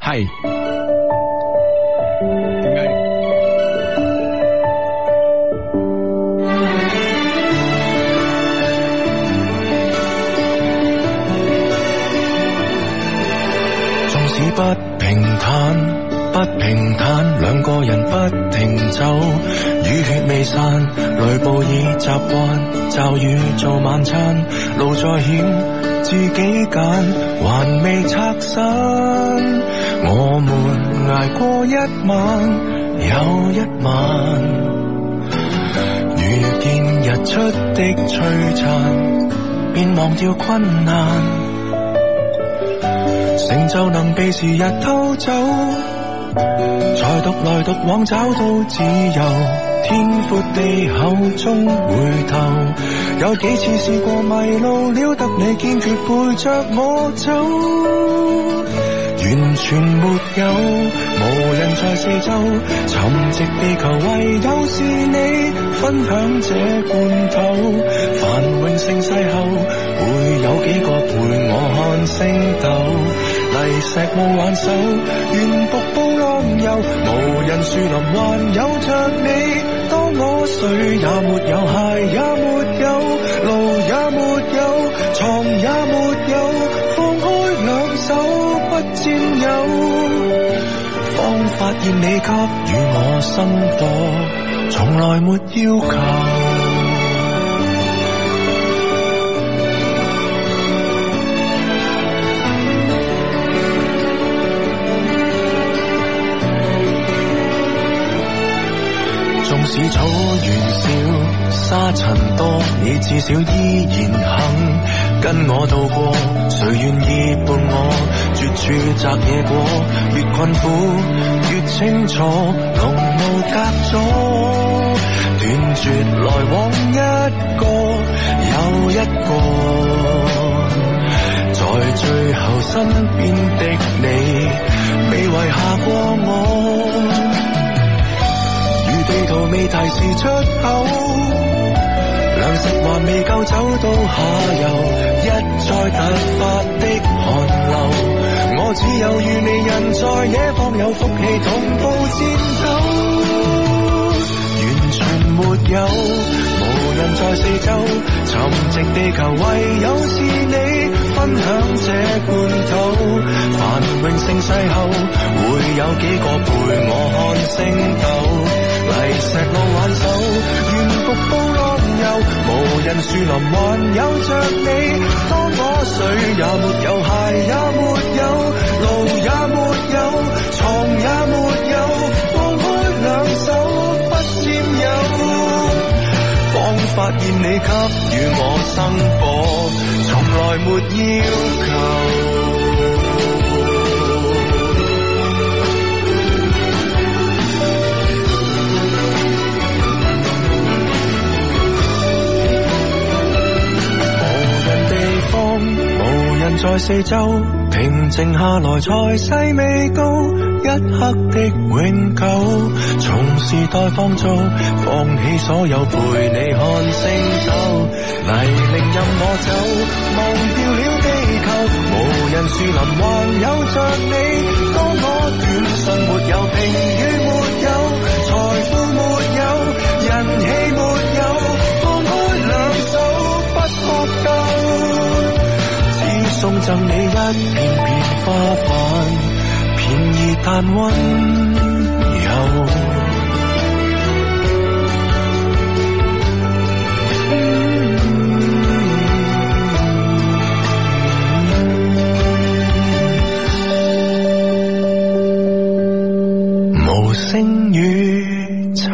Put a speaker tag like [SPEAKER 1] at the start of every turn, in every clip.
[SPEAKER 1] 系
[SPEAKER 2] 纵使不平坦，不平坦，兩個人不停走，雨血未散，雷暴已習慣，驟雨做晚餐，路再險自己揀，還未拆散，我們捱過一晚又一晚，遇見日出的璀璨，便忘掉困難。成就能被時日偷走，才獨來獨往找到自由。天闊地厚終回頭，有幾次試過迷路了，得你堅決陪着我走，完全沒有，無人在四周，沉寂地球唯有是你分享這罐頭。繁榮盛世後，會有幾個陪我看星斗。泥石路挽手，沿瀑布浪遊，無人樹林還有着你。當我誰也沒有，鞋也沒有，路也沒有，床也沒有，放開兩手不佔有，方發現你給予我生活，從來沒要求。縱使草原少，沙塵多，你至少依然肯跟我渡過。誰願意伴我絕處摘野果？越困苦越清楚，濃霧隔阻，斷絕來往一個又一個，在最後身邊的你，未遺下過我。如地圖未提示出口，糧食還未夠走到下游，一再突發的寒流，我只有與你人在野方有福氣同步戰鬥，完全沒有，無人在四周，沉寂地球唯有是你分享這罐頭，繁榮盛世後會有幾個陪我看星斗。泥石路挽手，沿瀑布浪遊，無人樹林還有着你。當我誰也沒有，鞋也沒有，路也沒有，床也沒有，放開兩手不佔有，方發現你給予我生活，從來沒要求。無人在四周，平靜下來才細味到一刻的永久。從時代放縱，放棄所有陪你看星斗，泥濘任我走，忘掉了地球。無人樹林還有着你，當我短信沒有，評語沒有，財富沒有，人氣沒有，放開兩手不學究。送贈你一片片花瓣，便宜但溫柔。無聲宇宙。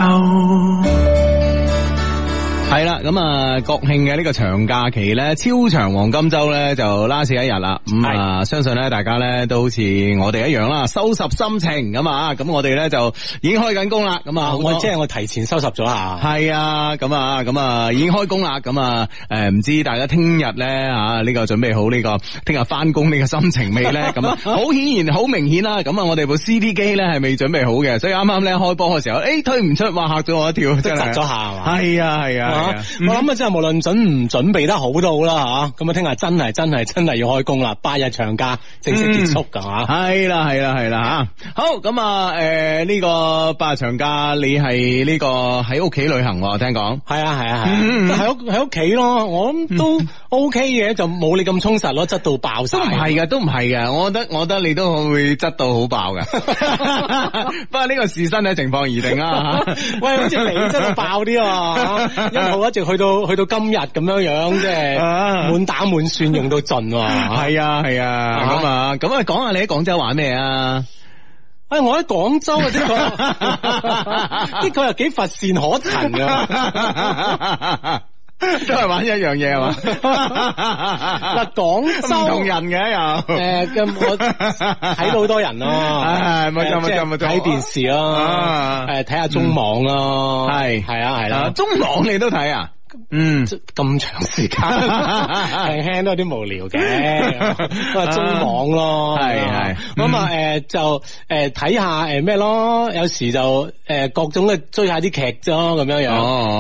[SPEAKER 1] 系啦，咁啊國慶嘅呢個長假期咧，超長黃金周咧就 last 一日啦。咁、啊，相信咧大家咧都好似我哋一樣啦，收拾心情咁啊。咁我哋咧就已經開緊工啦。咁啊，好
[SPEAKER 3] 我
[SPEAKER 1] 多
[SPEAKER 3] 即系我提前收拾咗下，
[SPEAKER 1] 系啊，咁啊，咁啊，已經開工啦，咁啊，诶，唔知大家聽日咧啊，呢個準備好呢個聽日翻工呢個心情未 咧？咁啊，好顯然、好明顯啦，咁啊，我哋部 CD 機咧係未準備好嘅，所以啱啱咧開波嘅時候，诶，推唔出，哇，嚇咗我一跳，真
[SPEAKER 3] 窒
[SPEAKER 1] 係
[SPEAKER 3] 咗下係嘛。
[SPEAKER 1] 係啊，係啊，係啊
[SPEAKER 3] 啊我諗啊，真係無論準唔準備得好都好啦吓，咁啊，聽日真係真係真係要開工啦，八日長假正式結束噶 吓。
[SPEAKER 1] 系啦系啦系啦吓，好咁啊诶呢個八日長假你係呢個喺屋企旅行喎，聽講
[SPEAKER 3] 係啊係啊
[SPEAKER 1] 嗯
[SPEAKER 3] 係啊，喺屋喺屋企咯，我諗都 OK 嘅，就冇你咁充實咯，質到爆晒
[SPEAKER 1] 都。唔係嘅，都唔係嘅，我覺得我覺得你都會質到好爆 嘅，不過呢個視身嘅情況而定 啦吓。
[SPEAKER 3] 喂，好似你質到爆啲啊！嚇一路一直 去到去到今日咁樣樣，即係
[SPEAKER 1] 啊
[SPEAKER 3] 滿打滿算用到 盡喎。
[SPEAKER 1] 系啊系啊，咁啊咁啊，講下你喺廣州玩咩啊？
[SPEAKER 3] 喂，我喺廣州啊，的確的確又幾乏善可陳噶。
[SPEAKER 1] 都係玩一樣嘢係 嘛？
[SPEAKER 3] 嗱，廣
[SPEAKER 1] 唔同
[SPEAKER 3] 州
[SPEAKER 1] 人嘅又。
[SPEAKER 3] 誒咁 我睇到好多人咯，
[SPEAKER 1] 唉冇錯
[SPEAKER 3] 誒
[SPEAKER 1] 冇
[SPEAKER 3] 即係
[SPEAKER 1] 錯冇錯
[SPEAKER 3] 睇電視
[SPEAKER 1] 啊嗯
[SPEAKER 3] 咯，誒睇下中網咯，
[SPEAKER 1] 係
[SPEAKER 3] 係啊係
[SPEAKER 1] 啊
[SPEAKER 3] 啦，
[SPEAKER 1] 中網你都睇啊？嗯，
[SPEAKER 3] 咁長 時間輕輕都有啲無聊嘅，都係中網咯，
[SPEAKER 1] 係嗯
[SPEAKER 3] 咁啊
[SPEAKER 1] 係
[SPEAKER 3] 咁啊誒就誒睇下誒咩咯，有時就誒各種嘅追下啲劇咯咁樣樣，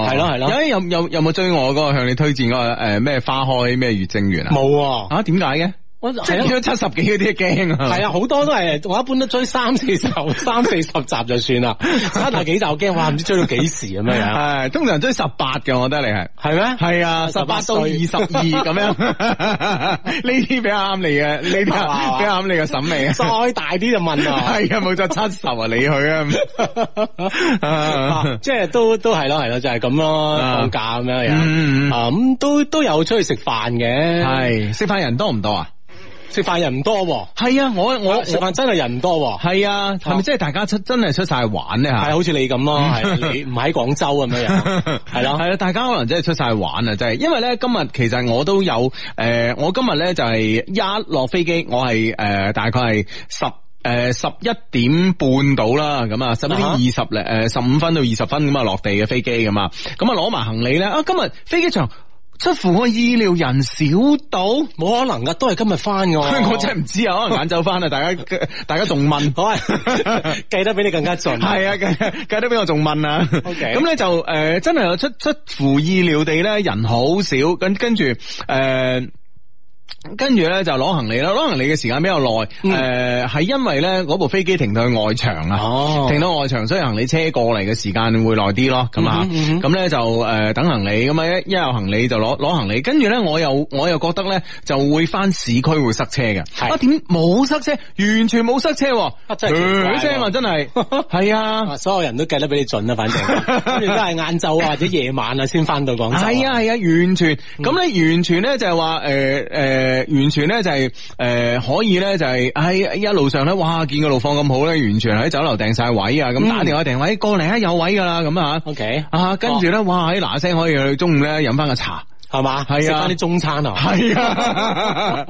[SPEAKER 3] 係咯係咯，
[SPEAKER 1] 哦有有有有冇追我嗰個向你推薦嗰個誒咩花開咩月正園啊？
[SPEAKER 3] 冇喎，
[SPEAKER 1] 啊？點解嘅？
[SPEAKER 3] 我
[SPEAKER 1] 即
[SPEAKER 3] 係
[SPEAKER 1] 係
[SPEAKER 3] 啊
[SPEAKER 1] 見到七十幾嗰啲驚啊！
[SPEAKER 3] 系啊，好多都係我一般都追三四十、 三四十集就算啦，七啊幾集我驚，哇唔知追 到幾時咁樣樣，
[SPEAKER 1] 係通常追十八嘅，我覺得你係。
[SPEAKER 3] 係咩？
[SPEAKER 1] 系啊，十八
[SPEAKER 3] 18
[SPEAKER 1] 到二
[SPEAKER 3] 歲
[SPEAKER 1] 十二 咁样， 呢啲比較啱你嘅，呢啲 比較
[SPEAKER 3] 係嘛
[SPEAKER 1] 比較啱你嘅審美 啊。
[SPEAKER 3] 再大啲就問啦。
[SPEAKER 1] 係啊，冇錯，七十啊，你 去啊
[SPEAKER 3] 啊，即係都都係咯，係咯，就係咁咯，
[SPEAKER 1] 啊
[SPEAKER 3] 放假咁樣樣
[SPEAKER 1] 嗯，嗯嗯
[SPEAKER 3] 啊，咁都都有出去食飯嘅，
[SPEAKER 1] 係食飯人多唔多啊？
[SPEAKER 3] 食飯人唔多喎，
[SPEAKER 1] 係啊，我我
[SPEAKER 3] 食飯真係人唔多喎，
[SPEAKER 1] 系啊，
[SPEAKER 3] 哦
[SPEAKER 1] 係咪即係大家出真係出晒玩咧
[SPEAKER 3] 係
[SPEAKER 1] 吓？
[SPEAKER 3] 好似你咁 咯，係你唔喺廣州咁樣樣，係咯
[SPEAKER 1] 系啦，大家可能真係出晒玩啊！真係，因為咧今日其實我都有诶、呃我今日咧就係一落飛機，我係诶、呃大概係十。诶，十一點半到啦，咁啊，十一點二十零，诶，十五分到二十分咁啊，落地嘅飛機咁啊，咁啊攞埋行李咧，啊，今日飛機場出乎我意料人少到，
[SPEAKER 3] 冇可能噶，都係今日翻㗎 喎。
[SPEAKER 1] 我真係唔 知啊，可能晏晝翻啊，大家大家仲問，
[SPEAKER 3] 好啊，計得比你更加盡。
[SPEAKER 1] 系 啊，計計得俾我仲問啊。
[SPEAKER 3] OK
[SPEAKER 1] 咁咧就诶、呃真係出出乎意料地咧，人好少。跟跟住诶。跟住咧就攞行李啦，攞行李嘅時間比較耐，呃誒係、
[SPEAKER 3] 嗯
[SPEAKER 1] 因為咧嗰部飛機停到去外場啊，
[SPEAKER 3] 哦
[SPEAKER 1] 停到外場，所以行李車過嚟嘅時間會耐啲咯，咁啊，
[SPEAKER 3] 嗯哼嗯哼
[SPEAKER 1] 咁咧、就誒、呃等行李，咁啊一一有行李就攞攞行李，跟住咧我又我又覺得咧就會翻市區會塞車嘅，
[SPEAKER 3] 係
[SPEAKER 1] 啊點冇塞車，完全冇塞車喎，
[SPEAKER 3] 啊真係奇怪喎
[SPEAKER 1] 嘘聲啊真係， 係啊。
[SPEAKER 3] 啊，所有人都計得比你準 啦，反正跟住都係晏晝啊或者夜晚啊先翻到廣州。
[SPEAKER 1] 系啊系啊，完全
[SPEAKER 3] 嗯
[SPEAKER 1] 咁咧，完全咧就係話诶诶，誒完全咧就係誒可以咧就係喺一路上咧，哇見個路況咁好咧，完全喺酒樓訂晒位啊，咁
[SPEAKER 3] 嗯
[SPEAKER 1] 打電話訂位過嚟啊，有位噶啦咁啊。
[SPEAKER 3] ，OK，
[SPEAKER 1] 啊，跟住
[SPEAKER 3] 哦
[SPEAKER 1] 咧，哇！喺嗱聲可以去中午咧飲翻個茶，
[SPEAKER 3] 係嘛，
[SPEAKER 1] 係啊
[SPEAKER 3] 食翻啲中餐啊。
[SPEAKER 1] 係 啊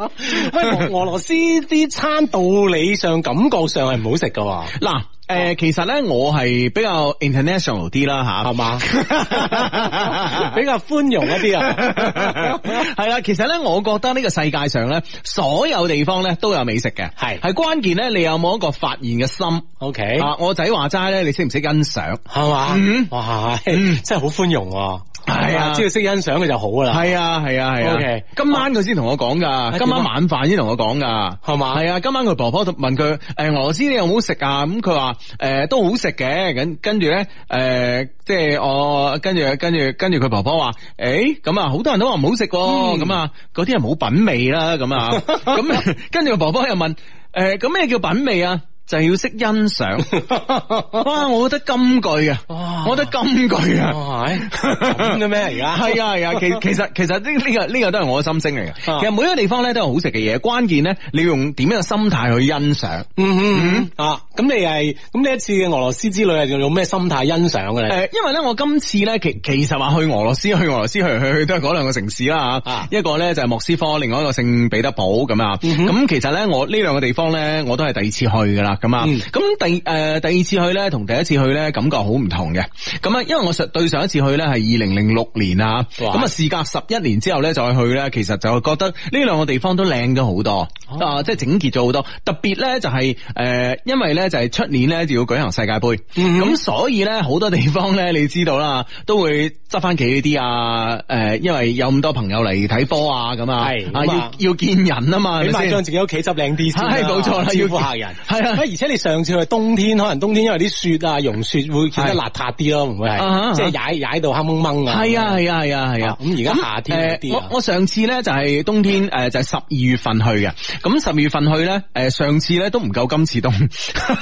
[SPEAKER 3] 喂，俄俄羅斯啲餐道理上感覺上係唔好食噶，
[SPEAKER 1] 嗱，
[SPEAKER 3] 哦
[SPEAKER 1] 誒，其實咧我係比較 international 啲啦吓，
[SPEAKER 3] 係嘛， 比較寬容一 啲啊。
[SPEAKER 1] 系啦，其實咧，我覺得呢個世界上咧，所有地方咧都有美食嘅，
[SPEAKER 3] 係
[SPEAKER 1] 系关键咧，你有冇一個發現嘅心
[SPEAKER 3] OK，
[SPEAKER 1] 啊？我仔話齋咧，你識唔識欣賞？
[SPEAKER 3] 係嘛
[SPEAKER 1] 嗯，
[SPEAKER 3] 哇，
[SPEAKER 1] 嗯
[SPEAKER 3] 真係好寬容喎。
[SPEAKER 1] 係啊
[SPEAKER 3] 只要識欣賞佢就好噶啦。
[SPEAKER 1] 係啊係啊係啊
[SPEAKER 3] OK
[SPEAKER 1] 今晚佢先同我講㗎，
[SPEAKER 3] 啊
[SPEAKER 1] 今晚晚飯先同我講㗎。
[SPEAKER 3] 係嘛，
[SPEAKER 1] 係啊，今晚佢婆婆問佢，誒、俄羅斯你有冇食啊？咁佢話誒都好食嘅，咁跟住咧誒，即係我跟住跟住跟住佢婆婆話，誒咁啊，好多人都話唔好食
[SPEAKER 3] 嗯
[SPEAKER 1] 喎，咁啊嗰啲人冇品味啦，咁 啊，咁跟住佢婆婆又問，誒咁咩叫品味啊？就係要識欣 賞，哇！我覺得金句啊，
[SPEAKER 3] 哇
[SPEAKER 1] 我覺得金句啊。
[SPEAKER 3] 哇，係咁嘅咩而家？
[SPEAKER 1] 系啊系啊，其其實其實呢呢個呢個都係我嘅心聲嚟嘅。其實每一個地方咧都有好食嘅嘢，關鍵咧你要用點樣嘅心態去欣賞。
[SPEAKER 3] 嗯嗯啊，咁你係咁呢一次嘅俄羅斯之旅係用咩心態欣賞嘅
[SPEAKER 1] 誒、
[SPEAKER 3] 咧？
[SPEAKER 1] 因為咧，我今次咧，其其實話去俄羅斯，去俄羅斯，去嚟去去都係嗰兩個城市啦嚇
[SPEAKER 3] 啊嗯
[SPEAKER 1] 一個咧就係莫斯科，另外一個聖彼得堡咁啊。咁、其實咧，我呢兩個地方咧，我都係第二次去噶啦。啦，咁啊，
[SPEAKER 3] 嗯
[SPEAKER 1] 咁第诶第二次去咧，同第一次去咧感覺好唔同嘅。咁啊，因為我上對上一次去咧係二零零六年啊，
[SPEAKER 3] 哇
[SPEAKER 1] 咁啊事隔十一年之後咧再去咧，其實就覺得呢兩個地方都靚咗好多，
[SPEAKER 3] 哦
[SPEAKER 1] 啊，即係整潔咗好多。特別咧就係呃因為咧就係出年咧就要舉行世界盃，
[SPEAKER 3] 嗯
[SPEAKER 1] 咁所以咧好多地方咧你知道啦， 都會執翻企呢啲啊，诶，因為有咁多朋友嚟睇波啊，咁啊，
[SPEAKER 3] 係
[SPEAKER 1] 啊
[SPEAKER 3] 咁啊
[SPEAKER 1] 要要見人啊嘛，係
[SPEAKER 3] 起
[SPEAKER 1] 咪
[SPEAKER 3] 碼
[SPEAKER 1] 先
[SPEAKER 3] 將自己屋企執靚啲先啦
[SPEAKER 1] 係冇錯啦
[SPEAKER 3] 招呼
[SPEAKER 1] 要
[SPEAKER 3] 客人
[SPEAKER 1] 係啊
[SPEAKER 3] 喂而且你上次去冬天，可能冬天因為啲雪啊融雪會顯得邋遢啲咯，會唔會
[SPEAKER 1] 啊哈啊哈
[SPEAKER 3] 係即係踩踩到黑蒙蒙啊？
[SPEAKER 1] 系啊系啊系啊系啊
[SPEAKER 3] 啊！咁而家夏天好啲啊
[SPEAKER 1] 呃我我上次咧就係冬天诶，呃就係十二月份去嘅。咁十二月份去咧，诶上次咧都唔夠今次凍，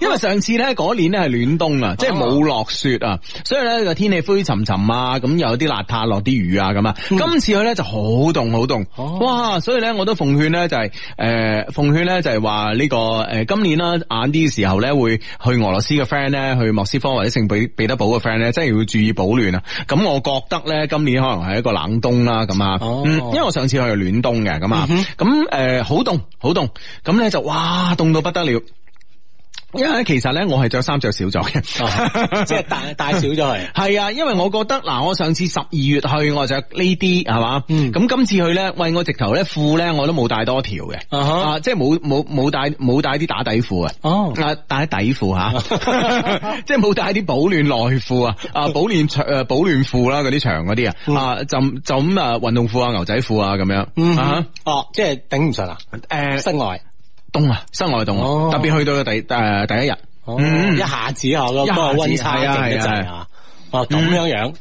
[SPEAKER 1] 因為上次咧嗰年咧係暖冬啊，
[SPEAKER 3] 哦
[SPEAKER 1] 即係冇落雪啊，所以咧個天氣灰沉沉啊，咁又有啲邋遢，落啲雨啊咁啊。
[SPEAKER 3] 嗯
[SPEAKER 1] 今次去咧就好凍好
[SPEAKER 3] 哦
[SPEAKER 1] 凍，哇！所以咧我都奉勸咧就係诶奉勸咧就係話呢個诶今年啦，晏啲嘅時候咧會去俄羅斯嘅 friend 咧去莫斯科或者聖彼彼得堡嘅 friend 咧，真係要注意保暖啊。咁我覺得咧今年可能係一個冷冬啦，咁啊，
[SPEAKER 3] 哦嗯
[SPEAKER 1] 嗯，因為我上次去係暖冬嘅，咁啊，咁诶好凍好凍，咁咧就哇凍到不得了。因為咧其實咧我係着衫着少咗嘅，
[SPEAKER 3] 啊，即係 帶帶少咗佢。
[SPEAKER 1] 系啊，因為我覺得嗱，我上次十二月去我就呢啲係嘛，
[SPEAKER 3] 嗯
[SPEAKER 1] 咁今次去咧，喂我直頭咧褲咧我都冇帶多條嘅，
[SPEAKER 3] 啊哈
[SPEAKER 1] 啊即係冇冇冇帶冇帶啲打底褲啊。
[SPEAKER 3] 哦
[SPEAKER 1] 啊，帶底褲吓， 即係冇帶啲保暖內褲啊，啊保暖 長誒保暖褲啦，嗰啲長嗰啲啊，啊就就咁啊運動褲啊牛仔褲啊咁樣啊
[SPEAKER 3] 嗯嗯，哦，即係頂唔順啊，
[SPEAKER 1] 誒
[SPEAKER 3] 室外。
[SPEAKER 1] 凍啊室外凍
[SPEAKER 3] 哦
[SPEAKER 1] 啊，特別去到嘅第誒第一日，
[SPEAKER 3] 哦，
[SPEAKER 1] 嗯
[SPEAKER 3] 一下子啊，嗰
[SPEAKER 1] 一下子
[SPEAKER 3] 個温差
[SPEAKER 1] 係啊
[SPEAKER 3] 勁得滯
[SPEAKER 1] 係
[SPEAKER 3] 啊，哦咁樣樣。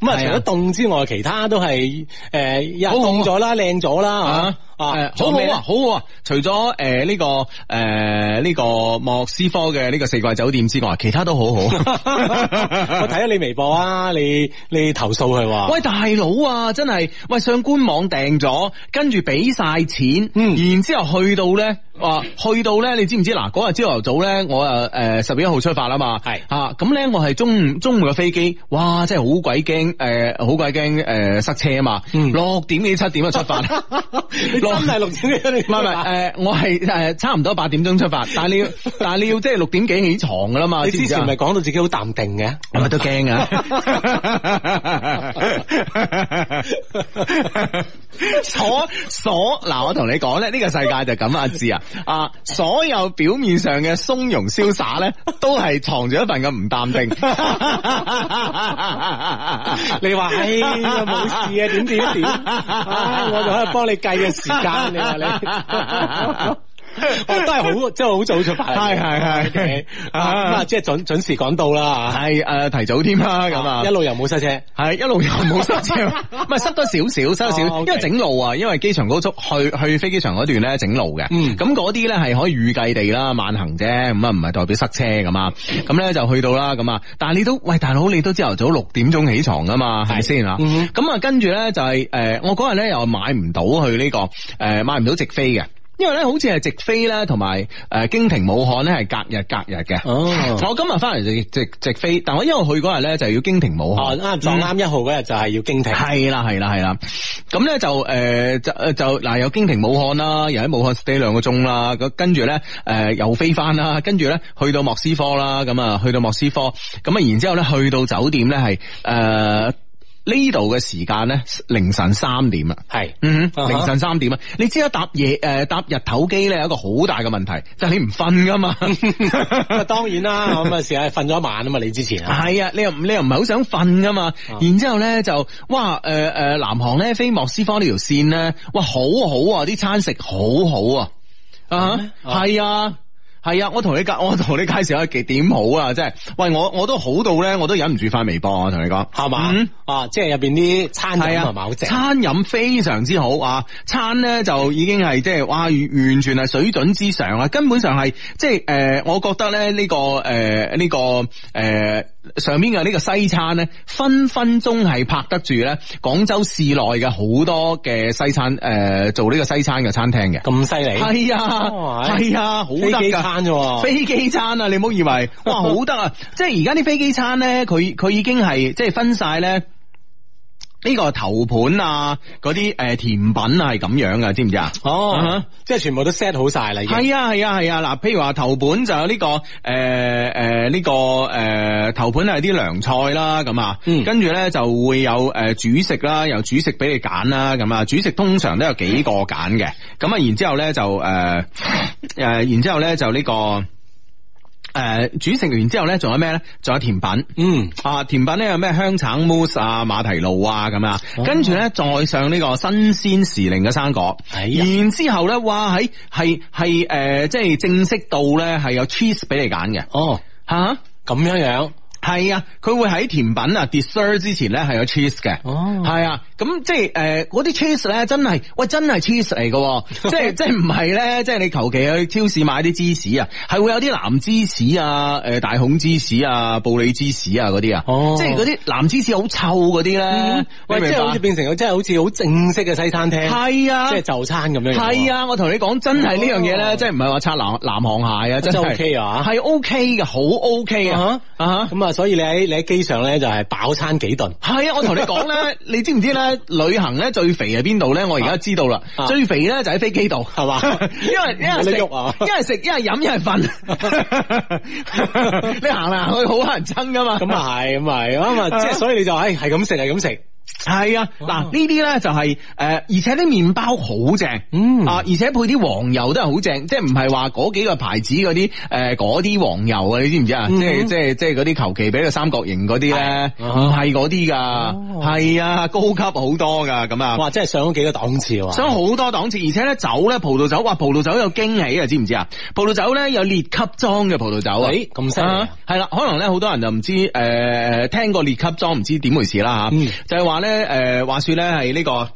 [SPEAKER 3] 咁啊，除
[SPEAKER 1] 係啊
[SPEAKER 3] 咗凍之外，其他都係誒一
[SPEAKER 1] 好好
[SPEAKER 3] 凍咗啦，靚咗啦，
[SPEAKER 1] 啊
[SPEAKER 3] 啊
[SPEAKER 1] 誒
[SPEAKER 3] 啊，
[SPEAKER 1] 好好
[SPEAKER 3] 仲有咩呢
[SPEAKER 1] 啊，好好啊！除咗诶呢個诶呢個莫斯科嘅呢個四季酒店之外，其他都好 好
[SPEAKER 3] 我。睇下你微博啊，你你投訴佢喎。
[SPEAKER 1] 喂，大佬啊，真係喂上官網訂咗，跟住俾晒錢，
[SPEAKER 3] 嗯
[SPEAKER 1] 然之後去到咧，啊，去到咧，你知唔知嗱？嗰日朝頭早咧，我啊诶十月一號出發啦嘛，
[SPEAKER 3] 係
[SPEAKER 1] 啊，咁咧我係中午中午嘅飛機，哇，真係好鬼驚诶，呃好鬼驚诶塞車啊嘛，
[SPEAKER 3] 嗯
[SPEAKER 1] 六點幾七點就出發，
[SPEAKER 3] 你真係六千幾？你
[SPEAKER 1] 唔係 唔係，诶，我係诶差唔多八點鐘出發，但係你 要但係你要即係六點幾起床噶啦嘛，
[SPEAKER 3] 你
[SPEAKER 1] 知唔
[SPEAKER 3] 之
[SPEAKER 1] 知啊
[SPEAKER 3] 前咪講到自己好淡定嘅，
[SPEAKER 1] 係咪都驚啊？ 所所嗱，我同你講咧，呢、個世界就咁啊阿志啊，啊，所有表面上嘅松容瀟灑咧，都係藏住一份嘅唔淡 定。
[SPEAKER 3] 你話
[SPEAKER 1] 哎
[SPEAKER 3] 唉冇事啊， 點點點， 唉我就喺度幫你計嘅時間，你話 你。我都係好，即係好早出發嚟
[SPEAKER 1] 係
[SPEAKER 3] 嘅。
[SPEAKER 1] 係係
[SPEAKER 3] OK，啊咁
[SPEAKER 1] 啊
[SPEAKER 3] 啊，即係準準時趕到啦。
[SPEAKER 1] 係诶、呃提早添啦，咁啊
[SPEAKER 3] 一。路又冇塞車。
[SPEAKER 1] 系一路又冇塞 車，唔係塞多少少，塞多少，
[SPEAKER 3] 哦
[SPEAKER 1] 少，
[SPEAKER 3] ，OK
[SPEAKER 1] 因為整路啊，因為機場高速去去飛機場嗰段咧整路嘅，
[SPEAKER 3] 嗯
[SPEAKER 1] 咁嗰啲咧係可以預計地啦，慢行啫，咁啊唔係代表塞車咁啊，咁咧就去到啦，咁啊，但係你都喂大佬，你都朝頭早六點鐘起床噶嘛，係咪先啊？
[SPEAKER 3] 嗯
[SPEAKER 1] 咁啊，跟住咧就係呃我嗰日咧又買唔到去呢、個呃買唔到直飛嘅，因為咧好似係直飛咧同埋诶京停武漢咧係隔日隔日嘅。
[SPEAKER 3] 哦
[SPEAKER 1] 我今日翻嚟直直直飛，但我因為去嗰日咧就要京停武
[SPEAKER 3] 哦，
[SPEAKER 1] 漢，
[SPEAKER 3] 啱撞啱一號嗰日就係要經停。
[SPEAKER 1] 系啦，系啦，系啦。咁咧就诶、呃就呃就嗱，又經停武漢啦，又喺武漢 stay 兩個鐘啦。咁跟住咧诶又飛翻啦，跟住咧去到莫斯科啦，咁啊去到莫斯科，咁啊然之後咧去到酒店咧係诶呢度嘅時間咧凌晨三點啦。
[SPEAKER 3] 係
[SPEAKER 1] 嗯
[SPEAKER 3] 啊
[SPEAKER 1] 哼，
[SPEAKER 3] 哈
[SPEAKER 1] 凌晨三點啊！你知啦，搭夜诶、搭日頭機咧有一個好大嘅問題，就係、你唔瞓噶嘛。
[SPEAKER 3] 咁啊，當然啦，咁啊，成日瞓咗一晚啊嘛，你之前 啊，
[SPEAKER 1] 系啊，你又唔你又唔係好想瞓噶嘛？然之后咧就哇诶诶、呃南航咧飛莫斯科呢條線咧，哇好好啊，啲餐食好好啊，啊係啊。係啊，我同你介，我同你介紹下幾點好啊！真係，喂，我我都好到咧，我都忍唔住發微博啊！我同你講，
[SPEAKER 3] 係嘛
[SPEAKER 1] 嗯？
[SPEAKER 3] 啊，即係入邊啲餐
[SPEAKER 1] 係
[SPEAKER 3] 飲
[SPEAKER 1] 啊
[SPEAKER 3] 係咪好正？
[SPEAKER 1] 餐飲非常之好啊！餐咧就已經係即係哇，完完全係水準之上啊！根本上係即係诶、呃我覺得咧呢、個诶呢、個诶、呃上面嘅呢個西餐咧，分分鐘係拍得住咧廣州市內嘅好多嘅西餐诶、呃做呢個西餐嘅餐廳嘅。
[SPEAKER 3] 咁犀利，
[SPEAKER 1] 係
[SPEAKER 3] 哦
[SPEAKER 1] 啊，
[SPEAKER 3] 係
[SPEAKER 1] 係啊，好得
[SPEAKER 3] 飛機
[SPEAKER 1] 㗎
[SPEAKER 3] 餐啫喎
[SPEAKER 1] 飛機餐啊，你唔好以為，哇，好得啊！即係而家啲飛機餐咧，佢佢已經係即係分晒咧。呢個頭盤啊，嗰啲诶甜品啊係咁樣噶，知唔知啊？
[SPEAKER 3] 哦
[SPEAKER 1] 啊，
[SPEAKER 3] 即係全部都 set 好晒啦，已經
[SPEAKER 1] 係啊係啊係啊！嗱，譬如話頭盤就有呢、個诶诶呢個诶、呃、頭盤係啲涼菜啦，咁啊，
[SPEAKER 3] 嗯
[SPEAKER 1] 跟住咧就會有诶、呃主食啦，由主食俾你揀啦，咁啊，主食通常都有幾個揀嘅，咁啊，然之后咧就诶诶、呃然之后咧就呢、個个。诶、主食完之後咧，仲有咩咧？仲有甜品，
[SPEAKER 3] 嗯，
[SPEAKER 1] 啊，甜品咧有咩香橙 mousse 啊、馬蹄露啊咁啊，
[SPEAKER 3] 哦
[SPEAKER 1] 跟住咧再上呢個新鮮時令嘅生果，
[SPEAKER 3] 哎呀
[SPEAKER 1] 然之後咧，哇喺係係诶，即係正式到咧係有 cheese 俾你揀嘅，
[SPEAKER 3] 哦，
[SPEAKER 1] 吓
[SPEAKER 3] 咁樣樣，
[SPEAKER 1] 係啊，佢會喺甜品啊 dessert 之前咧係有 cheese 嘅，
[SPEAKER 3] 哦
[SPEAKER 1] 係啊，咁即係诶嗰啲 cheese 咧真係，喂真係 cheese 嚟嘅 喎，即係即係唔係咧，即係你求其去超市買啲芝士啊，係會有啲藍芝士啊、诶大孔芝士啊、布里芝士啊嗰啲啊，
[SPEAKER 3] 哦嗯
[SPEAKER 1] 即係嗰啲藍芝士好臭嗰啲咧，
[SPEAKER 3] 喂，即係好似變成咗，即係好似好正式嘅西餐廳，
[SPEAKER 1] 系啊，
[SPEAKER 3] 即係就餐咁樣樣。
[SPEAKER 1] 系啊，我同你講，真係呢樣嘢
[SPEAKER 3] 哦
[SPEAKER 1] 咧，真係唔係話擦南南航鞋啊，真
[SPEAKER 3] 真係
[SPEAKER 1] 係
[SPEAKER 3] OK 啊
[SPEAKER 1] 係 OK 嘅，好 OK 啊，啊哈
[SPEAKER 3] 咁啊，所以你喺你喺機上咧就係飽餐幾頓。
[SPEAKER 1] 係啊，我同你講 咧，你知唔知咧？旅行咧最肥係邊度咧？我而家知道啦
[SPEAKER 3] 啊，
[SPEAKER 1] 最肥咧就喺飛機度，
[SPEAKER 3] 係嘛
[SPEAKER 1] 因為因為
[SPEAKER 3] 冇得
[SPEAKER 1] 食，
[SPEAKER 3] 喐啊
[SPEAKER 1] 因為食，因為飲，因為 瞓。你行嚟行去好乞人憎噶嘛？
[SPEAKER 3] 咁啊係，咁啊係，咁啊即係所以你就唉係咁食係咁食，
[SPEAKER 1] 系啊，
[SPEAKER 3] 哦
[SPEAKER 1] 嗱呢啲咧就係呃而且啲麵包好正，
[SPEAKER 3] 嗯
[SPEAKER 1] 啊，而且配啲黃油都係好正，即係唔係話嗰幾個牌子嗰啲诶嗰啲黃油啊，你知唔知啊？
[SPEAKER 3] 嗯
[SPEAKER 1] 即係即係即係嗰啲求其俾個三角形嗰啲咧，唔係嗰啲噶，
[SPEAKER 3] 哦
[SPEAKER 1] 係啊，高級好多噶咁啊。
[SPEAKER 3] 哇！真係上咗幾個檔次喎。
[SPEAKER 1] 想好多檔次，而且咧酒咧葡萄酒，哇葡萄酒有驚喜啊，知唔知啊？葡萄酒咧有列級裝嘅葡萄酒啊，
[SPEAKER 3] 咦咁犀利啊
[SPEAKER 1] 係啦，可能咧好多人就唔知誒、呃、聽過列級裝唔知點回事啦嚇，
[SPEAKER 3] 嗯
[SPEAKER 1] 就係話咧誒話説咧係呢個。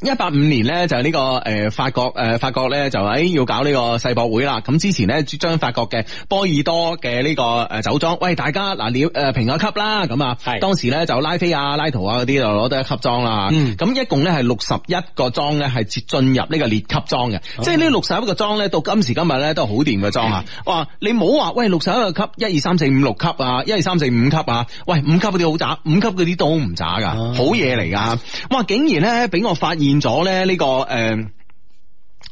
[SPEAKER 1] 一八五年咧就呢、個誒、呃法國誒、呃法國咧就喺、哎要搞呢個世博會啦，咁之前咧將法國嘅波爾多嘅呢、個呃酒莊，喂大家嗱呃了誒評下級啦，咁啊
[SPEAKER 3] 係，
[SPEAKER 1] 當時咧就拉菲啊、拉圖啊嗰啲就攞到一級裝啦，
[SPEAKER 3] 嗯
[SPEAKER 1] 咁一共咧係六十一個裝咧係進入呢個列級裝嘅，即係呢六十一個裝咧到今時今日咧都係好掂嘅裝啊！哇，你冇話喂六十一個級一二三四五六級啊，一二三四五級啊，喂五級嗰啲好渣，五級嗰啲都唔渣噶，
[SPEAKER 3] 啊
[SPEAKER 1] 好嘢嚟噶！哇，竟然咧俾我發現咗咧呢個诶。誒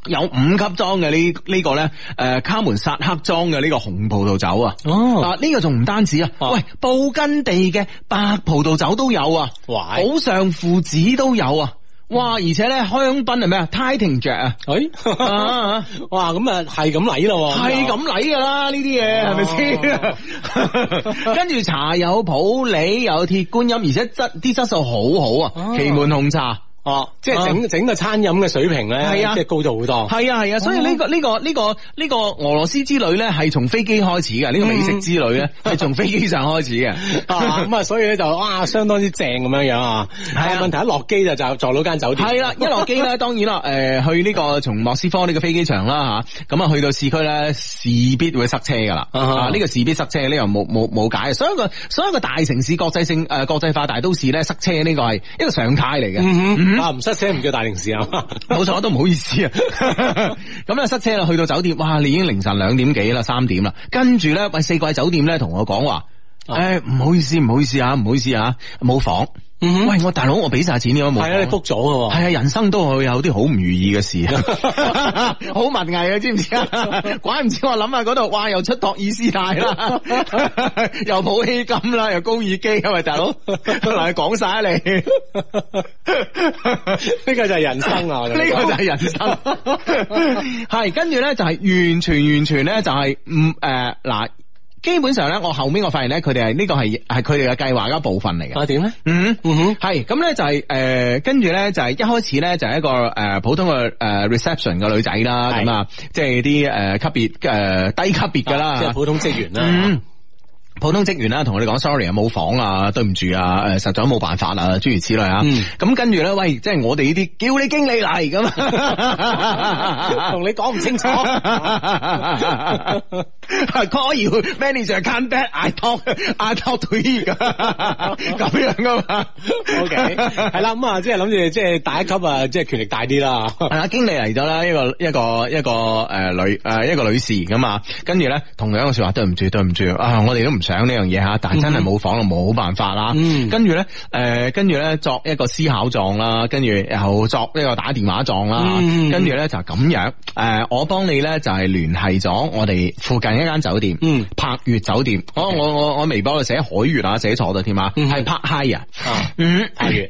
[SPEAKER 1] 有五級裝嘅呢呢個咧，誒卡門薩克裝嘅呢個紅葡萄酒啊，
[SPEAKER 3] 哦
[SPEAKER 1] 啊呢個仲唔單止啊，
[SPEAKER 3] 啊
[SPEAKER 1] 喂布根地嘅白葡萄酒都有啊，
[SPEAKER 3] 哇
[SPEAKER 1] 島上父子都有啊，哇！而且咧香檳係咩啊？Titan 爵啊， 啊
[SPEAKER 3] 誒，
[SPEAKER 1] 啊
[SPEAKER 3] 哎哇！咁啊係咁嚟咯喎，
[SPEAKER 1] 係咁嚟噶啦，呢啲嘢係咪先？ 跟住茶有普洱，有鐵觀音，而且質啲質素好好啊，
[SPEAKER 3] 哦
[SPEAKER 1] 奇門紅茶。
[SPEAKER 3] 哦，即係整整個餐飲嘅水平咧，
[SPEAKER 1] 係啊
[SPEAKER 3] 即係高咗好多。
[SPEAKER 1] 系啊系啊，所以呢、個呢、個呢、個呢、個俄羅斯之旅咧，係從飛機開始嘅，呢、個美
[SPEAKER 3] 嗯
[SPEAKER 1] 食之 旅咧係從飛機上開始嘅。
[SPEAKER 3] 啊 咁啊，所以咧就哇，相當之正咁樣樣啊！但
[SPEAKER 1] 啊
[SPEAKER 3] 係問題一落機就就撞到間酒店，
[SPEAKER 1] 係啦，一落機咧，當然啦，诶、去呢、個從莫斯科呢個飛機場啦吓，咁啊去到市區咧，事必會塞車噶啦，
[SPEAKER 3] 啊
[SPEAKER 1] 啊呢、個事必塞車，呢、個冇冇冇解，啊所有個所有個大城市國際性诶、呃、国际化大都市咧塞車呢個係一個常態嚟嘅。
[SPEAKER 3] 嗯哼，啊唔出聲唔叫大城市啊，
[SPEAKER 1] 冇錯，都唔好意思啊。 咁咧塞車啦，去到酒店，哇！你已經凌晨兩點幾啦，三點啦。跟住咧，喂四季酒店咧同我講話，
[SPEAKER 3] 啊
[SPEAKER 1] 誒唔好意思，唔好意思啊，唔好意思啊，冇房。
[SPEAKER 3] 嗯
[SPEAKER 1] 喂，我大佬，我俾晒錢點解冇
[SPEAKER 3] 係
[SPEAKER 1] 房
[SPEAKER 3] 啊，
[SPEAKER 1] 啊？
[SPEAKER 3] 你 book 咗嘅喎。
[SPEAKER 1] 係啊，人生都會有啲好唔如意嘅事， 好文藝啊，知唔知啊？怪唔知我諗下嗰度，哇！又出托爾斯泰 啦，又普希金啦，又高爾基啊，喂，大 佬，嗱，講晒啊你。
[SPEAKER 3] 呢個就係人生 啊！我
[SPEAKER 1] 呢
[SPEAKER 3] 同你
[SPEAKER 1] 個
[SPEAKER 3] 講
[SPEAKER 1] 就係人生，係跟住咧就係完全完全咧就係唔诶嗱，基本上咧我後面我發現咧佢哋係呢個係系佢哋嘅計劃嘅一部分嚟嘅，
[SPEAKER 3] 啊點咧？
[SPEAKER 1] 嗯。
[SPEAKER 3] 嗯哼，
[SPEAKER 1] 係咁咧就係呃跟住咧就係一開始咧就係一個诶、呃普通嘅诶、呃 reception 嘅女仔啦，
[SPEAKER 3] 係
[SPEAKER 1] 咁啊，即係啲诶級別诶、呃低級別噶啦，
[SPEAKER 3] 即係普通職員啦
[SPEAKER 1] 嗯。普通職員啦，同我哋講 sorry 啊，冇房啊，對唔住啊，誒實在冇辦法啊，諸如此類啊。
[SPEAKER 3] 嗯
[SPEAKER 1] 咁、跟住咧，喂，即係我哋呢啲叫你經理嚟啊咁。
[SPEAKER 3] 啊 同你講唔清楚。
[SPEAKER 1] Call you manager can't back I talk I talk to you 咁樣噶嘛
[SPEAKER 3] O K，係啦，咁啊，即係諗住即係大一級啊，即係權力大啲啦。
[SPEAKER 1] 係啦，經理嚟咗啦，一個一個一個诶、呃女诶、呃一個女士咁啊，跟住咧同樣嘅说話，對唔住對唔住啊，我哋都唔想呢樣嘢吓，但係真係冇房就冇辦法啦。
[SPEAKER 3] 嗯
[SPEAKER 1] 跟住咧，誒，跟住咧作一個思考狀啦，跟住又作呢個打電話狀啦，
[SPEAKER 3] 嗯
[SPEAKER 1] 跟住咧就咁樣。誒，我幫你咧就係聯繫咗我哋附近一間酒店，
[SPEAKER 3] 嗯
[SPEAKER 1] 柏悦酒店。我我我我微博度寫海悦啊，寫錯咗添啊，
[SPEAKER 3] 嗯
[SPEAKER 1] 係柏嗨啊。
[SPEAKER 3] 啊，
[SPEAKER 1] 嗯，
[SPEAKER 3] 太遠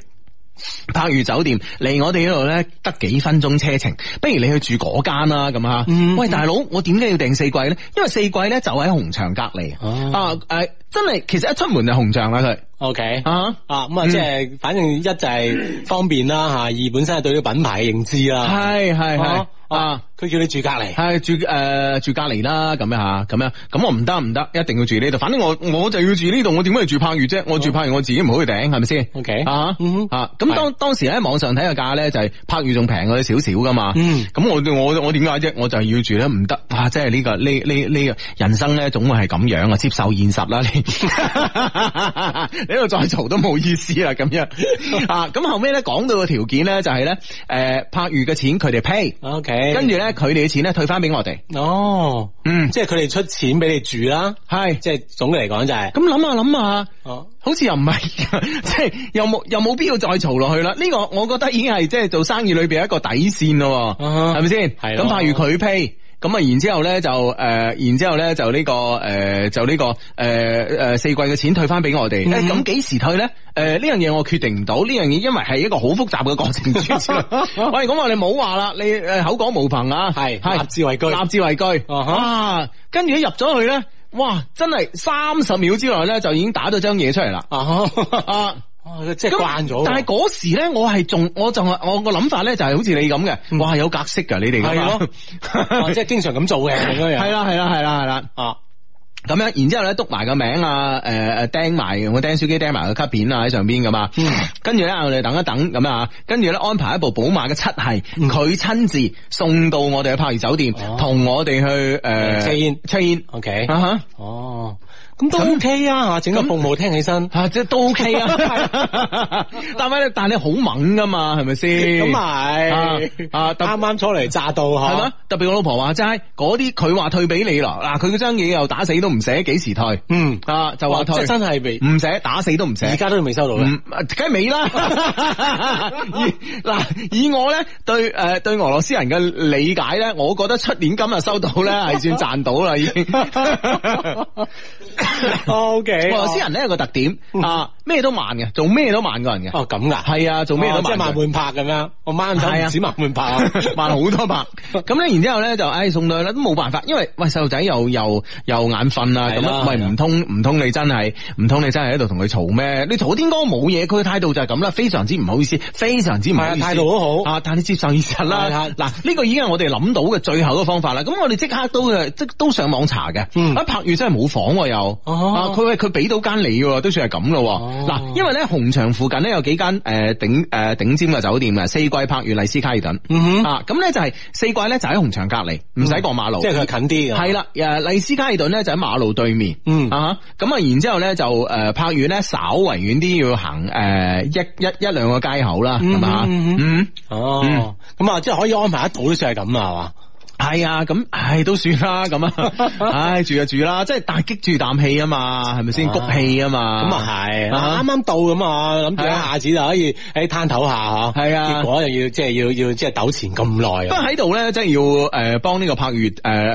[SPEAKER 1] 柏悦酒店離我哋呢度咧得幾分鐘車程，不如你去住嗰間啦咁吓。
[SPEAKER 3] 嗯
[SPEAKER 1] 喂，大佬，我點解要訂四季咧？因為四季咧就喺紅牆隔離啊
[SPEAKER 3] 哦！
[SPEAKER 1] 誒，真係其實一出門就紅牆啦佢
[SPEAKER 3] ，OK。
[SPEAKER 1] 啊。
[SPEAKER 3] 啊，咁啊，
[SPEAKER 1] 嗯
[SPEAKER 3] 即係反正一就係方便啦吓，二本身係對呢個品牌嘅認知啦。
[SPEAKER 1] 係係係
[SPEAKER 3] 啊
[SPEAKER 1] 啊
[SPEAKER 3] 啊，，佢叫你住隔離。
[SPEAKER 1] 係住誒住隔離啦，咁樣吓，咁樣咁我唔得唔得，一定要住呢度。反正我我就要住呢度，我點解要住柏悦啫？我住柏悦我自己唔好去頂，係咪先？
[SPEAKER 3] OK，
[SPEAKER 1] 啊
[SPEAKER 3] 哦嗯哼
[SPEAKER 1] 啊！咁當當時喺網上睇個價咧，就係柏悦仲平我哋少少噶嘛。
[SPEAKER 3] 嗯
[SPEAKER 1] 咁我我我點解啫？我就係要住咧，唔得啊！即係呢個呢呢呢個人生咧，總會係咁樣啊！接受現實 啦，你你喺度再嘈都冇意思啦，咁樣啊！咁後尾咧講到個條件咧，就係咧誒柏悦嘅錢佢哋 pay。
[SPEAKER 3] OK，
[SPEAKER 1] 跟住咧，佢哋嘅錢咧退翻俾我哋。
[SPEAKER 3] 哦，
[SPEAKER 1] 嗯，
[SPEAKER 3] 即係佢哋出錢俾你住啦，
[SPEAKER 1] 係。
[SPEAKER 3] 即係總嘅嚟講就係，
[SPEAKER 1] 咁諗下諗下，
[SPEAKER 3] 哦，
[SPEAKER 1] 好似又唔係， 即係又冇又冇必要再嘈落去啦。呢、個我覺得已經係即係做生意裏邊一個底線咯，
[SPEAKER 3] 啊哈
[SPEAKER 1] 係咪先？
[SPEAKER 3] 係咯
[SPEAKER 1] 咁譬如佢 pay。咁啊，然之後咧就誒、呃然之後咧就呢、個誒、呃就呢、個誒誒、呃四季嘅錢退翻俾我哋。誒
[SPEAKER 3] 嗯
[SPEAKER 1] 咁幾時退咧？誒呢樣嘢我決定唔到，呢樣嘢因為係一個好複雜嘅過程。 喂，咁我哋冇話啦，你誒口講無憑啊，
[SPEAKER 3] 係
[SPEAKER 1] 係
[SPEAKER 3] 立志為居
[SPEAKER 1] 立志為居。
[SPEAKER 3] 啊哈
[SPEAKER 1] 啊，跟住一入咗去咧，哇，真係三十秒之內咧就已經打咗張嘢出嚟啦。
[SPEAKER 3] 啊，
[SPEAKER 1] 啊，
[SPEAKER 3] 哦即係
[SPEAKER 1] 咁
[SPEAKER 3] 慣咗喎，
[SPEAKER 1] 但係嗰時咧，我係仲，我仲係我個諗法咧就係好似你咁嘅，哇，有格式噶你哋啊㗎嘛
[SPEAKER 3] 係嗯咯，哦即 係經常咁做嘅咁樣樣，
[SPEAKER 1] 係啦係啦係啦係啦。
[SPEAKER 3] 啊，
[SPEAKER 1] 哦咁樣，然之後咧，篤埋個名啊，誒誒，釘埋我釘書機釘埋個卡片啊喺上邊噶嘛，跟住咧我哋等一等咁啊，跟住咧安排一部寶馬嘅七系，佢親自送到我哋去柏悦酒店，
[SPEAKER 3] 哦
[SPEAKER 1] 同我哋去誒
[SPEAKER 3] check in
[SPEAKER 1] check in
[SPEAKER 3] OK，
[SPEAKER 1] 啊哈
[SPEAKER 3] 哦，咁都 OK 啊，嚇整個服務聽 起身，
[SPEAKER 1] 啊，即係都 OK 啊， 但係但係你好猛噶嘛，係咪先？
[SPEAKER 3] 咁係
[SPEAKER 1] 啊啊特
[SPEAKER 3] 啱啱初嚟乍到
[SPEAKER 1] 係
[SPEAKER 3] 嚇
[SPEAKER 1] 嘛，？特別我老婆話齋，嗰啲佢話退俾你啦，嗱佢嗰張嘢又打死都唔寫，幾時退？
[SPEAKER 3] 嗯，
[SPEAKER 1] 啊就話嗯
[SPEAKER 3] 哇，即
[SPEAKER 1] 退
[SPEAKER 3] 係，真係未，
[SPEAKER 1] 唔寫打死都唔寫。
[SPEAKER 3] 而家都未收到
[SPEAKER 1] 唔
[SPEAKER 3] 嘅，
[SPEAKER 1] 啊梗係未 啦。以嗱，以我咧對誒、呃、對俄羅斯人嘅理解咧，我覺得出年今日收到咧係算賺到啦已 經。
[SPEAKER 3] O K，
[SPEAKER 1] 俄羅斯人咧有個特點啊，咩都慢嘅，做咩都慢過人嘅。
[SPEAKER 3] 哦咁噶，
[SPEAKER 1] 係啊，做咩都
[SPEAKER 3] 哦即係
[SPEAKER 1] 慢過人。
[SPEAKER 3] 慢半拍咁樣，我掹
[SPEAKER 1] 係
[SPEAKER 3] 手
[SPEAKER 1] 啊
[SPEAKER 3] 唔止慢半拍啊，
[SPEAKER 1] 慢好多 拍，咁咧，然之後咧就，唉，送到去啦，都冇辦法，因為喂細路仔又又又眼瞓啊，
[SPEAKER 3] 係
[SPEAKER 1] 咁
[SPEAKER 3] 啦
[SPEAKER 1] 啊，喂
[SPEAKER 3] 係啦
[SPEAKER 1] 唔通唔通你真係唔通你真係喺度同佢嘈咩？你嘈天哥冇嘢，佢嘅態度就係咁啦，非常之唔好意思，非常之唔好意思，
[SPEAKER 3] 係啊態度好好
[SPEAKER 1] 啊，但你接受現實啦
[SPEAKER 3] 係啊啦，
[SPEAKER 1] 嗱呢個已經係我哋諗到嘅最後嘅方法啦，咁我哋即刻都誒即都上網查嘅，
[SPEAKER 3] 嗯
[SPEAKER 1] 啊柏宇真係冇房喎又，
[SPEAKER 3] 哦
[SPEAKER 1] 啊佢喂佢俾到間你喎，都算係咁咯
[SPEAKER 3] 哦
[SPEAKER 1] 喎，嗱因為咧紅牆附近咧有幾間誒頂誒頂尖嘅酒店嘅，四季柏宇麗斯卡爾頓。
[SPEAKER 3] 嗯 哼，
[SPEAKER 1] 啊，咁咧就係四季咧就喺紅牆隔離，唔使過馬路。
[SPEAKER 3] 嗯即係佢近啲嘅，
[SPEAKER 1] 係啦，誒麗斯卡爾頓咧就喺馬路對面，
[SPEAKER 3] 嗯
[SPEAKER 1] 啊哈咁啊，然之後咧就誒柏苑咧稍為遠啲要行誒一一一兩個街口啦，係嘛，
[SPEAKER 3] 嗯嗯
[SPEAKER 1] 嗯，嗯
[SPEAKER 3] 哦，咁啊，即係可以安排得到都算係咁啦，
[SPEAKER 1] 係啊，咁唉都算啦，咁 啊，唉住就住啦，即係但係激住啖氣啊嘛，係咪先
[SPEAKER 3] 啊
[SPEAKER 1] 谷氣啊嘛，
[SPEAKER 3] 係嘛？咁啊係，
[SPEAKER 1] 啊
[SPEAKER 3] 啱啱到咁啊，諗住一
[SPEAKER 1] 係啊
[SPEAKER 3] 下子就可以喺攤頭下嗬，
[SPEAKER 1] 係啊
[SPEAKER 3] 結果又要即係要要即係糾纏咁
[SPEAKER 1] 不
[SPEAKER 3] 耐
[SPEAKER 1] 過
[SPEAKER 3] 啊，
[SPEAKER 1] 喺度咧，真係要誒幫呢個柏悦誒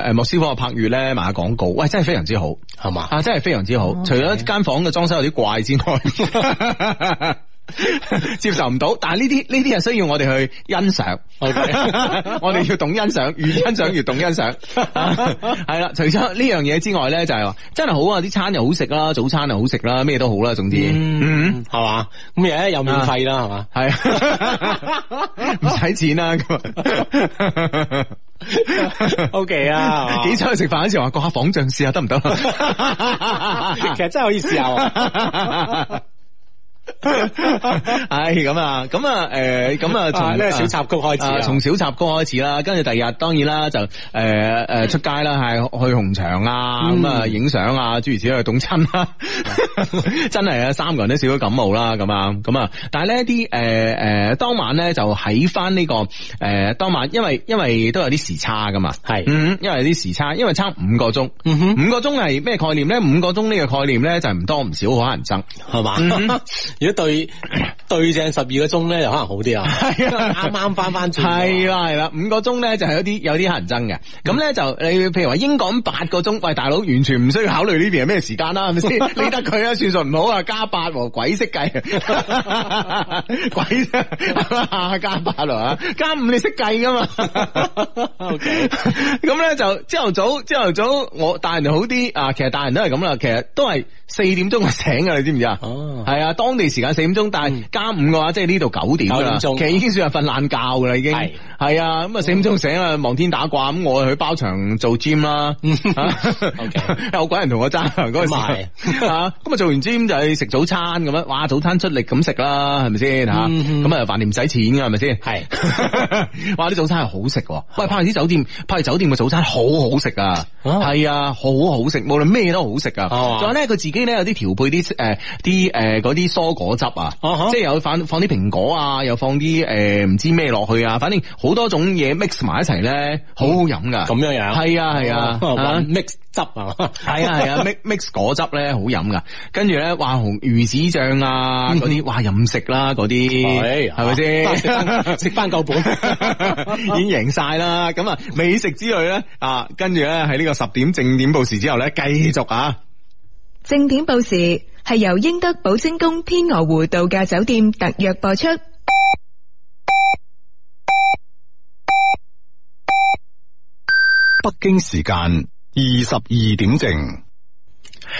[SPEAKER 1] 誒莫斯科嘅柏悦咧賣下廣告，喂，真係非常之好。
[SPEAKER 3] 係嘛？
[SPEAKER 1] 啊，真係非常之好。
[SPEAKER 3] 哦
[SPEAKER 1] 除咗間房嘅裝修有啲怪之外。 接受唔到，但係呢啲呢啲係需要我哋去欣 賞
[SPEAKER 3] OK
[SPEAKER 1] 我哋要懂欣賞，越欣賞越懂欣賞。係啦，除咗呢樣嘢之外咧，就係話真係好啊，啲餐又好食啦，早餐又好食啦，咩都好啦，總
[SPEAKER 3] Ừ.
[SPEAKER 1] 之，嗯，
[SPEAKER 3] 嗯，係嘛？咁而家又
[SPEAKER 1] À.
[SPEAKER 3] 免費啦，係嘛？
[SPEAKER 1] 係啊 唔使錢啦 咁啊。
[SPEAKER 3] O K 啊，係嘛
[SPEAKER 1] 幾出去食飯嗰時話過下仿像試下得唔得？
[SPEAKER 3] 啊其實真係可以試下喎。
[SPEAKER 1] 唉，咁啊，咁啊，诶，咁啊，
[SPEAKER 3] 啊
[SPEAKER 1] 從
[SPEAKER 3] 呢個小插曲開始啊
[SPEAKER 1] 啊從小插曲開始啦，跟住第二日當然啦，就诶诶出街啦，係去紅場啊，
[SPEAKER 3] 嗯
[SPEAKER 1] 咁啊影相啊，諸如此類，凍親 啦，真係啊，三個人都少咗感冒啦，咁啊，咁啊，但係呢啲诶诶當晚咧就喺翻呢個诶當晚，因為因為都有啲時差噶嘛，
[SPEAKER 3] 係
[SPEAKER 1] 嗯，因為有啲時差，因為差五個鐘，
[SPEAKER 3] 嗯哼，
[SPEAKER 1] 五個鐘係咩概念咧？五個鐘呢個概念咧就係唔多唔少，可能爭。
[SPEAKER 3] 系嘛
[SPEAKER 1] 嗯？
[SPEAKER 3] 如果對 對正十二個鐘咧，就可能好啲啊。
[SPEAKER 1] 係啊
[SPEAKER 3] 啱啱翻翻轉喎。
[SPEAKER 1] 系啦系啦，五個鐘咧就係有啲有啲人憎嘅，咁
[SPEAKER 3] 嗯
[SPEAKER 1] 咧就你譬如話英港八個鐘，喂大佬完全唔需要考慮呢邊係咩時間啦，係咪 先？理得佢啊，算數唔好啊，加八喎，鬼識計，鬼識加八喎，啊加五你識計噶嘛
[SPEAKER 3] OK
[SPEAKER 1] 咁咧就朝頭早朝頭早我大人好啲啊，其實大人都係咁啦，其實都係四點鐘就醒噶，你知唔知啊？
[SPEAKER 3] 哦
[SPEAKER 1] 係啊，當地時間四點鐘，但係加五嘅話，即係呢度九點㗎啦，
[SPEAKER 3] 嗯九點鐘
[SPEAKER 1] 其實已經算係瞓懶覺噶啦，已經
[SPEAKER 3] 係
[SPEAKER 1] 係啊，咁啊四點鐘醒啊，望天打卦，咁我去包場做 gym 啦，
[SPEAKER 3] 嗯
[SPEAKER 1] 啊
[SPEAKER 3] OK
[SPEAKER 1] 有鬼人同我爭嗰個時候
[SPEAKER 3] 咁
[SPEAKER 1] 啊，咁啊做完 gym 就去食早餐咁樣，哇早餐出力咁食啦，係咪先吓？
[SPEAKER 3] 嗯嗯
[SPEAKER 1] 咁啊飯店唔使錢㗎係咪先？
[SPEAKER 3] 係
[SPEAKER 1] 哇！啲早餐係好食喎，喂，柏麗啲酒店，柏麗酒店嘅早餐好好食啊，
[SPEAKER 3] 啊
[SPEAKER 1] 係啊，好好食，無論咩都好食啊。
[SPEAKER 3] 係嘛
[SPEAKER 1] 仲有咧，佢自己咧有啲調配啲誒啲誒嗰啲蔬果汁啊
[SPEAKER 3] 啊哈
[SPEAKER 1] 即係有放放啲蘋果啊，又放啲誒唔知咩落去啊，反正好多種嘢 mix 埋一齊咧，好好飲噶。
[SPEAKER 3] 咁樣樣
[SPEAKER 1] 係啊係啊
[SPEAKER 3] 哦
[SPEAKER 1] 啊
[SPEAKER 3] 搵 mix 汁啊，
[SPEAKER 1] 系 啊系啊，mix mix 果汁咧好飲噶，跟住咧哇紅魚子醬啊嗰啲，哇任食啦嗰啲，
[SPEAKER 3] 係
[SPEAKER 1] 係咪先？
[SPEAKER 3] 食翻夠本
[SPEAKER 1] 已經贏晒啦，咁啊美食之類咧啊，跟住咧喺呢個十點正點報時之後咧，繼續啊，
[SPEAKER 4] 正点报时系由英德宝晶宫天鹅湖度假酒店特约播出。
[SPEAKER 5] 北京时间二十二点正。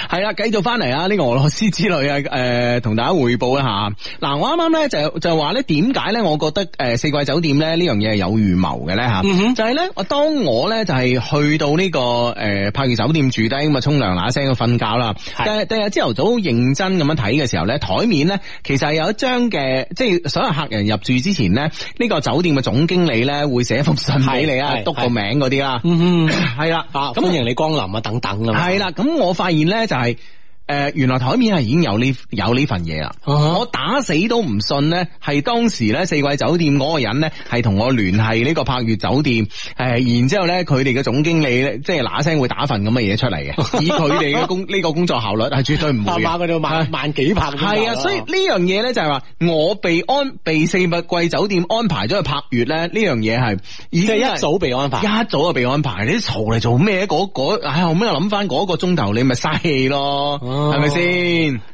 [SPEAKER 1] 係啦，繼續翻嚟啊呢個俄羅斯之旅啊，诶同大家匯報一下。嗱，我啱啱咧就就話咧點解咧，我覺得诶四季酒店咧呢樣嘢係有預謀嘅咧吓。
[SPEAKER 3] 嗯哼
[SPEAKER 1] 就係咧，我當我咧就係去到呢、個誒柏悦酒店住低咁啊，沖涼嗱聲去瞓覺啦。
[SPEAKER 3] 係
[SPEAKER 1] 但係第日朝頭早認真咁樣睇嘅時候咧，台面咧其實係有一張嘅，即係所有客人入住之前咧，呢、呢個酒店嘅總經理咧會寫封信俾你啊，
[SPEAKER 3] 係係
[SPEAKER 1] 篤個名嗰啲啦。
[SPEAKER 3] 嗯哼
[SPEAKER 1] 係啦，
[SPEAKER 3] 啊，歡迎你光臨啊，等等啊，
[SPEAKER 1] 係啦，咁我發現咧就係、诶、原來台面係已經有呢有呢份嘢啦。
[SPEAKER 3] 啊
[SPEAKER 1] 我打死都唔信呢，係當時呢四季酒店嗰個人呢，係同我聯繫呢個柏悦酒店，诶、然之后咧佢哋嘅總經理呢，即係嗱聲會打份咁嘅嘢出嚟 嘅，以佢哋嘅工呢個工作效率係絕對唔
[SPEAKER 3] 拍
[SPEAKER 1] 會
[SPEAKER 3] 拍
[SPEAKER 1] 嘅。
[SPEAKER 3] 佢哋萬萬幾拍咁
[SPEAKER 1] 係啊，所以呢樣嘢呢，就係話，我被安被四季酒店安排咗去柏悦呢，呢樣嘢係已
[SPEAKER 3] 即
[SPEAKER 1] 經
[SPEAKER 3] 係
[SPEAKER 1] 係
[SPEAKER 3] 一早被安排。
[SPEAKER 1] 一早就被安排，你啲嘈嚟做咩？嗰嗰唉，後尾我諗翻嗰個鐘頭，你咪嘥氣咯，
[SPEAKER 3] 哦
[SPEAKER 1] 係咪先？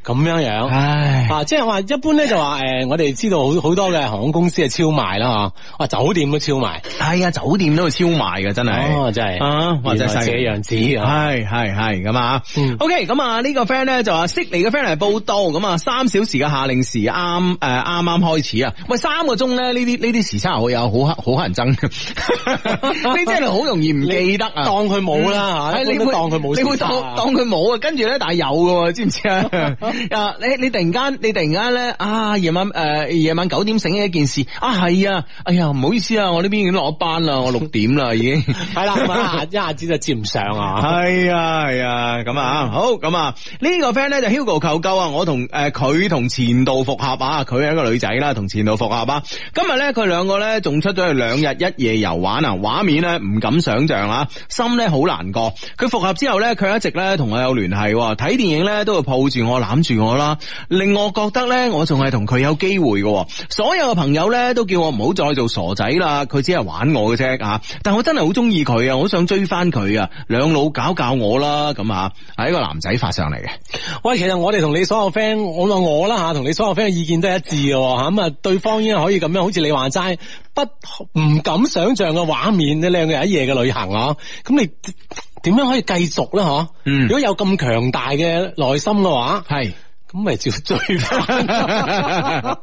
[SPEAKER 3] 咁樣樣。
[SPEAKER 1] 唉，
[SPEAKER 3] 啊，即係話一般咧就話诶、誒我哋知道好好多嘅航空公司係超賣啦吓，啊酒店都超賣，
[SPEAKER 1] 係啊，酒店都會超賣嘅，真係。哎
[SPEAKER 3] 哦真係
[SPEAKER 1] 啊，或者
[SPEAKER 3] 原來這樣子啊，
[SPEAKER 1] 系系系咁啊
[SPEAKER 3] 嗯
[SPEAKER 1] ，OK，咁啊呢個 friend 咧就話悉尼嘅 friend 嚟報道，咁啊三小時嘅夏令時啱诶啱啱開始啊，喂三個鐘咧呢啲呢啲時差好有好乞好乞人憎， 呢真係好容易唔記得啊，
[SPEAKER 3] 當佢冇啦
[SPEAKER 1] 係
[SPEAKER 3] 吓，嚇一般
[SPEAKER 1] 你
[SPEAKER 3] 都
[SPEAKER 1] 會
[SPEAKER 3] 當佢冇時
[SPEAKER 1] 你
[SPEAKER 3] 差啊，
[SPEAKER 1] 會當當佢冇啊，跟住咧但係有嘅喎，知唔知 啊？啊，你你突然間你突然間咧啊夜晚诶夜晚九點醒起一件事啊係啊，哎呀唔好意思啊，我呢邊已經落咗班啦，我六點啦已經。
[SPEAKER 3] 系啦，咁啊一下子就接唔上 啊，
[SPEAKER 1] 系啊系啊，咁啊好咁啊呢個 friend 咧就 Hugo 求救啊！我同诶佢同前度復合啊，佢係一個女仔啦，同前度復合啊。今日咧佢兩個咧仲出咗去兩日一夜遊玩啊，畫面咧唔敢想象啊，心咧好難過。佢復合之後咧，佢一直咧同我有聯繫喎，睇電影咧都會抱住我攬住我啦，令我覺得咧我仲係同佢有機會嘅喎。所有嘅朋友咧都叫我唔好再做傻仔啦，佢只係玩我嘅啫啊！但我真係好中意佢啊，我好想追翻佢啊，兩老搞搞我啦咁啊，係一個男仔發上嚟嘅。
[SPEAKER 3] 喂，其實我哋同你所有 friend，我話我啦吓，同你所有 friend 嘅意見都係一致嘅喎吓，咁啊對方已經可以咁樣，好似你話齋，不唔敢想像嘅畫面，你兩個人一夜嘅旅行啊，咁你點樣可以繼續咧？嗬，
[SPEAKER 1] 嗯
[SPEAKER 3] 如果有咁強大嘅內心嘅話，
[SPEAKER 1] 係
[SPEAKER 3] 咁咪照追 翻。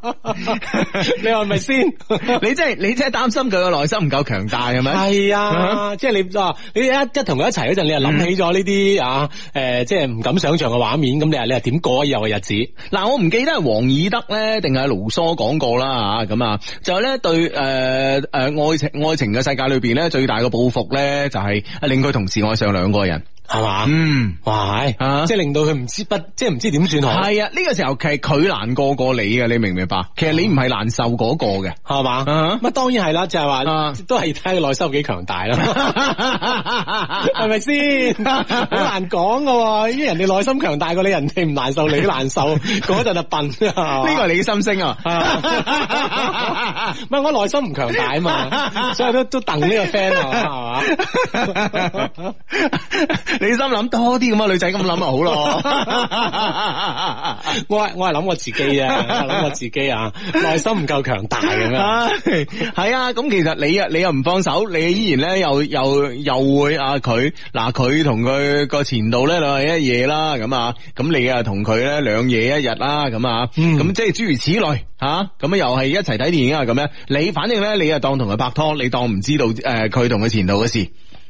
[SPEAKER 3] 你話係咪先？
[SPEAKER 1] 你真係你真係擔心佢個內心唔夠強大係咪？
[SPEAKER 3] 系啊，即係你啊，你一一同佢一齊嗰陣，你又諗起咗呢啲啊，诶，即係唔敢想象嘅畫面，咁你話你又點過以後嘅日子？
[SPEAKER 1] 嗱，我唔記得係王爾德咧定係盧梭講過啦吓，咁啊，就係咧對诶诶愛情愛情嘅世界裏边咧，最大嘅報復咧就係啊令佢同時愛上兩個人。
[SPEAKER 3] 係嘛？
[SPEAKER 1] 嗯。
[SPEAKER 3] 哇，係
[SPEAKER 1] 啊
[SPEAKER 3] 即係令到佢唔知不，即係唔知點算好，
[SPEAKER 1] 系啊，呢、個時候其實佢難過過你嘅，你明唔明白？其實你唔係難受嗰個嘅。
[SPEAKER 3] 係嘛？
[SPEAKER 1] 啊
[SPEAKER 3] 咁啊，當然係啦，就係
[SPEAKER 1] 啊
[SPEAKER 3] 話都係睇佢內心有幾強大啦。 係咪先？好難講噶喎，因為人哋內心強大過你，人哋唔難受，你難受，嗰陣就笨啊！
[SPEAKER 1] 呢個係你嘅心聲啊！
[SPEAKER 3] 啊 唔係我內心唔強大啊 嘛，所以都都等呢個 friend 啊，係嘛？
[SPEAKER 1] 你心諗多啲咁啊，女仔咁諗咪好咯。
[SPEAKER 3] 我係我係諗我自己啫，我諗我自己啊，內心唔夠強大咁樣。
[SPEAKER 1] 系系啊，咁其實你啊，你又唔放手，你依然咧又又又會啊佢嗱佢同佢個前度咧兩係一夜啦，咁啊，咁你啊同佢咧兩夜一日啦，咁啊，
[SPEAKER 3] 嗯
[SPEAKER 1] 咁即係諸如此類吓，咁啊又係一齊睇電影啊咁樣，你反正咧你啊當同佢拍拖，你當唔知道诶佢同佢前度嘅事。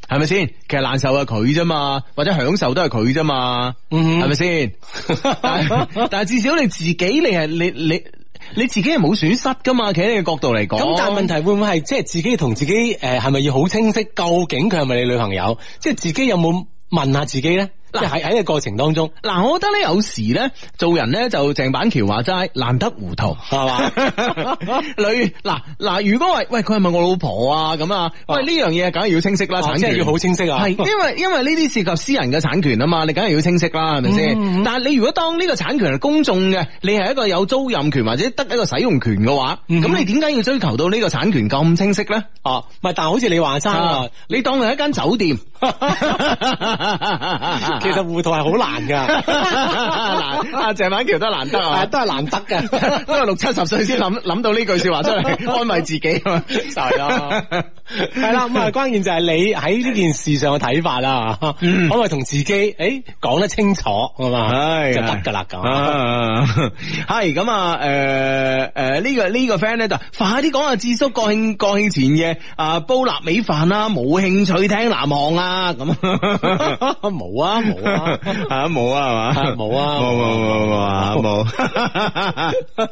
[SPEAKER 1] 係咪先？其實難受係佢啫嘛，或者享受都係佢啫嘛，
[SPEAKER 3] 嗯
[SPEAKER 1] 係咪先？但 係但係至少你自己，你係你你你自己係冇損失噶嘛？企喺你嘅角度嚟講，
[SPEAKER 3] 咁但係問題會唔會係即係自己同自己誒係咪要好清晰？究竟佢係咪你女朋友？即係自己有冇問下自己咧？即係喺喺個過程當中
[SPEAKER 1] 嗱，我覺得咧有時咧做人咧就鄭板橋話齋難得糊 塗。
[SPEAKER 3] 係嘛？
[SPEAKER 1] 女嗱嗱，如果喂喂佢係咪我老婆啊咁啊？喂
[SPEAKER 3] 哦
[SPEAKER 1] 呢樣嘢梗係要清晰啦，
[SPEAKER 3] 哦
[SPEAKER 1] 產
[SPEAKER 3] 即
[SPEAKER 1] 權
[SPEAKER 3] 係要好清晰啊！
[SPEAKER 1] 係， 因為因为呢啲涉及私人嘅產權啊嘛，你梗係要清晰啦，係
[SPEAKER 3] 嗯
[SPEAKER 1] 咪先？但係你如果當呢個產權係公眾嘅，你係一個有租赁權或者得一個使用權嘅話，
[SPEAKER 3] 嗯
[SPEAKER 1] 咁你點解要追求到呢個產權咁清晰咧？
[SPEAKER 3] 哦，唔係，但係好似你話齋
[SPEAKER 1] 啊
[SPEAKER 3] 啊，！
[SPEAKER 1] 你當佢係一間酒店，
[SPEAKER 3] 其實糊塗係好難噶，
[SPEAKER 1] 嗱，阿鄭板橋都難得啊
[SPEAKER 3] 但係。 都係難得嘅。
[SPEAKER 1] 都係六七十歲先諗諗到呢句说話出嚟，安慰自己啊嘛，就
[SPEAKER 3] 係咯 系啦，咁啊，關鍵就係你喺呢件事上嘅睇法啦，
[SPEAKER 1] 嗯
[SPEAKER 3] 可唔可以同自己诶講得清楚啊嘛，
[SPEAKER 1] 唉
[SPEAKER 3] 就得噶啦咁。
[SPEAKER 1] 啊，系咁啊，诶诶呢個呢個 friend 咧就快啲講下智叔國慶國慶前夜啊煲臘味飯啦，冇興趣聽南航啊咁，
[SPEAKER 3] 冇啊冇啊，
[SPEAKER 1] 啊冇啊係嘛，
[SPEAKER 3] 冇啊
[SPEAKER 1] 冇冇冇冇冇，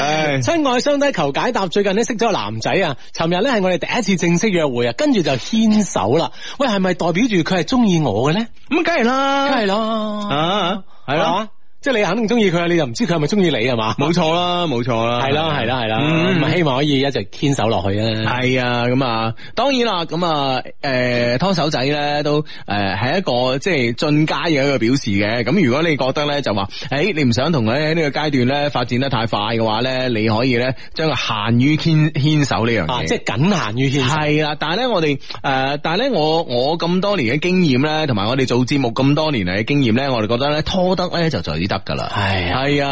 [SPEAKER 1] 唉。
[SPEAKER 3] 親愛相低求解答，最近咧識咗個男仔啊，尋日咧係我哋第一次正式約會啊，跟住就牽手啦。喂，係咪代表住佢係中意我嘅咧？
[SPEAKER 1] 咁梗係啦，
[SPEAKER 3] 梗係啦，
[SPEAKER 1] 啊，系
[SPEAKER 3] 係
[SPEAKER 1] 咯，
[SPEAKER 3] 嘛，即係你肯定中意佢啊，你就唔知佢係咪中意你係嘛？
[SPEAKER 1] 冇錯啦，冇錯啦，
[SPEAKER 3] 係啦係啦係啦，
[SPEAKER 1] 嗯
[SPEAKER 3] 咁啊希望可以一直牽手落去啊。
[SPEAKER 1] 系啊，咁啊，當然啦，咁啊，诶、拖手仔咧都诶系、一個即係進階嘅一個表示嘅。咁如果你覺得咧就話，诶、你唔想同佢喺呢個階段咧發展得太快嘅話咧，你可以咧將佢限於牽 牽手呢樣嘢。
[SPEAKER 3] 啊，即係僅限於牽手。
[SPEAKER 1] 系啦，但系咧，我哋诶、呃但系咧，我我咁多年嘅經驗咧，同埋我哋做節目咁多年嚟嘅經驗咧，我哋覺得咧拖得咧就嘴得噶啦。
[SPEAKER 3] 係啊
[SPEAKER 1] 系啊，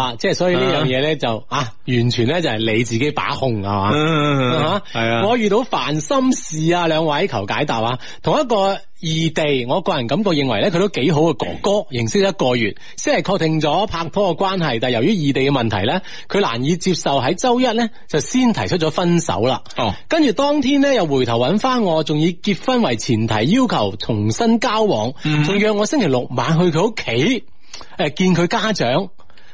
[SPEAKER 3] 啊，即係所以呢樣嘢咧就啊，完全咧就係你自己把控係嘛？
[SPEAKER 1] 嗯
[SPEAKER 3] 啊
[SPEAKER 1] 係啊，
[SPEAKER 3] 我遇到煩心事啊，兩位求解答啊。同一個異地，我個人感覺認為咧，佢都幾好嘅哥哥，認識一個月，先係確定咗拍拖嘅關係。但係由於異地嘅問題咧，佢難以接受喺周一咧就先提出咗分手啦。
[SPEAKER 1] 哦
[SPEAKER 3] 跟住當天咧又回頭揾翻我，仲以結婚為前提要求重新交往，
[SPEAKER 1] 嗯
[SPEAKER 3] 仲約我星期六晚去佢屋企，诶、見佢家長。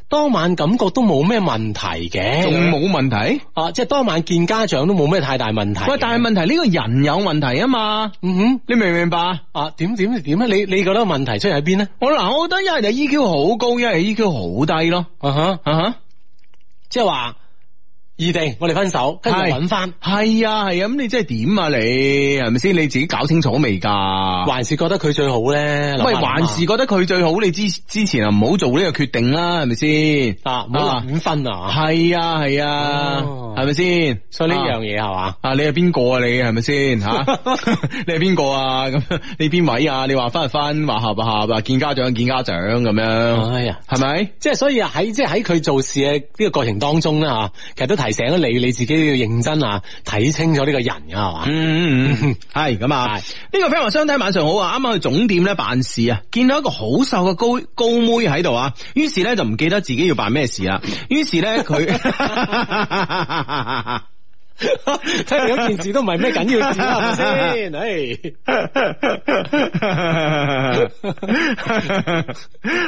[SPEAKER 3] 當晚感覺都冇咩問題嘅，
[SPEAKER 1] 仲冇問題。
[SPEAKER 3] 啊，即係當晚見家長都冇咩太大問題嘅。
[SPEAKER 1] 喂，但係問題呢個人有問題啊嘛，
[SPEAKER 3] 嗯哼，
[SPEAKER 1] 你明唔明白？
[SPEAKER 3] 啊點點點咧？你你覺得問題出現喺邊咧？
[SPEAKER 1] 我嗱，我覺得一係就 E Q 好高，一係 E Q 好低咯。
[SPEAKER 3] 啊哈，
[SPEAKER 1] 啊
[SPEAKER 3] 即係話異地，我哋分手，跟住
[SPEAKER 1] 係
[SPEAKER 3] 揾翻，
[SPEAKER 1] 哈，系啊係啊，咁你即係點啊你？係咪先？你自己搞清楚未㗎？
[SPEAKER 3] 還是覺得佢最好咧？
[SPEAKER 1] 喂，
[SPEAKER 3] 諗下
[SPEAKER 1] 還是覺得佢最好，你之之前啊唔好做呢個決定啦，係咪先？
[SPEAKER 3] 啊，唔好
[SPEAKER 1] 啊
[SPEAKER 3] 亂分啊！
[SPEAKER 1] 係啊係啊，
[SPEAKER 3] 哦
[SPEAKER 1] 係咪先？
[SPEAKER 3] 所以呢
[SPEAKER 1] 啊
[SPEAKER 3] 樣嘢係嘛？
[SPEAKER 1] 啊！你係邊個啊？你係咪先吓？ 你係邊個啊？咁你邊位啊？你話翻就翻，話合就合啊！見家長見家長咁樣，
[SPEAKER 3] 哎呀！
[SPEAKER 1] 係咪？
[SPEAKER 3] 即係所以啊喺即係喺佢做事嘅呢個過程當中咧吓，其實都提醒咗你你自己要認真啊，睇清楚呢個人㗎係 嘛？
[SPEAKER 1] 嗯嗯嗯， 系咁啊！呢個 friend 話相睇晚上好啊，啱啱去總店咧辦事啊，見到一個好瘦嘅高高妹喺度啊，於是咧就唔記得自己要辦咩事啦，於是咧佢。
[SPEAKER 3] 睇嚟嗰件事都唔係咩緊要事啦，係咪先？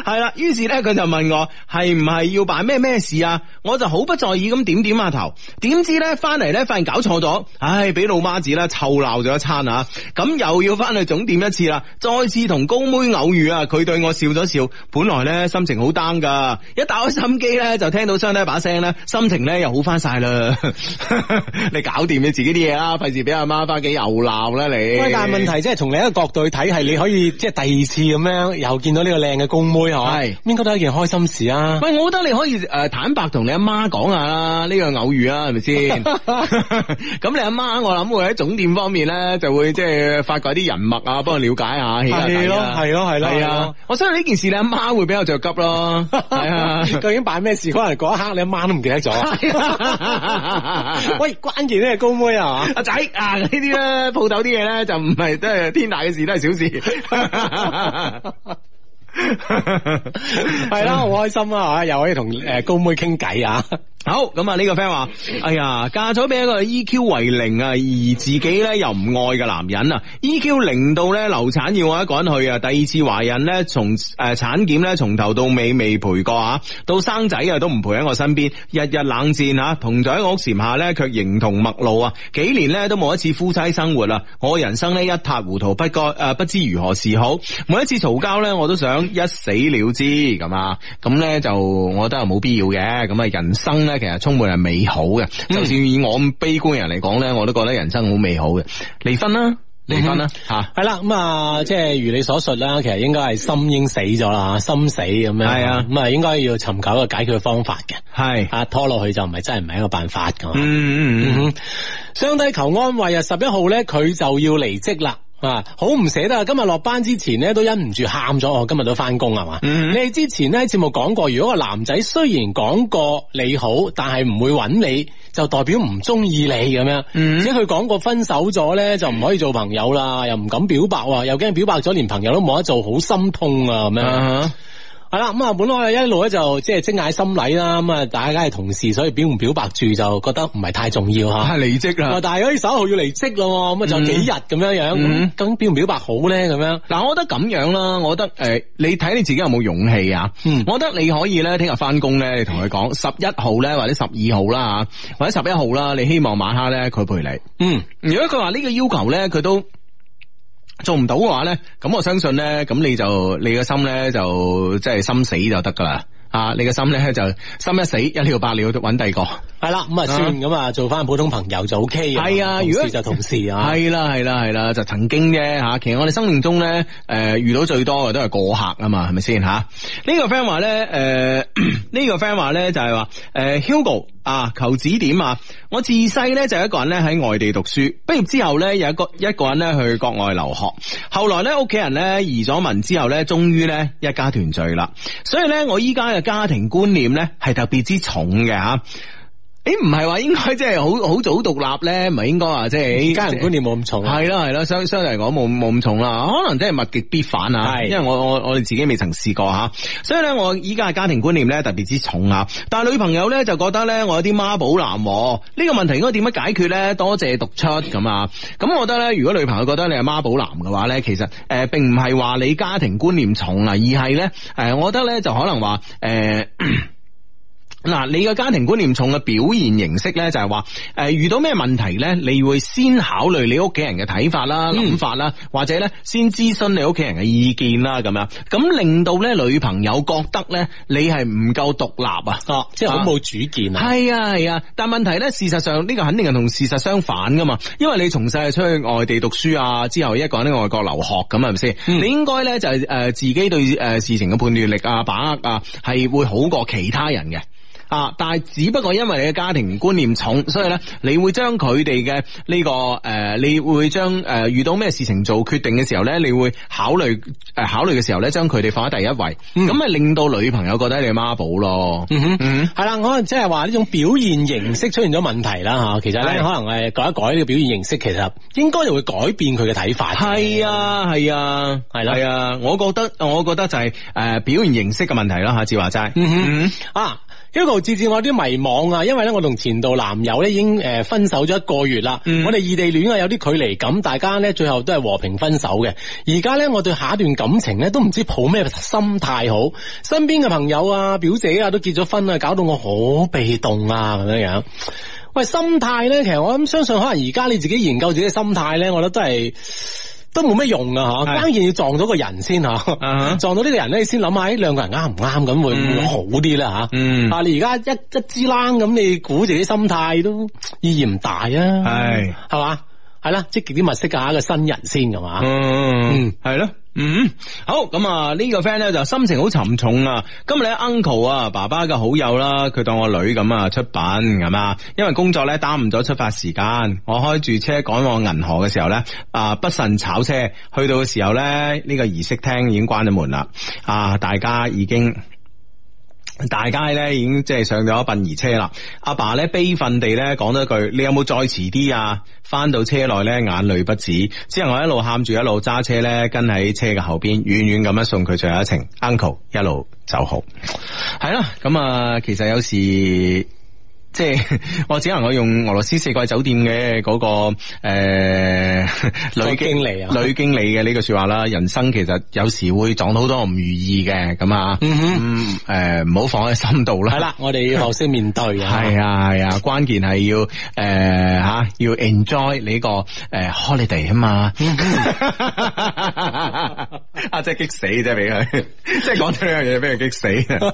[SPEAKER 1] 係啦，於是咧佢就問我係唔係要辦咩咩事啊？我就好不在意咁點點下頭，點知咧翻嚟咧發現搞錯咗，唉，俾老媽子啦臭鬧咗一餐啊！咁又要翻去總店一次啦，再次同高妹偶遇啊！佢對我笑咗笑，本來咧心情好 down 噶，一打開心機咧就聽到雙低把聲咧，心情咧又好翻晒啦。 你搞掂你自己啲嘢啦，費事俾阿媽翻屋企又鬧啦你。
[SPEAKER 3] 喂，但係問題即係從另一個角度去睇，係你可以即係第二次咁樣又見到呢個靚嘅公妹係嘛？
[SPEAKER 1] 係
[SPEAKER 3] 應該都係一件開心事 啊！
[SPEAKER 1] 喂，我覺得你可以诶、呃坦白同你阿媽講下啦，呢、個偶遇啊，係咪 先？咁你阿媽，我諗會喺總店方面咧，就會即係發掘啲人脈啊，幫佢了解下，起下
[SPEAKER 3] 係
[SPEAKER 1] 底
[SPEAKER 3] 咯
[SPEAKER 1] 啊
[SPEAKER 3] 係咯係
[SPEAKER 1] 係
[SPEAKER 3] 咯係
[SPEAKER 1] 啊
[SPEAKER 3] 咯！
[SPEAKER 1] 我相信呢件事你阿媽會比較着急 咯，係啊。
[SPEAKER 3] 究竟辦咩事？可能嗰一刻你阿媽都唔記 得咗。喂，關鍵呢係高妹啊
[SPEAKER 1] 阿仔啊，呢啲咧鋪頭啲嘢咧就唔係都係天大嘅事，都 係小事。
[SPEAKER 3] 係
[SPEAKER 1] 嗯
[SPEAKER 3] 啦，好開心啊嚇！又可以同誒高妹傾偈啊！
[SPEAKER 1] 好咁啊！呢個 friend 話：哎呀，嫁咗俾一個 EQ 為零啊，而自己咧又唔愛嘅男人啊，EQ 零到咧流產要我一個人去啊，第二次懷孕咧從誒、呃、產檢咧從頭到尾未陪過啊，到生仔啊都唔陪喺我身邊，日日冷戰啊，同在一個屋檐下咧卻形同陌路啊，幾年咧都冇一次夫妻生活啊，我人生呢一塌糊塗，不該誒、呃不知如何是好，每一次嘈交咧我都想一死了之咁啊，咁咧就我覺得係冇必要嘅，咁啊人生咧其實充滿係美好嘅，就算以我咁悲觀嘅人嚟講咧，我都覺得人生好美好嘅，離婚啦，離婚啦吓。
[SPEAKER 3] 系啦，咁啊，即系如你所述啦，其實應該係心已經死咗啦，心死咁樣。
[SPEAKER 1] 係啊
[SPEAKER 3] 咁啊，應該要尋求一個解決嘅方法嘅。
[SPEAKER 1] 係
[SPEAKER 3] 啊，拖落去就唔係真係唔係一個辦法噶嘛。
[SPEAKER 1] 嗯嗯嗯，
[SPEAKER 3] 嗯哼，相低求安慰啊！十一號咧，佢就要離職啦。啊，好唔捨得啊！今日落班之前咧，都忍唔住喊咗。哦我今日都翻工啊係嘛？
[SPEAKER 1] 嗯
[SPEAKER 3] 你哋之前咧節目講過，如果個男仔雖然講過你好，但係唔會揾你，就代表唔中意你咁樣。
[SPEAKER 1] 嗯
[SPEAKER 3] 而且佢講過分手咗咧，就唔可以做朋友啦，又唔敢表白喎，又驚表白咗連朋友都冇得做，好心痛啊咁樣。
[SPEAKER 1] 啊
[SPEAKER 3] 系啦，咁啊，本來一路咧就即係即嗌心禮啦，咁啊，大家係同事，所以表唔表白住就覺得唔係太重要啊
[SPEAKER 1] 哈
[SPEAKER 3] 吓。
[SPEAKER 1] 離職
[SPEAKER 3] 哇
[SPEAKER 1] 啊啦！
[SPEAKER 3] 但係嗰啲十一號要離職咯，咁啊，仲有幾日咁樣樣，
[SPEAKER 1] 嗯
[SPEAKER 3] 咁究竟表唔表白好咧？咁樣
[SPEAKER 1] 嗱，我覺得咁樣啦，我覺得诶、誒你睇你自己有冇勇氣啊？
[SPEAKER 3] 嗯
[SPEAKER 1] 我覺得你可以咧，聽日翻工咧，你同佢講十一號咧，或者十二號啦吓，或者十一號啦，你希望晚黑咧佢陪你。
[SPEAKER 3] 嗯，
[SPEAKER 1] 如果佢話呢個要求咧，佢都。做唔到嘅話咧，咁我相信咧，咁你就你嘅心咧就即係心死就得噶啦，啊，你嘅心咧就心一死一了百了，揾第二個。
[SPEAKER 3] 係啦，咁啊，算咁啊，做翻普通朋友就 O K
[SPEAKER 1] 係啊
[SPEAKER 3] 同
[SPEAKER 1] 如果
[SPEAKER 3] 事就同事啊，
[SPEAKER 1] 系啦系啦系啦，就曾經啫吓，其實我哋生命中咧，诶、遇到最多嘅都係過客啊嘛，係咪先吓？呢、個 friend 話咧，诶、 呢、個 friend 話咧就係話，诶、h u g o 啊，求指點啊！我自細咧就一個人咧喺外地讀書，畢業之後咧有一個一個人咧去國外留學，後來咧屋企人咧移咗民之後咧，終於咧一家團聚啦。所以咧我依家嘅家庭觀念咧係特別之重嘅吓。誒唔係話應該即係好好早獨立咧，唔係應該話即係
[SPEAKER 3] 家人觀念冇咁重啊。
[SPEAKER 1] 系啦系啦，相相對嚟講冇冇咁重啦，可能真係物極必反啊。
[SPEAKER 3] 係
[SPEAKER 1] 因為我我我哋自己未曾試過吓，所以咧我依家嘅家庭觀念咧特別之重啊。但係女朋友咧就覺得咧我有啲媽寶男喎，呢、個問題應該點樣解決咧？多謝讀出咁啊。咁我覺得咧，如果女朋友覺得你係媽寶男嘅話咧，其實誒、呃、並唔係話你家庭觀念重啊，而係咧誒，我覺得咧就可能話誒。呃嗱，你嘅家庭觀念重嘅表現形式咧，就係話，诶，遇到咩問題咧，你會先考慮你屋企人嘅睇法啦、諗法啦，或者咧先諮詢你屋企人嘅意見啦，咁樣，咁令到咧女朋友覺得咧你係唔夠獨立啊。
[SPEAKER 3] 哦，即係好冇主見啊。
[SPEAKER 1] 系啊系啊，但問題咧，事實上呢個肯定係同事實相反噶嘛，因為你從細係出去外地讀書啊，之後一個人喺外國留學咁係咪先？你應該咧就呃係誒自己對誒事情嘅判斷力啊、把握啊，係會好過其他人嘅。啊，但係只不過因為你嘅家庭觀念重，所以咧你會將佢哋嘅呢個诶、呃你會將诶、呃遇到咩事情做決定嘅時候咧，你會考慮诶、呃考慮嘅時候咧，將佢哋放喺第一位，咁咪、令到女朋友覺得你係媽寶咯。
[SPEAKER 3] 嗯哼，
[SPEAKER 1] 嗯
[SPEAKER 3] 系啦，可能即系话呢种表现形式出现咗问题啦吓，其实咧
[SPEAKER 1] 係
[SPEAKER 3] 可能诶改一改呢个表现形式，其实应该就会改变佢嘅睇法。
[SPEAKER 1] 系，啊，系啊，
[SPEAKER 3] 係啦
[SPEAKER 1] 系啊，我覺得，我覺得就係呃表現形式嘅問題啦，吓，志華齋，
[SPEAKER 3] 嗯哼，啊。Hugo 自自我有啲迷惘啊，因為咧我同前度男友咧已經誒分手咗一個月啦，
[SPEAKER 1] 嗯
[SPEAKER 3] 我哋異地戀啊有啲距離感，大家咧最後都係和平分手嘅。而家咧我對下一段感情咧都唔知抱咩心態好，身邊嘅朋友啊、表姐啊都結咗婚啊，搞到我好被動啊咁樣樣。喂，心態咧，其實我諗相信可能而家你自己研究自己嘅心態咧，我覺得都係。都冇咩用啊！吓，
[SPEAKER 1] 係
[SPEAKER 3] 關鍵要撞到個人先吓
[SPEAKER 1] 啊哈
[SPEAKER 3] 撞到呢個人咧，你先諗下呢兩個人啱唔啱咁，會唔會
[SPEAKER 1] 嗯
[SPEAKER 3] 好啲啦吓？
[SPEAKER 1] 嗯
[SPEAKER 3] 啊，你而家一一支冷咁，你估自己心態都意義唔大啊，
[SPEAKER 1] 係
[SPEAKER 3] 係嘛？係啦，積極啲物色下一個新人先，係嘛？
[SPEAKER 1] 嗯，係咯。嗯，好咁啊！呢個 friend 咧就心情好沉重啊。今日咧 uncle 啊，爸爸嘅好友啦，佢當我女咁啊出品咁啊，因為工作咧耽誤咗出發時間，我開住車趕往銀河嘅時候咧，啊不慎炒車，去到嘅時候咧，呢、個儀式廳已經關咗門啦，啊大家已經。大家咧已經即係上咗殯儀車啦，阿爸咧悲憤地咧講咗一句：你有冇再遲啲啊？翻到車內咧眼淚不止，之後我一路喊住一路揸車咧跟喺車嘅後邊，遠遠咁樣送佢最後一程，uncle 一路走好。係啦，咁啊，其實有時。即係 我只能夠用俄羅斯四季酒店嘅嗰、個誒、 呃女
[SPEAKER 3] 經理啊
[SPEAKER 1] 女經理嘅呢句說話啦，人生其實有時會撞到好多唔如意嘅咁啊，
[SPEAKER 3] 嗯哼
[SPEAKER 1] 嗯，诶，唔好放喺心度啦。
[SPEAKER 3] 係啦，我哋要學識面對啊。
[SPEAKER 1] 係啊，係啊，關鍵係要诶吓、要 enjoy 你呢個诶 holiday 啊嘛。
[SPEAKER 3] 嗯
[SPEAKER 1] 啊，真係激死啫，俾佢， 即係講咗呢樣嘢俾佢激死。啊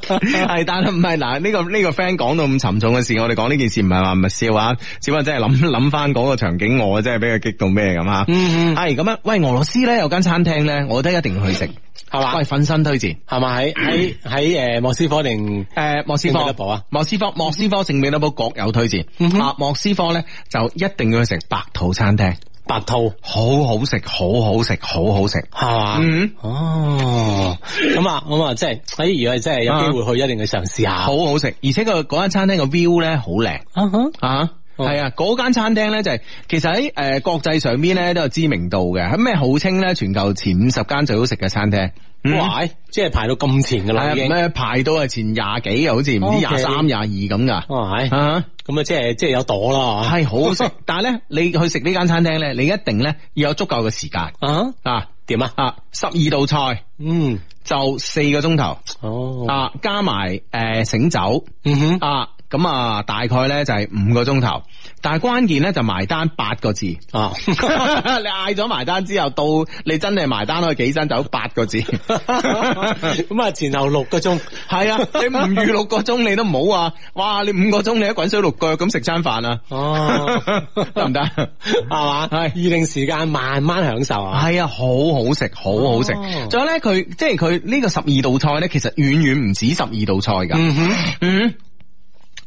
[SPEAKER 1] 係，但係唔係嗱，呢、個呢、個 friend 講到咁沉重嘅事，我哋講呢件事唔係話唔係笑話，只不過真係諗 諗翻嗰個場景，我真係俾佢激到咩咁吓。
[SPEAKER 3] 嗯，
[SPEAKER 1] 係咁樣，喂，俄羅斯咧有間餐廳咧，我覺得一定要去食，
[SPEAKER 3] 係嘛
[SPEAKER 1] 喂，？粉身推薦。
[SPEAKER 3] 係嘛？喺喺喺誒莫斯科定
[SPEAKER 1] 诶，呃莫斯
[SPEAKER 3] 聖彼
[SPEAKER 1] 科
[SPEAKER 3] 得堡啊
[SPEAKER 1] 莫斯科，莫斯科聖彼得堡各有推薦。
[SPEAKER 3] 嗯哼
[SPEAKER 1] 啊，莫斯科咧就一定要去食白兔餐廳，
[SPEAKER 3] 白兔
[SPEAKER 1] 好好食，好好食，好好食。
[SPEAKER 3] 係嘛？
[SPEAKER 1] 嗯，
[SPEAKER 3] 哦，咁啊，咁啊，即係，哎，如果真係有機會去，一定去嘗試下。
[SPEAKER 1] 啊好好食，而且個嗰間餐廳個 view 咧好靚
[SPEAKER 3] 啊哈
[SPEAKER 1] 啊。
[SPEAKER 3] 哦
[SPEAKER 1] 係啊，嗰間餐廳咧就係、其實喺誒、呃、國際上邊咧都有知名度嘅，喺咩號稱咧全球前五十間最好食嘅餐廳。嗯
[SPEAKER 3] 哇！哎即係排到咁前㗎
[SPEAKER 1] 係
[SPEAKER 3] 啦，
[SPEAKER 1] 啊，
[SPEAKER 3] 已經。
[SPEAKER 1] 咩排到係前廿幾啊，好似唔知
[SPEAKER 3] OK
[SPEAKER 1] 廿三廿二咁噶。
[SPEAKER 3] 哇！唉
[SPEAKER 1] 啊！
[SPEAKER 3] 咁啊，即係即係有朵啦。
[SPEAKER 1] 系好好食， 但系咧，你去食呢間餐廳咧，你一定咧要有足夠嘅時間
[SPEAKER 3] 啊，
[SPEAKER 1] 啊
[SPEAKER 3] 點啊？
[SPEAKER 1] 啊，十二道菜
[SPEAKER 3] 嗯，
[SPEAKER 1] 就四個鐘頭
[SPEAKER 3] 哦，
[SPEAKER 1] 啊，加埋诶醒酒
[SPEAKER 3] 嗯哼，
[SPEAKER 1] 啊，咁啊大概咧就係五個鐘頭，但係關鍵咧就埋單八個 字。
[SPEAKER 3] 啊，
[SPEAKER 1] 你嗌咗埋單之後，到你真係埋單可以幾身走八個字。 啊
[SPEAKER 3] 咁啊，前後六個鐘，
[SPEAKER 1] 係啊，你唔預六個鐘你都唔好啊！哇，你五個鐘你一滾水淥腳咁食餐飯啊，
[SPEAKER 3] 哦，
[SPEAKER 1] 得唔得？
[SPEAKER 3] 係嘛？係預定時間，慢慢享受啊。
[SPEAKER 1] 系啊，好好食，好好食
[SPEAKER 3] 哦。
[SPEAKER 1] 仲有咧，佢即係佢呢個十二道菜咧，其實遠遠唔止十二道菜噶。
[SPEAKER 3] 嗯哼，
[SPEAKER 1] 嗯。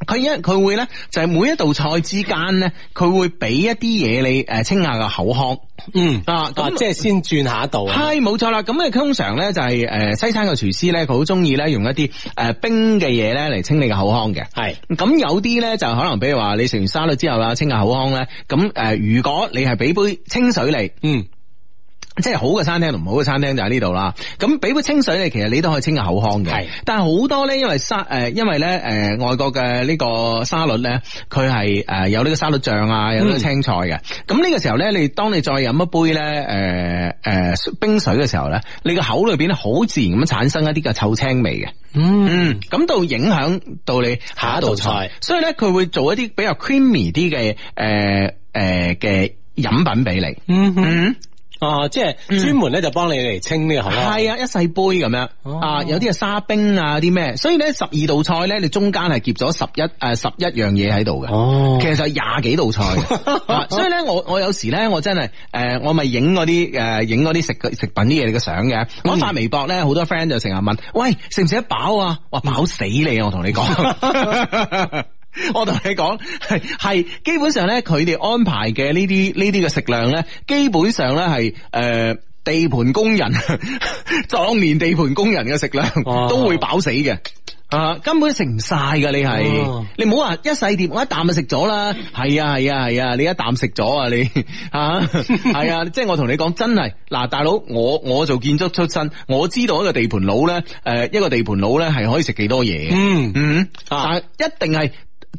[SPEAKER 1] 佢一佢會咧，就係每一道菜之間咧，佢會俾一啲嘢你誒清下個口腔
[SPEAKER 3] 嗯，
[SPEAKER 1] 啊，
[SPEAKER 3] 啊，即係先轉下一度啊。
[SPEAKER 1] 係冇錯啦。咁啊，通常咧就係、呃西餐嘅廚師咧，佢好中意咧用一啲誒、呃冰嘅嘢咧嚟清你嘅口腔嘅。
[SPEAKER 3] 係，
[SPEAKER 1] 咁有啲咧就可能，比如話你食完沙律之後啊，清下口腔咧，咁誒、呃如果你係俾杯清水嚟。
[SPEAKER 3] 嗯，
[SPEAKER 1] 即係好嘅餐廳同唔好嘅餐廳就喺呢度啦。咁俾杯清水你，其實你都可以清下口腔嘅
[SPEAKER 3] 係。
[SPEAKER 1] 但係好多咧，因為沙誒、呃因為咧誒、呃外國嘅呢個沙律咧，佢係誒有呢個沙律醬啊，有呢個青菜嘅。咁呢、個時候咧，你當你再飲一杯咧誒誒冰水嘅時候咧，你個口裏邊咧好自然咁樣產生一啲嘅臭青味嘅。
[SPEAKER 3] 嗯
[SPEAKER 1] 嗯，咁到影響到你下一道
[SPEAKER 3] 下一道
[SPEAKER 1] 菜
[SPEAKER 3] 菜，
[SPEAKER 1] 所以咧佢會做一啲比較 creamy 啲嘅誒誒嘅飲品俾你。
[SPEAKER 3] 嗯哼，
[SPEAKER 1] 嗯，
[SPEAKER 3] 啊，即係專門咧就幫你嚟清呢個口啦。
[SPEAKER 1] 係啊，一細杯咁樣
[SPEAKER 3] 哦
[SPEAKER 1] 啊，有啲係沙冰啊，有啲咩，所以咧十二道菜咧，你中間係夾咗十一诶十一樣嘢喺度嘅。
[SPEAKER 3] 哦
[SPEAKER 1] 其實就係廿幾道 菜嘅啊所以咧我我有時咧我真係诶、呃我咪影嗰啲诶影嗰啲食食品啲嘢嘅相嘅，
[SPEAKER 3] 嗯
[SPEAKER 1] 我發微博咧好多 friend 就成日問，喂食唔食得飽啊？我
[SPEAKER 3] 嗯
[SPEAKER 1] 話飽死你啊！我同你 講。我同你講，係係基本上咧，佢哋安排嘅呢啲呢啲嘅食量咧，基本上咧係诶地盤工人 壯年地盤工人嘅食量
[SPEAKER 3] 哦
[SPEAKER 1] 都會飽死嘅。啊，根本食唔晒噶，你係，
[SPEAKER 3] 哦
[SPEAKER 1] 你唔好話一細碟，我一啖就食咗啦。係啊，係啊，係啊，你一啖食咗啊，你 啊，係啊，即係我同你講，真係嗱，大佬，我我做建築出身，我知道一個地盤佬咧，诶、一個地盤佬咧係可以食幾多嘢嘅。
[SPEAKER 3] 嗯，
[SPEAKER 1] 嗯，但係
[SPEAKER 3] 啊
[SPEAKER 1] 一定係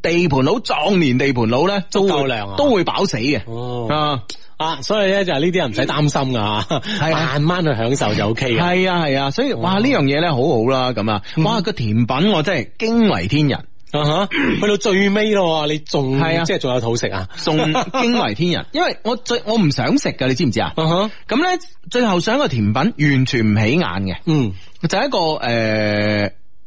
[SPEAKER 1] 地盤佬壯年地盤佬咧，都
[SPEAKER 3] 足夠
[SPEAKER 1] 會
[SPEAKER 3] 量啊
[SPEAKER 1] 都會飽死嘅。
[SPEAKER 3] 哦
[SPEAKER 1] 啊，
[SPEAKER 3] 啊，所以咧就係呢啲人唔使擔心噶吓，
[SPEAKER 1] 係啊
[SPEAKER 3] 慢慢去享受就 O K 嘅。
[SPEAKER 1] 係啊係啊，所以哇呢樣嘢咧好好啦，咁啊，哇個甜品我真係驚為天人。
[SPEAKER 3] 啊哈，去到最尾咯喎，你仲
[SPEAKER 1] 係啊
[SPEAKER 3] 即係仲有肚食啊？
[SPEAKER 1] 仲驚為天人，因為我最我唔想食噶，你知唔知啊？
[SPEAKER 3] 啊哈，
[SPEAKER 1] 咁咧，最後想個甜品完全唔起眼嘅，
[SPEAKER 3] 嗯，
[SPEAKER 1] 就係一個诶、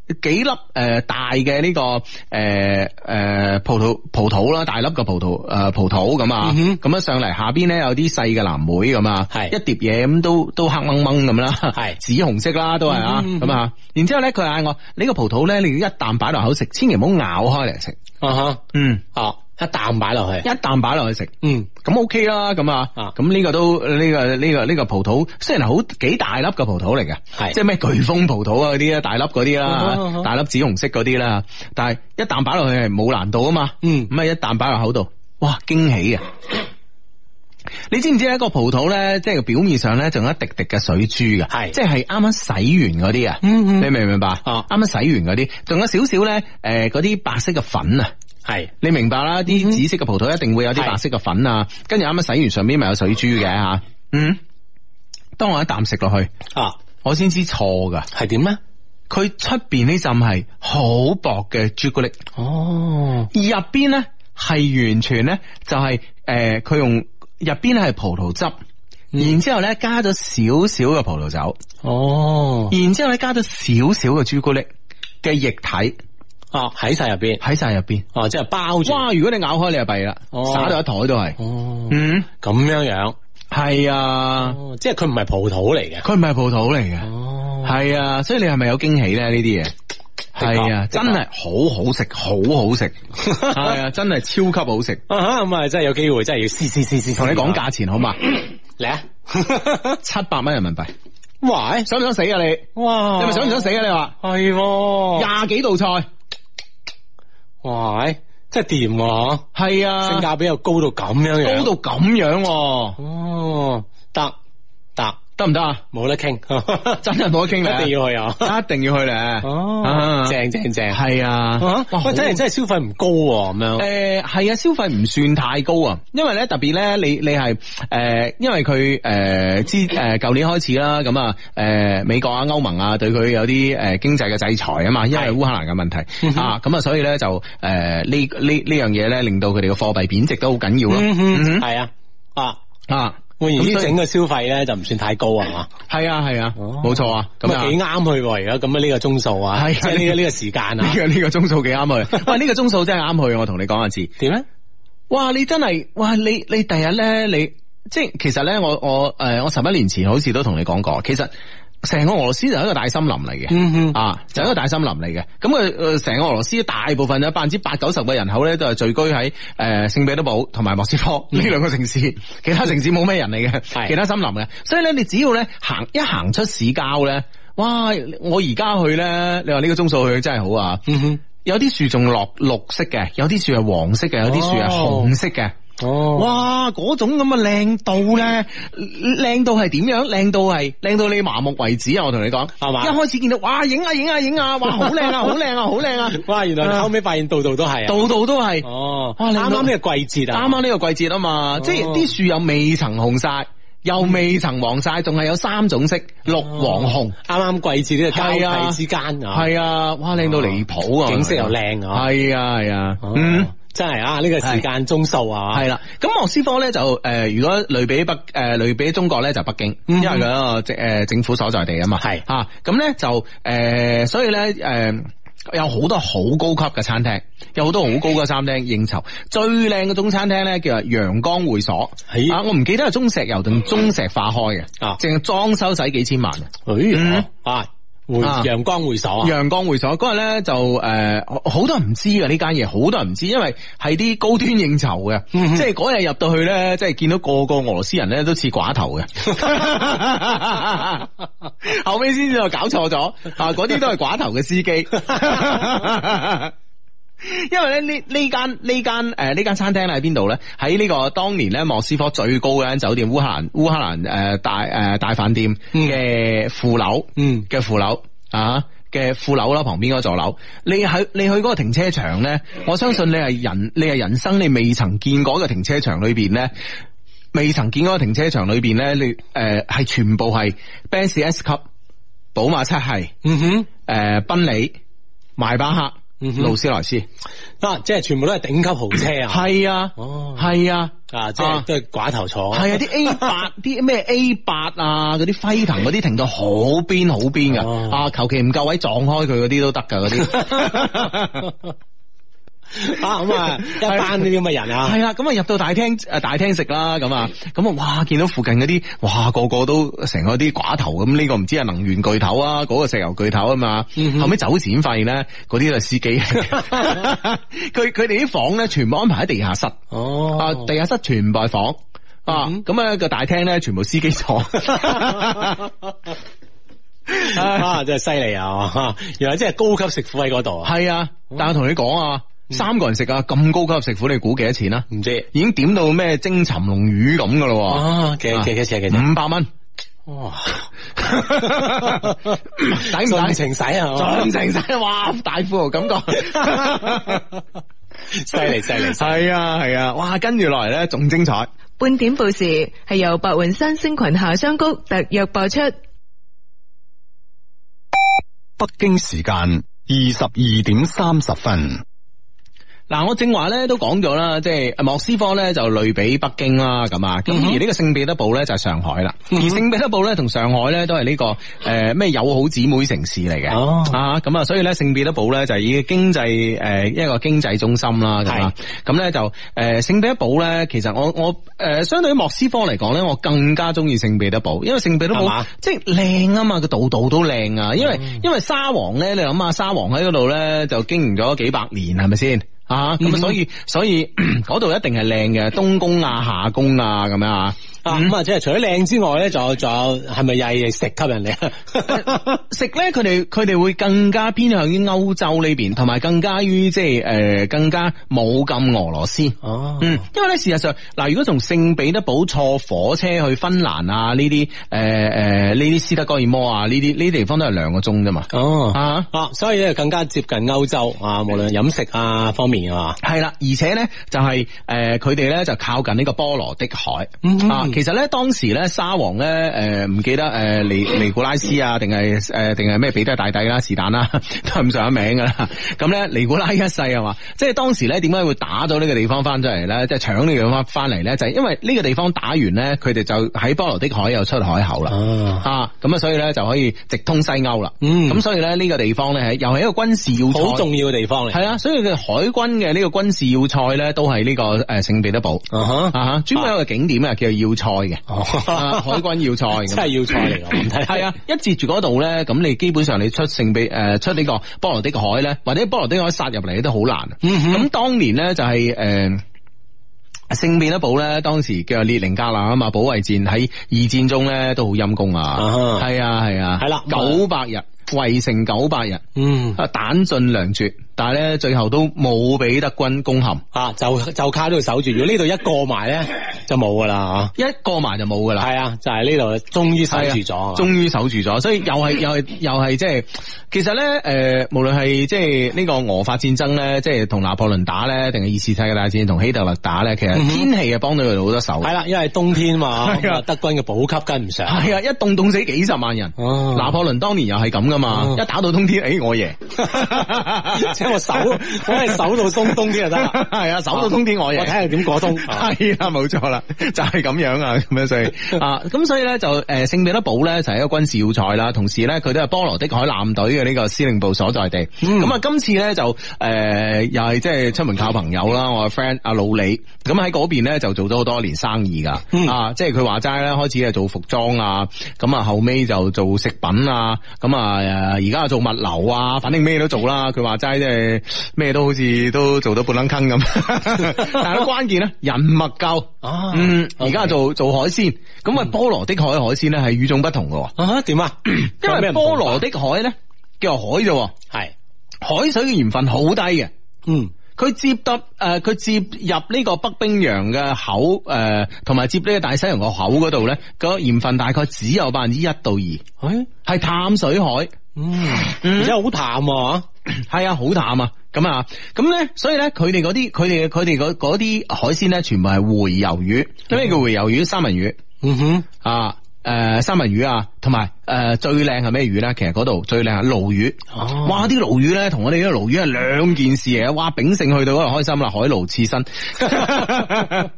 [SPEAKER 1] 呃、几粒诶、呃大嘅呢、個个诶诶、呃葡萄葡萄啦，大粒嘅葡萄诶、呃葡萄咁啊，
[SPEAKER 3] 嗯哼
[SPEAKER 1] 咁、樣上嚟下邊咧有啲細嘅藍莓咁啊，
[SPEAKER 3] 係
[SPEAKER 1] 一碟嘢咁都都黑掹掹 咁啦，
[SPEAKER 3] 係
[SPEAKER 1] 紫紅色啦都係啊，
[SPEAKER 3] 嗯哼
[SPEAKER 1] 咁啊、然之后咧佢嗌我呢、個葡萄咧你要一啖擺落口食，千祈唔好咬開嚟食，
[SPEAKER 3] 啊哈，
[SPEAKER 1] 嗯，
[SPEAKER 3] 哦，一啖擺落去，
[SPEAKER 1] 一啖擺落去食。
[SPEAKER 3] 嗯，
[SPEAKER 1] 咁 OK 啦，咁啊
[SPEAKER 3] 啊，
[SPEAKER 1] 咁呢個都呢、個呢、個呢、個葡萄，雖然係好幾大粒嘅葡萄嚟嘅，
[SPEAKER 3] 係
[SPEAKER 1] 即係咩颶風葡萄啊嗰啲啊，大粒嗰啲
[SPEAKER 3] 啊哈啊
[SPEAKER 1] 啦
[SPEAKER 3] 哈，
[SPEAKER 1] 大粒紫紅色嗰啲啦，但係一啖擺落去係冇難度啊嘛，
[SPEAKER 3] 嗯
[SPEAKER 1] 咁啊一啖擺落口度，哇驚喜啊！你知唔知呢個葡萄咧，即係表面上咧仲有一滴滴嘅水珠嘅，
[SPEAKER 3] 係
[SPEAKER 1] 即係啱啱洗完嗰啲啊，
[SPEAKER 3] 嗯嗯
[SPEAKER 1] 你明唔明白？
[SPEAKER 3] 啊
[SPEAKER 1] 啱啱洗完嗰啲，仲有少少咧，诶嗰啲白色嘅粉啊。
[SPEAKER 3] 係
[SPEAKER 1] 你明白啦，啲紫色嘅葡萄一定會有啲
[SPEAKER 3] 係
[SPEAKER 1] 白色嘅粉啊，跟住啱啱洗完上邊咪有水珠嘅吓。嗯，當我一啖食落去，
[SPEAKER 3] 啊，
[SPEAKER 1] 我先知錯噶，
[SPEAKER 3] 係點咧？
[SPEAKER 1] 佢出邊呢浸係好薄嘅朱古力，
[SPEAKER 3] 哦，
[SPEAKER 1] 而入邊咧係完全咧就係、诶，佢、用入邊咧係葡萄汁。然之後咧加咗少少嘅葡萄酒，
[SPEAKER 3] 哦，
[SPEAKER 1] 然之後咧加咗少少嘅朱古力嘅液體
[SPEAKER 3] 啊，喺晒入邊，
[SPEAKER 1] 喺晒入邊。
[SPEAKER 3] 哦，即係包住，
[SPEAKER 1] 哇！如果你咬開你就弊啦，
[SPEAKER 3] 哦
[SPEAKER 1] 灑到一台都係。
[SPEAKER 3] 哦，
[SPEAKER 1] 嗯，
[SPEAKER 3] 咁樣樣，
[SPEAKER 1] 係啊。
[SPEAKER 3] 哦，即係佢唔係葡萄嚟嘅，
[SPEAKER 1] 佢唔係葡萄嚟嘅，
[SPEAKER 3] 哦
[SPEAKER 1] 係啊，所以你係咪有驚喜咧？呢啲嘢
[SPEAKER 3] 確
[SPEAKER 1] 係啊，
[SPEAKER 3] 的確
[SPEAKER 1] 真係好好食，好好食，係啊，真係超級好食。
[SPEAKER 3] 啊哈，咁啊，真係有機會，真係要試試試試。
[SPEAKER 1] 同你講價錢好嘛？
[SPEAKER 3] 嚟啊！
[SPEAKER 1] 七百蚊人民幣，
[SPEAKER 3] 喂，
[SPEAKER 1] 想唔想死啊你？
[SPEAKER 3] 哇，
[SPEAKER 1] 你咪想唔想死啊？你話
[SPEAKER 3] 係喎，
[SPEAKER 1] 廿幾道菜，
[SPEAKER 3] 喂，哎真係掂喎，
[SPEAKER 1] 係
[SPEAKER 3] 嗬
[SPEAKER 1] 啊，
[SPEAKER 3] 性價比又高到咁樣樣，
[SPEAKER 1] 高到咁樣喎，
[SPEAKER 3] 哦，得得，
[SPEAKER 1] 得唔得啊？
[SPEAKER 3] 冇得傾，
[SPEAKER 1] 真係冇得傾咧，
[SPEAKER 3] 一定要去啊！
[SPEAKER 1] 一定要去咧。
[SPEAKER 3] 哦
[SPEAKER 1] 啊，
[SPEAKER 3] 正正正，
[SPEAKER 1] 係啊
[SPEAKER 3] 啊，喂，真係真係消費唔高喎，咁樣，
[SPEAKER 1] 诶，系啊，消費唔算太高啊，因為咧特別咧，你你係诶、誒因為佢诶之诶旧年開始啦，咁啊诶美國啊歐盟啊對佢有啲诶经济嘅制裁啊嘛，因為烏克蘭嘅問
[SPEAKER 3] 嗯
[SPEAKER 1] 題啊，咁啊所以咧就诶呢呢呢樣嘢咧令到佢哋嘅貨幣貶值都好緊要咯，
[SPEAKER 3] 嗯哼，
[SPEAKER 1] 嗯
[SPEAKER 3] 係啊，啊，
[SPEAKER 1] 哼啊
[SPEAKER 3] 換言之，
[SPEAKER 1] 咁所以
[SPEAKER 3] 整個消費咧就唔算太高係嘛，
[SPEAKER 1] 係啊係啊，
[SPEAKER 3] 哦
[SPEAKER 1] 冇錯啊，咁
[SPEAKER 3] 咁
[SPEAKER 1] 啊
[SPEAKER 3] 啊幾啱去喎，而家咁啊呢個鐘數啊，
[SPEAKER 1] 係啊
[SPEAKER 3] 即係呢個呢個時間
[SPEAKER 1] 呢
[SPEAKER 3] 啊，
[SPEAKER 1] 個呢個鐘數幾啱去， 喂呢個鐘數真係啱去，我同你講下次。
[SPEAKER 3] 點咧？
[SPEAKER 1] 哇！你真係哇！你你第日咧，你即係其實咧，我我诶、呃我十一年前好似都同你講過，其實成個俄羅斯就係一個大森林嚟嘅。
[SPEAKER 3] 嗯哼。
[SPEAKER 1] 啊，就係一個大森林嚟嘅，咁佢呃成個俄羅斯大部分有百分之八九十嘅人口咧，都係聚居喺诶聖彼得堡同埋莫斯科呢兩個城 市，其他城市冇咩人嚟嘅，
[SPEAKER 3] 嗯係
[SPEAKER 1] 其他森林嘅，所以咧你只要咧行一行出市郊咧，哇！我而家去咧，你話呢個鐘數去真係好啊，
[SPEAKER 3] 嗯哼，
[SPEAKER 1] 有啲樹仲落綠色嘅，有啲樹係黃色嘅，有啲樹係紅色嘅。
[SPEAKER 3] 哦哇，
[SPEAKER 1] 哇！嗰種咁嘅靚到咧，靚到係點樣？靚到係靚到你麻木為止啊！我同你講，
[SPEAKER 3] 係嘛
[SPEAKER 1] 一開始見到哇，影啊影啊影啊，哇，好靚 啊，好靚啊，好靚啊，
[SPEAKER 3] 哇，原來後尾發現度度都係啊，
[SPEAKER 1] 度度都係。
[SPEAKER 3] 哦，
[SPEAKER 1] 哇
[SPEAKER 3] 啱
[SPEAKER 1] 令到
[SPEAKER 3] 啱呢個季節啊，
[SPEAKER 1] 啱啱呢個季節啊嘛，即係啲樹又未曾紅晒，又未曾黃晒，仲係有三種色，綠、
[SPEAKER 3] 哦
[SPEAKER 1] 黃、紅。
[SPEAKER 3] 啱啱季節呢個
[SPEAKER 1] 係啊
[SPEAKER 3] 交替之間啊，
[SPEAKER 1] 係啊，哇，靚到離譜啊！
[SPEAKER 3] 景色又靚啊
[SPEAKER 1] 係啊係啊，
[SPEAKER 3] 哦
[SPEAKER 1] 嗯，
[SPEAKER 3] 真係啊！呢個時間鐘數啊，
[SPEAKER 1] 系啦，咁莫斯科咧就诶、呃如果類比北诶、呃、类比中國咧就北京，因
[SPEAKER 3] 嗯
[SPEAKER 1] 為佢嗰個政诶政府所在地啊嘛，
[SPEAKER 3] 係
[SPEAKER 1] 啊，咁咧就诶、呃所以咧诶。呃有好多好高級嘅餐廳，有好多好高級嘅餐廳應酬。最靚嘅中餐廳咧叫做陽光會所，
[SPEAKER 3] 係
[SPEAKER 1] 啊，我唔記得係中石油定中石化開嘅，
[SPEAKER 3] 啊
[SPEAKER 1] 淨係裝修使幾千萬。
[SPEAKER 3] 誒
[SPEAKER 1] 嗯
[SPEAKER 3] 哎啊，回
[SPEAKER 1] 啊
[SPEAKER 3] 陽光會所啊，
[SPEAKER 1] 陽光會所嗰日咧就诶，好、好多人唔知啊嘅呢間嘢，好多人唔知，因為係啲高端應酬 嘅，
[SPEAKER 3] 嗯哼
[SPEAKER 1] 即係嗰日入到去咧，即係見到個個俄羅斯人咧都似寡頭 嘅，後尾先知道搞錯咗，啊，嗰啲都係寡頭嘅司機。 因為咧呢呢间呢間诶呢間餐廳咧喺邊度咧？喺呢個當年咧莫斯科最高嘅間酒店烏克蘭烏克蘭诶大诶大飯店嘅副樓。
[SPEAKER 3] 嗯，
[SPEAKER 1] 嘅副樓啊嘅副樓啦，旁邊嗰座樓，你喺你去嗰個停車場咧，我相信你係人你係人生你未曾見過嘅停車場裏边咧。未曾見過嘅停車場裏边咧，你诶係全部係 Benz S 級、寶馬七系、
[SPEAKER 3] 嗯哼。
[SPEAKER 1] 诶賓利、邁巴赫、
[SPEAKER 3] 嗯哼
[SPEAKER 1] 勞斯萊斯，
[SPEAKER 3] 啊，即係全部都係頂級豪車啊！
[SPEAKER 1] 係啊，
[SPEAKER 3] 哦
[SPEAKER 1] 係啊。
[SPEAKER 3] 啊，即係
[SPEAKER 1] 啊
[SPEAKER 3] 都係寡頭坐。
[SPEAKER 1] 係啊，啲 A 八啲咩 A 八啊，嗰啲輝騰嗰啲停到好邊好邊噶，
[SPEAKER 3] 哦
[SPEAKER 1] 啊求其唔夠位撞開佢嗰啲都得噶嗰啲。
[SPEAKER 3] 啊，咁啊，一班呢啲咁嘅人啊，
[SPEAKER 1] 系啦，咁啊入到大廳诶大厅食啦，咁啊，咁啊，哇，見到附近嗰啲，哇，個個都成個啲寡頭咁，呢、個唔知係能源巨頭啊，嗰、個石油巨頭啊嘛，
[SPEAKER 3] 嗯
[SPEAKER 1] 後尾走錢發現咧，嗰啲都係啊 司機，佢佢哋啲房咧全部安排喺地下室，
[SPEAKER 3] 哦
[SPEAKER 1] 啊，地下室全部係房。啊，
[SPEAKER 3] 嗯
[SPEAKER 1] 咁啊個大廳咧，全部司機 坐，
[SPEAKER 3] 啊，真係犀利啊！哈原來真係高級食府喺嗰度啊，
[SPEAKER 1] 係啊，但係我同你講啊，
[SPEAKER 3] 嗯
[SPEAKER 1] 三個人食啊，咁高級食府，你估幾多錢啊？
[SPEAKER 3] 唔知
[SPEAKER 1] 已經點到咩蒸沉龍魚咁噶咯
[SPEAKER 3] 啊，幾幾幾錢啊幾錢？
[SPEAKER 1] 喎，五百蚊。
[SPEAKER 3] 哇，
[SPEAKER 1] 抵唔
[SPEAKER 3] 盡
[SPEAKER 1] 抵？
[SPEAKER 3] 情使啊！
[SPEAKER 1] 盡情晒，哇！大富豪感覺，
[SPEAKER 3] 犀利犀利！
[SPEAKER 1] 係啊係啊，哇！跟住落嚟咧，仲精彩。
[SPEAKER 4] 半點報時係由白雲山星群夏桑菊特約播出。
[SPEAKER 5] 北京時間二十二點三十分。
[SPEAKER 1] 嗱，我正話咧都講咗啦，即係呃莫斯科咧就類比北京啦，咁啊，咁而呢個聖彼得堡咧就係上海啦，而聖彼得堡咧同上海咧都係呢個誒咩友好姊妹城市嚟嘅，
[SPEAKER 3] 哦
[SPEAKER 1] 啊，咁啊，所以咧聖彼得堡咧就係以經濟誒一個經濟中心啦，咁啊，咁咧就誒聖彼得堡咧，其實我我誒相對於莫斯科嚟講咧，我更加中意聖彼得堡，因為聖彼得
[SPEAKER 3] 係
[SPEAKER 1] 堡
[SPEAKER 3] 嘛嗯
[SPEAKER 1] 即係靚啊嘛，個度度都靚啊，因為因為沙皇咧，你諗下沙皇喺嗰度咧就經營咗幾百年，係咪先？啊，咁
[SPEAKER 3] 嗯
[SPEAKER 1] 啊所以所以 嗰度一定係靚嘅，東宮啊、夏宮啊咁樣啊。
[SPEAKER 3] 啊，咁啊，即係除咗靚之外咧，仲有仲有係咪又係食吸引你 啊？
[SPEAKER 1] 食咧，佢哋佢哋會更加偏向於歐洲呢邊，同埋更加於即係诶，呃更加冇咁俄羅斯。
[SPEAKER 3] 哦
[SPEAKER 1] 嗯，因為咧事實上，嗱，如果從聖彼得堡坐火車去芬蘭啊，呢啲诶诶呢啲斯德哥爾摩啊，呢啲呢啲地方都係兩個鐘啫嘛。
[SPEAKER 3] 哦
[SPEAKER 1] 啊
[SPEAKER 3] 啊，所以咧更加接近歐洲啊，無論飲食啊方面啊，
[SPEAKER 1] 系啦，而且咧就係诶佢哋咧就靠近呢個波羅的海、
[SPEAKER 3] 嗯
[SPEAKER 1] 啊。其實咧當時咧沙皇咧诶唔記得诶尼尼古拉斯啊，定係诶定係咩彼得大帝啦，是但啦， 都係咁上下名噶啦。咁咧尼古拉一世係嘛，即係當時咧點解會打到呢個地方翻出嚟咧？即係搶呢個地方翻嚟咧，就係、因為呢個地方打完咧，佢哋就喺波羅的海又出海口啦。
[SPEAKER 3] 啊
[SPEAKER 1] 啊，咁啊，所以咧就可以直通西歐啦。
[SPEAKER 3] 嗯
[SPEAKER 1] 咁所以咧呢個地方咧，係又係一個軍事要塞
[SPEAKER 3] 好重要嘅地方嚟。
[SPEAKER 1] 系啊，所以佢海軍嘅呢個軍事要塞咧，都係呢個诶聖彼得堡
[SPEAKER 3] 啊哈
[SPEAKER 1] 啊哈，专门有個景點啊，叫做要塞嘅，啊海軍要塞咁
[SPEAKER 3] 真係要塞嚟㗎我唔 睇
[SPEAKER 1] 係啊，一截住嗰度咧，咁你基本上你出聖彼诶出呢個波羅的海咧，或者波羅的海殺入嚟都好難。
[SPEAKER 3] 嗯
[SPEAKER 1] 咁當年咧就係诶。聖彼得堡咧，當時叫列寧格勒啊嘛，保衛戰喺二戰中咧都好陰功啊，
[SPEAKER 3] 啊哈
[SPEAKER 1] 係啊係啊，
[SPEAKER 3] 係啦
[SPEAKER 1] 九百日圍城九百日，
[SPEAKER 3] 嗯
[SPEAKER 1] 啊彈盡糧絕，但係咧最後都冇俾德軍攻陷，
[SPEAKER 3] 啊，就就靠呢度守住，如果呢度一過埋咧，就冇噶啦
[SPEAKER 1] 一過埋就冇噶
[SPEAKER 3] 吓。
[SPEAKER 1] 啦。啊
[SPEAKER 3] 係啊，就係呢度終於守住咗。啊嗯
[SPEAKER 1] 終於守住咗，所以又係又係又係即係，其實咧诶、呃，无论系即係呢個俄法戰爭咧，即係同拿破崙打咧，定係二次世界大戰同希特勒打咧，其實天氣啊幫到佢哋好多手。
[SPEAKER 3] 嗯係啦，因為冬天嘛，
[SPEAKER 1] 係啊
[SPEAKER 3] 咁啊德軍嘅補給跟唔上。
[SPEAKER 1] 係啊，一凍凍死幾十萬人。
[SPEAKER 3] 哦
[SPEAKER 1] 拿破崙當年又係咁噶噶
[SPEAKER 3] 嗯
[SPEAKER 1] 嘛，一打到冬天，哎誒我 贏，
[SPEAKER 3] 請我手，我係手到冬冬天就得啦。
[SPEAKER 1] 係啊，手到冬天我贏，
[SPEAKER 3] 我睇啊下點 過冬
[SPEAKER 1] 係啦，冇錯啦， 就係咁樣啊，咁樣所以 啊，咁所以咧就誒聖彼得堡咧就係一個軍事要塞啦，同時咧佢都係波羅的海艦隊嘅呢個司令部所在地。咁啊，今次咧就誒又係即係出門靠朋友啦，我嘅 friend 阿老李，咁喺嗰邊咧就做咗好多年生意噶，啊，即係佢話齋咧開始係做服裝啊，咁啊後尾就做食品啊，咁啊誒而家做物流啊，反正咩都做啦。佢話齋即係咩都好似都做到半撚坑咁， 但係關鍵咧人脈夠。
[SPEAKER 3] 啊
[SPEAKER 1] 嗯，而家做做海鮮，咁啊波羅的海海鮮咧係與眾不同嘅
[SPEAKER 3] 啊點啊？
[SPEAKER 1] 喎，因為波羅的海咧叫海啫喎，
[SPEAKER 3] 係
[SPEAKER 1] 海水嘅鹽分好低嘅。
[SPEAKER 3] 嗯
[SPEAKER 1] 佢接得誒，佢、接入呢個北冰洋嘅口誒，同、埋接呢個大西洋個口嗰度咧，個鹽分大概只有百分之一到二，
[SPEAKER 3] 誒
[SPEAKER 1] 係淡水海。
[SPEAKER 3] 嗯，而且好淡啊！
[SPEAKER 1] 系啊，好淡啊，咁啊，咁咧，所以咧，佢哋嗰啲，佢哋佢哋嗰嗰啲海鮮咧，全部係回游魚，咩叫回游魚？三文魚
[SPEAKER 3] 嗯哼，
[SPEAKER 1] 啊，诶、三文魚啊，同埋诶最靚係咩魚咧？其實嗰度最靚係鱸魚，
[SPEAKER 3] 哦
[SPEAKER 1] 哇！啲鱸魚咧，同我哋啲鱸魚係兩件事嚟嘅，哇！秉性去到嗰度開心啦，海鱸刺 身，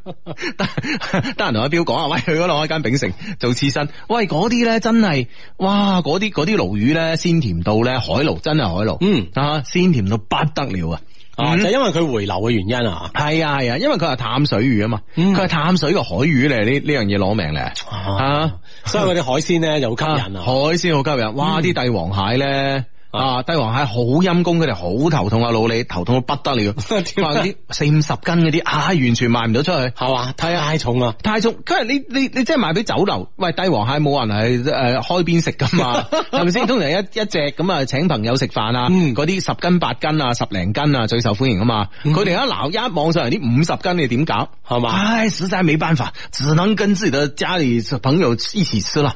[SPEAKER 1] 得得閒同阿彪講啊，喂，去嗰度開間秉性做刺身，喂，嗰啲咧真係，哇！嗰啲嗰啲鱸魚咧，鮮甜到咧，海鱸真係海鱸，
[SPEAKER 3] 嗯
[SPEAKER 1] 啊，鮮甜到不得了啊！
[SPEAKER 3] 啊
[SPEAKER 1] 嗯
[SPEAKER 3] 就因為佢回流嘅原因啊。
[SPEAKER 1] 係啊係啊，因為佢係淡水魚啊嘛，
[SPEAKER 3] 嗯哦
[SPEAKER 1] 佢係淡水嘅海魚嚟，呢呢樣嘢攞命咧，啊
[SPEAKER 3] 所以嗰啲海鮮咧就好吸引
[SPEAKER 1] 啊
[SPEAKER 3] 啊！嗯
[SPEAKER 1] 海鮮好吸引，哇！啲帝王蟹咧。啊！帝王蟹好陰功，佢哋好頭痛啊，老李頭痛到不得 了，
[SPEAKER 3] 啊
[SPEAKER 1] 話嗰啲四五十斤嗰啲啊，完全賣唔到出去，
[SPEAKER 3] 係嘛，太重啊！
[SPEAKER 1] 太重。佢係你你你真係賣俾酒樓，喂帝王蟹冇人係誒、呃、開邊食噶 嘛，係咪先？通常一一隻咁啊請朋友食飯啊，
[SPEAKER 3] 嗯
[SPEAKER 1] 嗰啲、十斤八斤啊、十零斤啊最受歡迎啊嘛。佢哋、一撈一網上嚟啲五十斤，你點搞？
[SPEAKER 3] 係嘛
[SPEAKER 1] 唉，實在沒辦法，只能跟自己的家裏朋友一起吃 啦。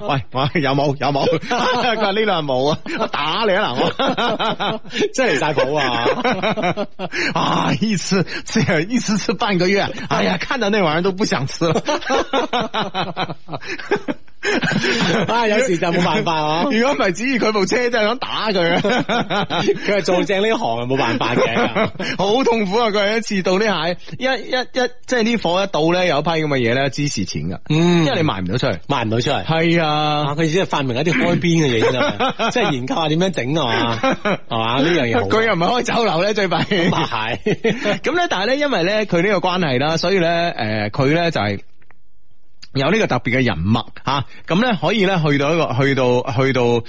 [SPEAKER 1] 喂，我有冇有冇？ 佢話呢兩日冇啊，我打你啊嗱 我。
[SPEAKER 3] 真係離晒譜啊！
[SPEAKER 1] 啊，一吃这一吃吃半个月，哎呀，看到那玩意儿都不想吃 了。
[SPEAKER 3] 啊有時就冇辦法啊
[SPEAKER 1] 如果唔係，指意佢部車真係想打佢 啊！
[SPEAKER 3] 佢係做正呢行係冇辦法 嘅。
[SPEAKER 1] 好痛苦啊！佢一次到呢下，一一一即係啲火一到咧，有一批咁嘅嘢咧，支持錢噶，
[SPEAKER 3] 嗯
[SPEAKER 1] 因為你賣唔到出嚟。
[SPEAKER 3] 賣唔到出嚟。
[SPEAKER 1] 係啊
[SPEAKER 3] 啊！。佢只係發明一啲開邊嘅嘢啫嘛， 即係研究下點樣整啊嘛，係嘛呢樣嘢好。啊
[SPEAKER 1] 佢又唔係開酒樓咧，最 弊。
[SPEAKER 3] 咁啊 係，
[SPEAKER 1] 咁咧，但係咧，因為咧佢呢個關係啦，所以咧，誒、佢咧就係、有呢個特別嘅人脈吓，咁、咧可以咧去到一個去到去到誒、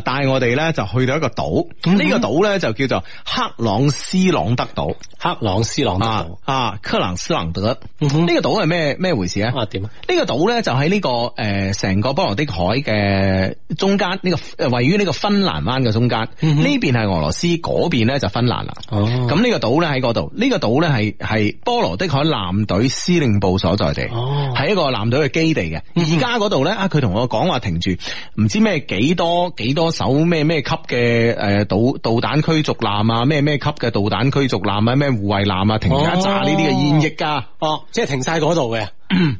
[SPEAKER 1] 帶我哋咧就去到一個島，
[SPEAKER 3] 嗯
[SPEAKER 1] 呢、個島咧就叫做克朗斯朗德島
[SPEAKER 3] 克朗斯朗德
[SPEAKER 1] 啊
[SPEAKER 3] 島
[SPEAKER 1] 啊克朗斯朗德，呢、
[SPEAKER 3] 嗯哼
[SPEAKER 1] 個島係咩咩回事啊？
[SPEAKER 3] 啊點啊？
[SPEAKER 1] 呢個島咧就喺呢、個誒成、個波羅的海嘅中間，呢、個位於呢個芬蘭灣嘅中間。呢、
[SPEAKER 3] 嗯哼
[SPEAKER 1] 邊係俄羅斯，嗰邊咧就芬蘭啦。
[SPEAKER 3] 哦
[SPEAKER 1] 咁呢個島咧喺嗰度，呢、個島咧係係波羅的海艦隊司令部所在地，係、
[SPEAKER 3] 哦
[SPEAKER 1] 一個艦隊嘅基地嘅。而家嗰度咧啊，佢同我講話停住，唔知咩幾多幾多艘咩咩級嘅呃誒導導彈驅逐艦啊，咩咩級嘅導彈驅逐艦啊，咩護衛艦啊，停咗一炸呢啲嘅啊煙翼㗎。
[SPEAKER 3] 哦，即係停晒嗰 度嘅，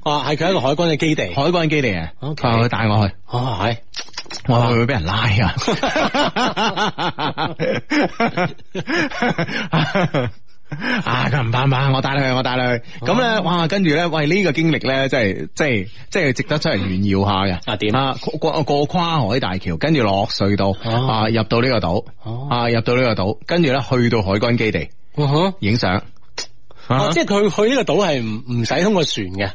[SPEAKER 3] 哦係佢一個海軍嘅基地。
[SPEAKER 1] 海軍基地啊，佢
[SPEAKER 3] OK
[SPEAKER 1] 話佢帶我去，
[SPEAKER 3] 哦係，
[SPEAKER 1] 我話會唔會俾人拉 啊？啊！佢話唔怕唔怕，我帶你去，我帶你
[SPEAKER 3] 哦
[SPEAKER 1] 去。咁咧，哇！跟住咧，喂，呢、個經歷咧，真係真係真係值得出嚟炫耀下嘅。
[SPEAKER 3] 啊點
[SPEAKER 1] 啊？過過跨海大橋，跟住落隧道，
[SPEAKER 3] 哦
[SPEAKER 1] 啊，入到呢個島，
[SPEAKER 3] 哦
[SPEAKER 1] 啊，入到呢個島，跟住咧去到海軍基地
[SPEAKER 3] 嗯哼，
[SPEAKER 1] 影相。啊
[SPEAKER 3] 哦即係佢去呢個島係唔唔使通過船嘅，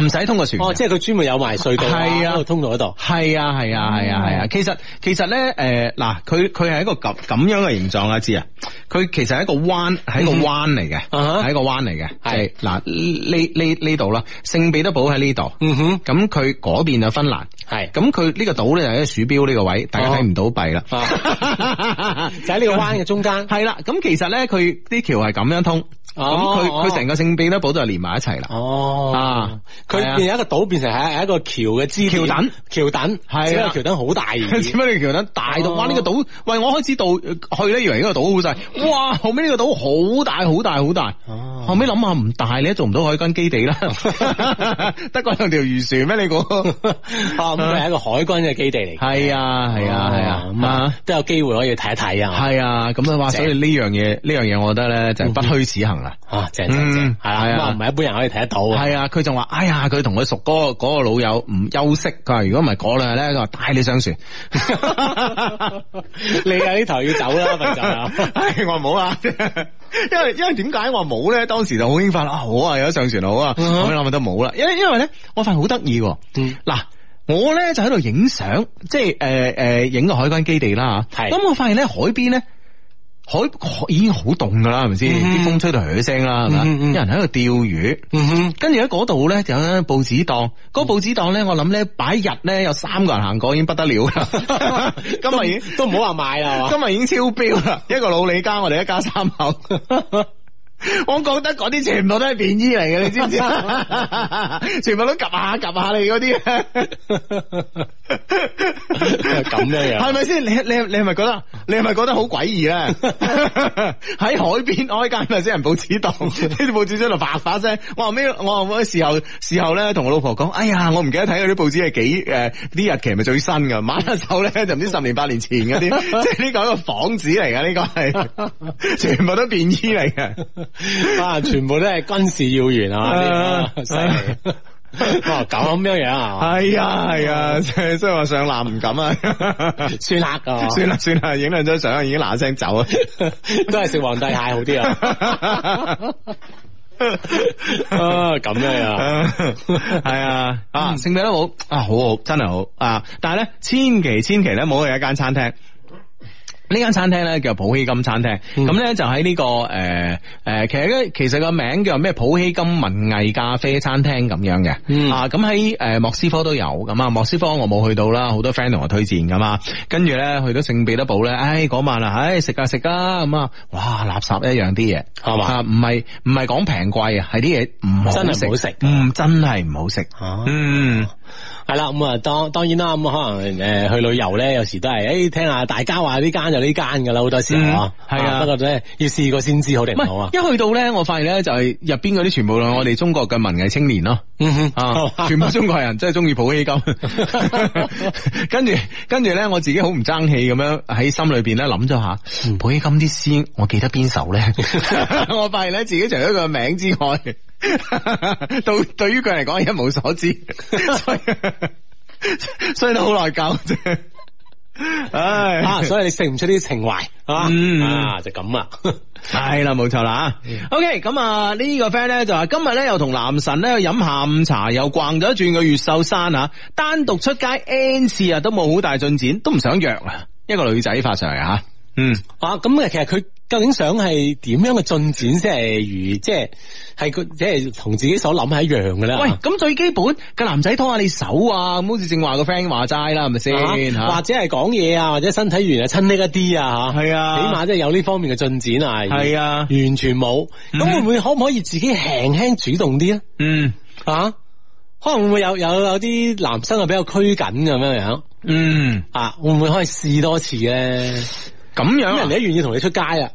[SPEAKER 1] 唔使通過船嘅。
[SPEAKER 3] 哦即係佢專門有埋隧道啊，
[SPEAKER 1] 係啊
[SPEAKER 3] 嗰度通道嗰度。
[SPEAKER 1] 系啊系啊系啊系
[SPEAKER 3] 嗯
[SPEAKER 1] 啊，其實其實咧诶嗱，佢佢係一個咁咁樣嘅形狀啊，知啊，佢其實係一個彎，係一個彎嚟嘅，
[SPEAKER 3] 啊哈
[SPEAKER 1] 係一個彎嚟嘅，
[SPEAKER 3] 係
[SPEAKER 1] 係嗱呢呢呢度啦，聖彼得堡喺呢度，
[SPEAKER 3] 嗯哼，
[SPEAKER 1] 咁佢嗰邊就芬蘭，
[SPEAKER 3] 係
[SPEAKER 1] 咁佢呢個島咧就喺鼠標呢個位，大家睇唔到弊啦。
[SPEAKER 3] 啊就喺呢個灣嘅中間。
[SPEAKER 1] 係啦，咁其實咧，佢啲橋係咁樣通咁佢佢成個性變咧寶就係連埋一齊啦。
[SPEAKER 3] 哦，
[SPEAKER 1] 啊
[SPEAKER 3] 佢
[SPEAKER 1] 係啊
[SPEAKER 3] 變咗一個島變成係係一個橋嘅支
[SPEAKER 1] 橋墩，
[SPEAKER 3] 橋墩
[SPEAKER 1] 係啊
[SPEAKER 3] 只不過橋墩好大而已，
[SPEAKER 1] 只乜你橋墩大到，
[SPEAKER 3] 哦嗯
[SPEAKER 1] 哇！呢、個島，喂，我開始到呃去咧，以為呢個島好細，哇！後尾呢個島好大，好大，好大。
[SPEAKER 3] 哦
[SPEAKER 1] 後尾諗下唔大，你都做唔到海軍基地 啦，得嗰兩條漁船咩？你估？
[SPEAKER 3] 啊咁佢係一個海軍嘅基地嚟嘅，
[SPEAKER 1] 係啊，係啊，係啊，
[SPEAKER 3] 咁啊都有機會可以睇一睇啊，
[SPEAKER 1] 係啊，咁啊，哇！所
[SPEAKER 3] 正
[SPEAKER 1] 以呢樣嘢，呢樣嘢，我覺得咧就係不虛此行啦。
[SPEAKER 3] 啊正正正
[SPEAKER 1] 嗯
[SPEAKER 3] 係啦，
[SPEAKER 1] 係啊
[SPEAKER 3] 咁啊唔係一般人可以睇得到啊，
[SPEAKER 1] 係啊，佢仲話：哎呀，佢同佢熟嗰個嗰個老友唔休息，佢話如果唔係嗰兩日咧，佢話帶你上船。
[SPEAKER 3] 你啊呢頭要走啦，咪 就 係
[SPEAKER 1] 唉，我冇啊，因為因為點解我冇咧？當時就好興奮啦，啊好啊，有得上船好啊，
[SPEAKER 3] 嗯哼
[SPEAKER 1] 我諗下都冇啦，因為因為咧，我發現好得意喎。
[SPEAKER 3] 嗯
[SPEAKER 1] 嗱。我咧就喺度影相，即係誒誒影個海軍基地啦吓。
[SPEAKER 3] 係
[SPEAKER 1] 咁我發現咧海邊咧海海已經好凍噶啦，係咪先？
[SPEAKER 3] 嗯
[SPEAKER 1] 啲風吹到嘘聲啦，係咪？
[SPEAKER 3] 嗯嗯嗯
[SPEAKER 1] 有人喺度釣魚，
[SPEAKER 3] 嗯哼，
[SPEAKER 1] 跟住喺嗰度咧就有間報紙檔，嗰、個報紙檔咧我諗咧擺日咧有三個人行過已經不得了 啦，今日已經
[SPEAKER 3] 都唔好話買啦，係嘛
[SPEAKER 1] 今日已經超標啦，一個老李家我哋一家三口。 我覺得嗰啲全部都係便衣嚟嘅，你知唔知？ 全部都及下及下你嗰啲，
[SPEAKER 3] 咁樣樣
[SPEAKER 1] 係咪先？你你你係咪覺得你係咪覺得好詭異咧？喺海邊開間咪先人報紙檔，呢啲報紙喺度叭叭聲。我後尾我後尾事後事後咧同我老婆講，哎呀，我唔記得睇嗰啲報紙係幾誒呃啲、日期係咪最新㗎？馬下手咧就唔知十年八年前嗰啲，即係呢個係一個幌子嚟㗎，呢個係全部都便衣嚟嘅。
[SPEAKER 3] 啊，全部都係軍事要員啊
[SPEAKER 1] 啊，
[SPEAKER 3] 犀 利！哦，咁樣樣啊，
[SPEAKER 1] 係啊係啊，即係即係話上南唔敢啊，
[SPEAKER 3] 算黑啊噶，
[SPEAKER 1] 算啦算啦，影兩張相已經嗱聲走啊。
[SPEAKER 3] 都係食皇帝蟹好 啲 啊！啊，咁樣啊，
[SPEAKER 1] 系啊，
[SPEAKER 3] 嗯
[SPEAKER 1] 啊，性味都好啊，好好，真係好啊！但係咧，千祈千祈咧，冇去一間餐廳。呢間餐廳咧叫普希金餐廳，
[SPEAKER 3] 嗯
[SPEAKER 1] 咁咧、就喺呢、個誒誒、呃其實咧其實個名叫咩普希金文藝咖啡餐廳咁樣嘅，
[SPEAKER 3] 嗯
[SPEAKER 1] 啊咁喺誒莫斯科都有咁啊，莫斯科我冇去到啦，好多 friend 同我推薦噶嘛，跟住咧去到聖彼得堡咧，唉嗰晚啊，唉食啊食啊咁啊，哇垃圾一樣啲嘢
[SPEAKER 3] 係嘛
[SPEAKER 1] 啊唔係唔係講平貴啊，係啲嘢唔好
[SPEAKER 3] 真係
[SPEAKER 1] 食
[SPEAKER 3] 唔好食
[SPEAKER 1] 嗯真係唔好食，
[SPEAKER 3] 啊
[SPEAKER 1] 嗯
[SPEAKER 3] 係啦，咁啊，當當然啦，咁可能诶去旅遊咧，有時都係诶聽下大家話呢間就呢間噶啦，好多時候啊，
[SPEAKER 1] 嗯係啊
[SPEAKER 3] 不過咧要試過先知好定
[SPEAKER 1] 唔
[SPEAKER 3] 唔好啊
[SPEAKER 1] 係，一去到咧，我發現咧就係入邊嗰啲全部係我哋中國嘅文藝青年咯。
[SPEAKER 3] 嗯哼係嘛
[SPEAKER 1] 啊！全部中國人真係中意抱希金， 跟住跟住咧，我自己好唔爭氣咁樣喺心裏邊咧諗咗下，抱希金啲詩我記得邊首咧？ 我發現咧自己除咗個名之外， 到對於佢嚟講係一無所知，所以 所以都好內疚啫。唉，
[SPEAKER 3] 啊，所以你食唔出啲情懷啊，
[SPEAKER 1] 嗯
[SPEAKER 3] 啊就咁啊，
[SPEAKER 1] 系啦，冇錯啦吓。OK，咁啊呢個 friend 咧就話今日咧又同男神咧去飲下午茶，又逛咗一轉個越秀山啊，單獨出街 N 次啊，都冇好大進展，都唔想約啊。一個女仔發上嚟吓，嗯，
[SPEAKER 3] 啊咁啊，其實佢究竟想係點樣嘅進展先係如即係係佢即係同自己所諗係一樣嘅咧？
[SPEAKER 1] 喂，咁最基本個男仔拖下你手啊，咁好似正話個 friend 話齋啦，係咪先
[SPEAKER 3] 啊或
[SPEAKER 1] 吓？
[SPEAKER 3] 者係講嘢啊，或者身體語言係親昵一啲啊，吓，
[SPEAKER 1] 係啊
[SPEAKER 3] 起碼即係有呢方面嘅進展啊，
[SPEAKER 1] 係啊
[SPEAKER 3] 完全冇。咁會唔會可唔可以自己輕輕主動啲啊？
[SPEAKER 1] 嗯
[SPEAKER 3] 啊，可能會唔會有有有啲男生係啊比較拘謹咁樣樣
[SPEAKER 1] 嗯，
[SPEAKER 3] 啊？會唔會可以試多次咧？
[SPEAKER 1] 咁樣
[SPEAKER 3] 咁
[SPEAKER 1] 啊
[SPEAKER 3] 人哋都願意同你出街啊？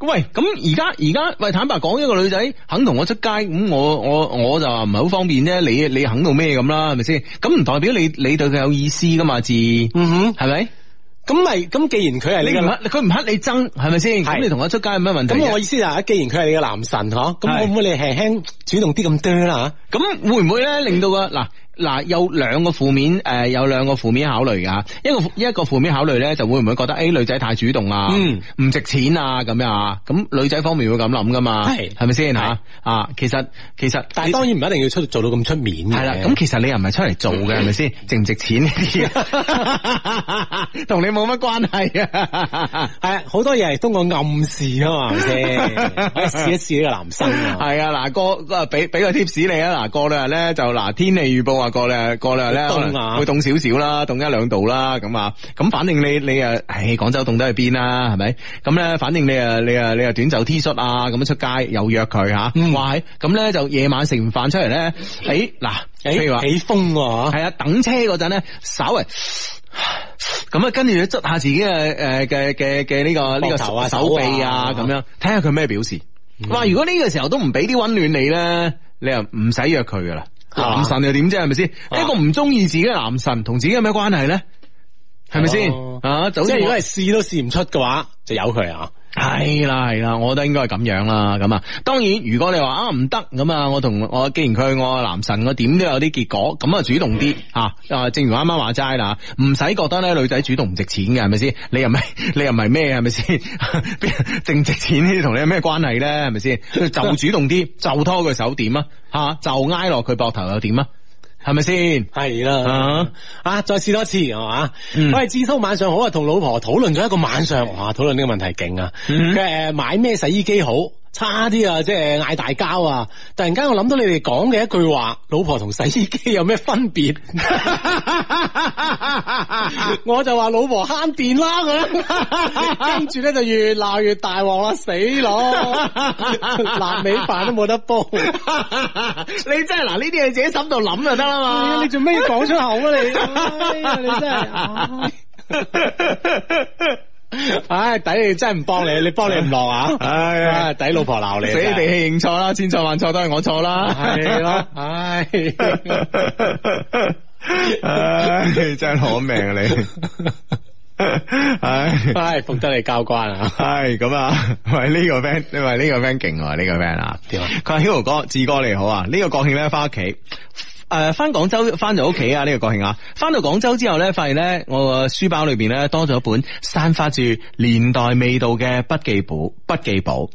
[SPEAKER 1] 喂，咁而家而家喂，坦白講，一個女仔肯同我出街，咁我我我就話唔係好方便啫。你你肯到咩咁啦，係咪先？咁唔代表你你對佢有意思噶嘛？字係
[SPEAKER 3] 嗯哼，
[SPEAKER 1] 咪？
[SPEAKER 3] 咁咪咁，既然佢係
[SPEAKER 1] 你
[SPEAKER 3] 你
[SPEAKER 1] 唔
[SPEAKER 3] 嘅，
[SPEAKER 1] 乞佢唔乞你憎，係咪先？
[SPEAKER 3] 係
[SPEAKER 1] 咁你同我出街有咩問題啫？
[SPEAKER 3] 咁我意思係，既然佢係你嘅男神嗬，咁
[SPEAKER 1] 係
[SPEAKER 3] 會唔會你輕輕主動啲咁多啦
[SPEAKER 1] 咁會唔會咧令到個嗱嗱有兩個負面誒、呃有兩個負面考慮㗎，一個一個負面考慮咧就會唔會覺得誒、哎女仔太主動啊，
[SPEAKER 3] 嗯
[SPEAKER 1] 唔值錢啊咁樣啊，咁女仔方面會咁諗噶嘛，
[SPEAKER 3] 係
[SPEAKER 1] 係咪先
[SPEAKER 3] 係
[SPEAKER 1] 嚇啊？其實其實
[SPEAKER 3] 但係當然唔一定要出做到咁出面嘅
[SPEAKER 1] 系啦，咁其實你又唔係出嚟做嘅，係咪先？值唔值錢呢 啲，同你冇乜關係啊。
[SPEAKER 3] 系好多嘢系通過暗示啊嘛，係咪 先？可以試一試呢個男生啊。
[SPEAKER 1] 係啊，嗱，過俾俾个 tips 你啊，嗱，過兩日咧就嗱天氣預報話啊，過兩過兩日咧，
[SPEAKER 3] 會凍啊
[SPEAKER 1] 可能會凍少少啦，凍一兩度啦，咁啊，咁反正你你啊，唉，廣州凍得去邊啦，係咪？咁咧，反正你啊你啊你啊短袖 T 恤啊，咁樣出街又約佢吓，哇，係咁咧就夜晚食完飯出嚟咧，誒嗱，譬如話。
[SPEAKER 3] 起風喎，
[SPEAKER 1] 系啊，等車嗰陣咧，稍微。咁啊，跟住捽下自己嘅诶嘅嘅嘅呢個呢
[SPEAKER 3] 膊
[SPEAKER 1] 個
[SPEAKER 3] 頭啊
[SPEAKER 1] 手
[SPEAKER 3] 手
[SPEAKER 1] 手
[SPEAKER 3] 啊
[SPEAKER 1] 臂啊，咁樣睇下佢咩表示。哇！如果呢個時候都唔俾啲温暖你咧，你又唔使約佢噶啦。
[SPEAKER 3] 啊
[SPEAKER 1] 男神又點啫？係咪先？一個唔中意自己嘅男神，同自己有咩關係咧？係咪先
[SPEAKER 3] 哦？
[SPEAKER 1] 啊，就好
[SPEAKER 3] 即
[SPEAKER 1] 似
[SPEAKER 3] 係如
[SPEAKER 1] 我
[SPEAKER 3] 果係試都試唔出嘅話，就由佢啊。
[SPEAKER 1] 系啦系啦，我覺得應該係咁樣啦。咁啊，當然如果你話啊唔得咁啊，我同我既然佢係我男神，我點都有啲結果。咁啊主動啲啊，啊正如啱啱話齋啦，唔使覺得咧女仔主動唔值錢嘅係咪 先？你又唔係你又唔係咩係咪先？ 邊值唔值錢呢啲同你有咩關係咧？係咪先？就主動啲，就拖佢手點啊，吓就挨落佢膊頭又點啊？係咪先？
[SPEAKER 3] 係啦
[SPEAKER 1] 啊，
[SPEAKER 3] 啊，再試多次係嘛？
[SPEAKER 1] 嗯
[SPEAKER 3] 喂，智叔晚上好啊，同老婆討論咗一個晚上，哇，討論呢個問題勁啊！佢誒買咩洗衣機好？差啲啊，即係嗌大交啊！突然間我諗到你哋講嘅一句話，老婆同洗衣機有咩分別？我就話老婆慳電啦咁，跟住咧就越鬧越大鑊啦，死 咯！爛尾飯都冇得煲。
[SPEAKER 1] 你真係嗱呢啲你自己心度諗就得啦
[SPEAKER 3] 哎呀
[SPEAKER 1] 嘛
[SPEAKER 3] 你。做咩要講出口啊 你？哎呀你真係， 唉唉，抵你真係唔幫你，你幫你唔落啊！
[SPEAKER 1] 唉
[SPEAKER 3] 唉，抵老婆鬧你，
[SPEAKER 1] 死你地啊氣認錯啦，千錯萬錯都係我錯啦，
[SPEAKER 3] 係咯，唉，
[SPEAKER 1] 唉，真係攞命啊你！唉，
[SPEAKER 3] 唉，服得你教官啊！
[SPEAKER 1] 唉，咁啊，喂呢個 friend，喂呢個 friend 勁喎，呢個 friend 啊，
[SPEAKER 3] 點啊
[SPEAKER 1] 佢話 Hugo 哥、志哥你好啊，呢個國慶咧翻屋企。誒翻呃廣州翻咗屋企啊！呢、個國慶啊，翻到廣州之後咧，發現咧我個書包裏邊咧多咗一本散發住年代味道嘅筆記簿，筆記簿。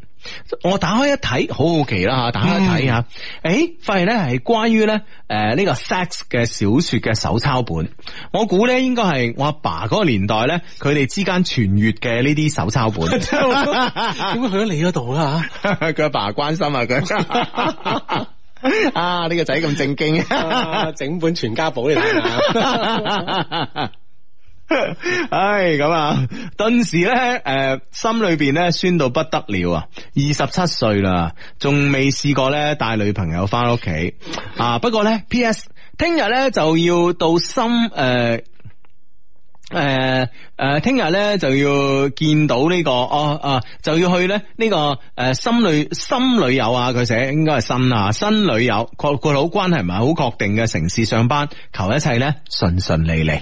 [SPEAKER 1] 我打開一睇，好好奇啦吓，打開一睇吓，誒、發現咧係關於咧誒呢個 sex 嘅小説嘅手抄本，我估咧應該係我阿爸嗰個年代咧，佢哋之間傳閱嘅呢啲手抄本。
[SPEAKER 3] 點解去咗你嗰度啦？
[SPEAKER 1] 佢阿爸關心啊佢。啊！呢、個仔咁正經，
[SPEAKER 3] 啊整本全家寶嚟睇啊下，
[SPEAKER 1] 唉，咁啊，頓時咧，誒、心裏邊咧酸到不得了啊！二十七歲啦，仲未試過咧帶女朋友翻屋企啊！不過咧，P.S. 聽日咧就要到深誒。誒誒，聽日咧就要見到呢、個哦啊，就要去咧呢、個誒、呃新女新女友啊，佢寫應該係新啊新女友，括括好關係唔係好確定嘅城市上班，求一切咧順順利利。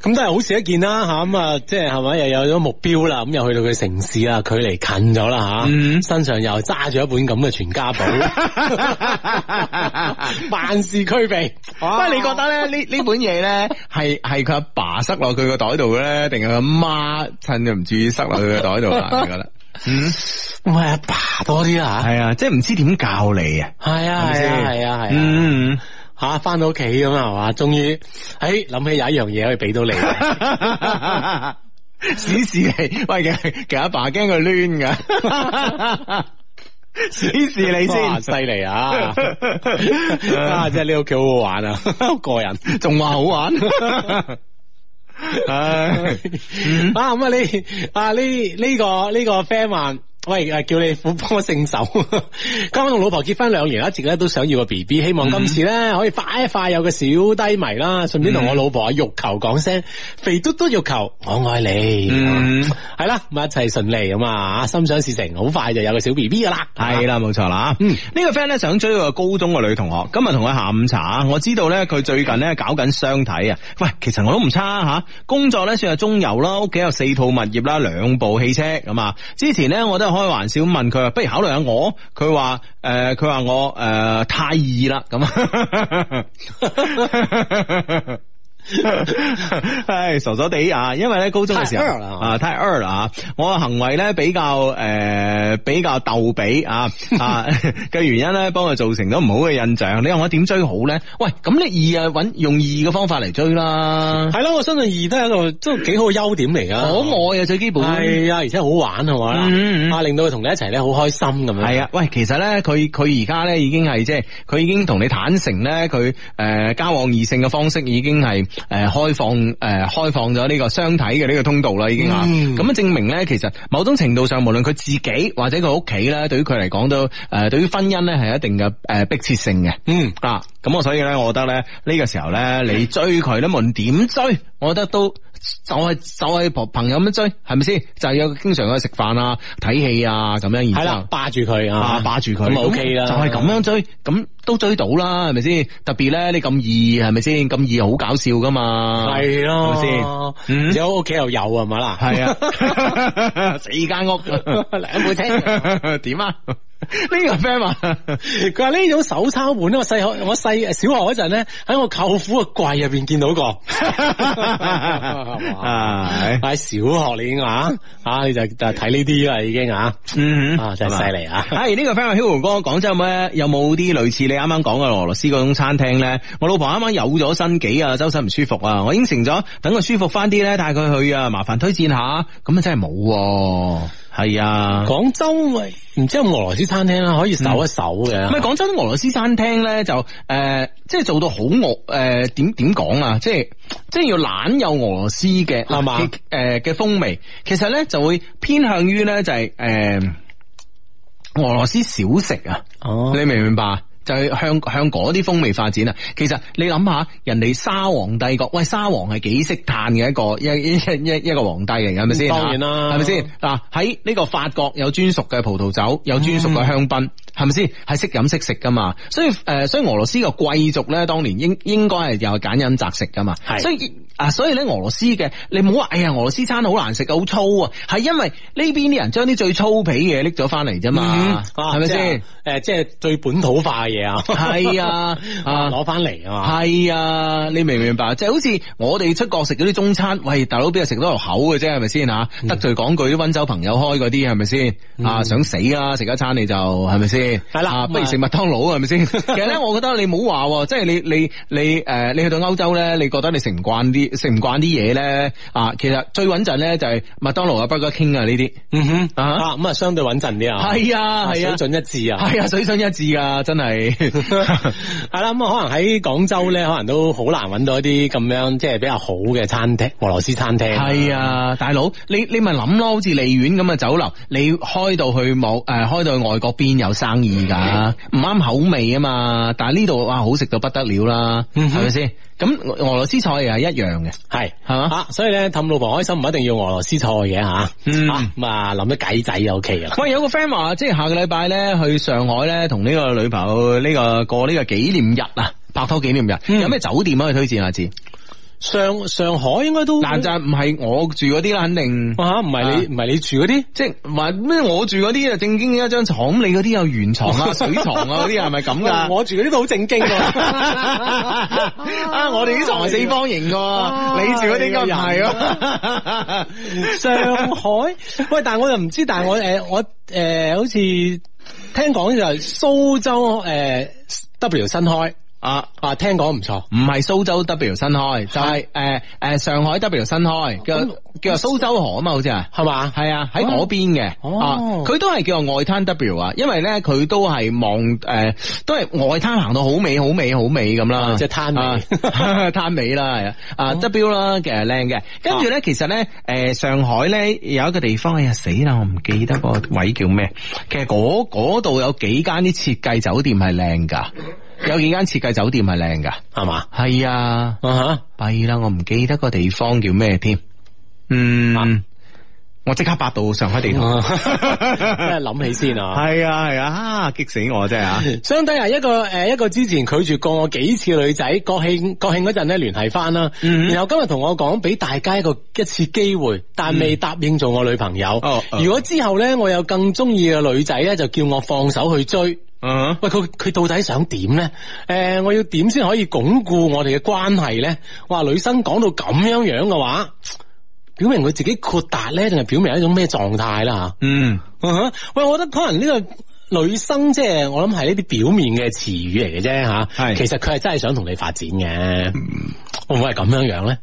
[SPEAKER 3] 咁都係好事一件啦吓，咁啊，即係係咪又有咗目標啦？咁又去到佢城市啊啦，距離近咗啦
[SPEAKER 1] 嗯
[SPEAKER 3] 吓，身上又揸住一本咁嘅全 家寶，萬事俱備。
[SPEAKER 1] 不過你覺得咧呢呢本嘢咧係係佢阿爸塞落佢個袋度嘅咧，定係佢阿媽趁佢唔注意塞落佢個袋度 啊？你覺得？嗯，
[SPEAKER 3] 唔係啊阿爸多啲啦
[SPEAKER 1] 係啊，即係唔知點教你啊。
[SPEAKER 3] 吓，係啊
[SPEAKER 1] 咪
[SPEAKER 3] 係
[SPEAKER 1] 先
[SPEAKER 3] 啊係啊係啊，
[SPEAKER 1] 嗯。嗯
[SPEAKER 3] 吓翻到屋企咁啊係嘛，終於，誒諗起有一樣嘢可以俾 到你，啊
[SPEAKER 1] 嗯 屎屎你，喂，其實其實阿爸驚佢攣 噶，屎屎你
[SPEAKER 3] 哇
[SPEAKER 1] 先，
[SPEAKER 3] 犀 利啊！啊，即係呢屋企好好玩啊， 好過癮。
[SPEAKER 1] 仲話好 玩，唉，
[SPEAKER 3] 啊咁啊呢啊呢呢個呢、個 friend 話。喂，誒叫你苦幫聖手。 啱啱同老婆結婚兩年啦，一直咧都想要個 B B，希望今次咧
[SPEAKER 1] 嗯
[SPEAKER 3] 可以快一快有個小低迷啦，順便同我老婆阿玉球講聲肥嘟嘟玉球，我愛你。
[SPEAKER 1] 嗯
[SPEAKER 3] 係啦，咁啊一切順利咁啊，心想事成，好快就有個小 B B 噶啦。
[SPEAKER 1] 係啦，冇錯啦。
[SPEAKER 3] 嗯
[SPEAKER 1] 呢個 friend 咧想追個高中嘅女同學，今日同佢下午茶。啊我知道咧佢最近咧搞緊相睇啊。喂，其實我都唔差吓，工作咧算係中游啦，屋企有四套物業啦，兩部汽車咁啊。之前咧我都係開玩笑問佢，不如考慮下我。佢話誒，佢、呃話我誒、呃太易啦咁啊。 唉，傻傻地啊！因為咧高中嘅時候
[SPEAKER 3] 太二啦
[SPEAKER 1] 啊，太二啦啊！我嘅行為咧比較誒、呃比較逗比啊啊嘅原因咧，幫佢造成咗唔好嘅印象。你話我點追好咧？喂，咁你二啊揾用二嘅方法嚟追啦。
[SPEAKER 3] 系咯，我相信二都係一個都幾好嘅優點嚟噶。
[SPEAKER 1] 可愛啊，最基本。
[SPEAKER 3] 系啊，而且好玩係咪啦？
[SPEAKER 1] 嗯嗯嗯
[SPEAKER 3] 啊，令到佢同你一齊咧好開心咁樣。
[SPEAKER 1] 系啊，喂，其實咧，佢佢而家咧已經係即係，佢已經同你坦誠咧，佢诶交往異性嘅方式已經係诶开放诶、呃、开放咗呢個相睇嘅呢個通道啦，已經啊，
[SPEAKER 3] 嗯
[SPEAKER 1] 咁啊、證明咧，其實某種程度上，無論佢自己或者佢屋企咧，對於佢嚟講都诶，对于婚姻咧係一定嘅诶迫切性嘅。
[SPEAKER 3] 嗯，
[SPEAKER 1] 啊，咁我所以咧，我覺得咧呢個時候咧，你追佢咧，無論點追，我覺得都就係就係朋朋友咁樣追，係咪先？就係有經常去食飯啊、睇戲啊咁樣，然
[SPEAKER 3] 係
[SPEAKER 1] 之
[SPEAKER 3] 啦
[SPEAKER 1] 後，。
[SPEAKER 3] 霸住佢
[SPEAKER 1] 啊
[SPEAKER 3] 啊，，
[SPEAKER 1] 霸住佢
[SPEAKER 3] 咁咪 OK 啦。
[SPEAKER 1] 就係咁樣追，咁都追到啦，係咪先？特別咧，你咁易係咪先？咁易好搞笑噶嘛，
[SPEAKER 3] 啊系
[SPEAKER 1] 係
[SPEAKER 3] 咯，
[SPEAKER 1] 咪先？嗯
[SPEAKER 3] 而且屋企又有啊係咪啦？
[SPEAKER 1] 係啊，四間屋
[SPEAKER 3] 兩部車
[SPEAKER 1] 點啊？呢個 friend 話
[SPEAKER 3] 佢話呢種手抄本我細學我細小學嗰陣咧，喺我舅父嘅櫃入邊見到 過。
[SPEAKER 1] 啊係
[SPEAKER 3] 喺小學你已經啊啊，你就就睇呢啲啦已經啊
[SPEAKER 1] 嗯
[SPEAKER 3] 啊，真係犀利 啊！
[SPEAKER 1] 系呢個 friend Hugo 哥，廣州有咩有冇啲類似你啱啱講嘅俄羅斯嗰種餐廳咧？我老婆啱啱有咗身紀啊，周身唔舒服啊，我應承咗，等佢舒服翻啲咧，帶佢去啊，麻煩推薦下。咁啊真係冇喎，係啊。
[SPEAKER 3] 廣州咪唔知有冇俄羅斯餐廳啊啦，可以搜一搜嘅。
[SPEAKER 1] 唔係講真，俄羅斯餐廳咧就誒、呃即係做到好惡誒點點講啊，即係即係要懶有俄羅斯嘅
[SPEAKER 3] 係嘛
[SPEAKER 1] 嘅誒嘅風味。其實咧就會偏向於咧就係、誒、俄羅斯小食啊。
[SPEAKER 3] 哦
[SPEAKER 1] 你明唔明白？就係向向嗰啲風味發展啊！其實你諗下，人哋沙皇帝國，喂沙皇係幾識嘆嘅一個一一一一一個皇帝嚟嘅，係咪先？啊
[SPEAKER 3] 當然啦
[SPEAKER 1] 係咪先？嗱喺呢個法國有專屬嘅葡萄酒，有專屬
[SPEAKER 3] 嗯
[SPEAKER 1] 嘅香檳，係咪先？係識飲識食噶嘛？所以誒、呃所以俄羅斯嘅貴族咧，當年應應該係又揀飲擇食噶嘛。
[SPEAKER 3] 係
[SPEAKER 1] 所以啊，所以咧俄羅斯嘅你唔好話，哎呀俄羅斯餐好難食啊，好粗啊，係因為呢邊啲人將啲最粗鄙嘅嘢拎咗翻嚟啫嘛，係咪先？？
[SPEAKER 3] 誒，嗯啊即係最本土化嘅嘢啊！
[SPEAKER 1] 係啊啊
[SPEAKER 3] 攞翻嚟 啊嘛！
[SPEAKER 1] 系啊，你明唔明白？即、係好似我哋出國食嗰啲中餐，喂，大佬邊度食得落口嘅啫，係咪先吓？
[SPEAKER 3] 嗯
[SPEAKER 1] 得罪講句啲温州朋友開嗰啲，係咪先？啊，想死啦！食一餐你就係咪先？
[SPEAKER 3] 係嗯啦
[SPEAKER 1] 啊
[SPEAKER 3] 咁啊
[SPEAKER 1] 不如食麥當勞係咪 先？其實咧，我覺得你唔好話喎，即係你你你诶、誒你去到歐洲咧，你覺得你食唔慣啲食唔慣啲嘢咧啊，其實最穩陣咧就係麥當勞啊、Burger King 啊呢啲。
[SPEAKER 3] 嗯哼
[SPEAKER 1] 啊
[SPEAKER 3] 啊咁啊，相對穩陣啲啊！
[SPEAKER 1] 係啊係
[SPEAKER 3] 水
[SPEAKER 1] 啊，
[SPEAKER 3] 準一致啊！
[SPEAKER 1] 係啊，水準一致噶，真 係。
[SPEAKER 3] 系啦，咁啊，可能喺廣州咧，可能都好難揾到一啲咁樣即係比較好嘅餐廳，俄羅斯餐廳。
[SPEAKER 1] 系啊，大佬，你你咪諗咯，好似利苑咁嘅酒樓，你開到去冇诶、開到去外國邊有生意
[SPEAKER 3] 嗯
[SPEAKER 1] 㗎，唔啱口味啊嘛。但係呢度哇，好食到不得了啦，
[SPEAKER 3] 嗯
[SPEAKER 1] 係
[SPEAKER 3] 哼
[SPEAKER 1] 咪先？咁俄俄羅斯菜又係一樣嘅，
[SPEAKER 3] 係
[SPEAKER 1] 係嘛？
[SPEAKER 3] 啊，所以咧氹老婆開心唔一定要俄羅斯菜嘅吓，啊
[SPEAKER 1] 嗯
[SPEAKER 3] 咁啊諗得計仔就 OK 噶啦。
[SPEAKER 1] 喂，有個 friend 話，即係下個禮拜咧去上海咧，同呢個女朋友呢、個過呢個紀念日啊，拍拖紀念日，
[SPEAKER 3] 嗯
[SPEAKER 1] 有咩酒店可以推薦下先？
[SPEAKER 3] 上上海應該都
[SPEAKER 1] 嗱，就唔係我住嗰啲啦，肯定。
[SPEAKER 3] 啊，唔係你唔係你住嗰啲。
[SPEAKER 1] 即係唔係咩？我住嗰啲啊，正經一張床，咁你嗰啲有圓床 啊、水床啊嗰啲，係咪咁噶？
[SPEAKER 3] 我住嗰啲都好正經㗎。
[SPEAKER 1] 啊！我哋啲床係四方形
[SPEAKER 3] 哦
[SPEAKER 1] 噶，你住嗰啲梗唔係咯。
[SPEAKER 3] 上海，喂，但系我又唔知，但系我诶、呃我诶、呃好似聽講就係蘇州诶、呃 W 新開
[SPEAKER 1] 啊，
[SPEAKER 3] 啊，聽講唔錯。
[SPEAKER 1] 唔係蘇州 W 新開，就係诶诶上海 W 新開，叫叫做蘇州河啊嘛，好似係。
[SPEAKER 3] 係嘛？
[SPEAKER 1] 係啊，喺嗰邊嘅，
[SPEAKER 3] 哦
[SPEAKER 1] 啊，佢都係叫做外灘 W 啊，因為咧佢都係望诶，都係外灘行到好尾、好尾、好尾咁啦，
[SPEAKER 3] 啊即係攤 尾
[SPEAKER 1] 啊攤尾啦，係啊，啊 W 啦，其實靚嘅，跟住咧其實咧，诶上海咧有一個地方，哎呀死啦，我唔記得個位叫咩，其實嗰嗰度有幾間啲設計酒店係靚噶，有幾間設計酒店係靚噶，
[SPEAKER 3] 係嘛？
[SPEAKER 1] 係啊。
[SPEAKER 3] 啊哈！
[SPEAKER 1] 弊啦，我唔記得個地方叫咩添。嗯，哦我即刻百度上海地圖。
[SPEAKER 3] 啊 真係諗起先啊！
[SPEAKER 1] 係啊係啊，啊激死我真係啊！
[SPEAKER 3] 相低啊，一個诶、呃一個之前拒絕過我幾次嘅女仔，國慶國慶嗰陣咧聯繫翻啦，
[SPEAKER 1] 嗯
[SPEAKER 3] 然後今日同我講俾大家一個一次機會，但
[SPEAKER 1] 嗯
[SPEAKER 3] 未答應做我女朋友。
[SPEAKER 1] 哦哦
[SPEAKER 3] 如果之後咧我有更中意嘅女仔咧，就叫我放手去追。
[SPEAKER 1] 嗯，
[SPEAKER 3] 喂，佢佢到底想點咧？诶、我要點先可以鞏固我哋嘅關係咧？哇，女生講到咁樣樣嘅話，表明佢自己豁達咧，定係表明一種咩狀態啦吓？
[SPEAKER 1] 嗯，
[SPEAKER 3] 嗯哼，喂，我覺得可能呢個女生即係我諗係呢啲表面嘅詞語嚟嘅啫吓，
[SPEAKER 1] 係嗯
[SPEAKER 3] 其實佢係真係想同你發展嘅，會唔會係咁樣樣咧？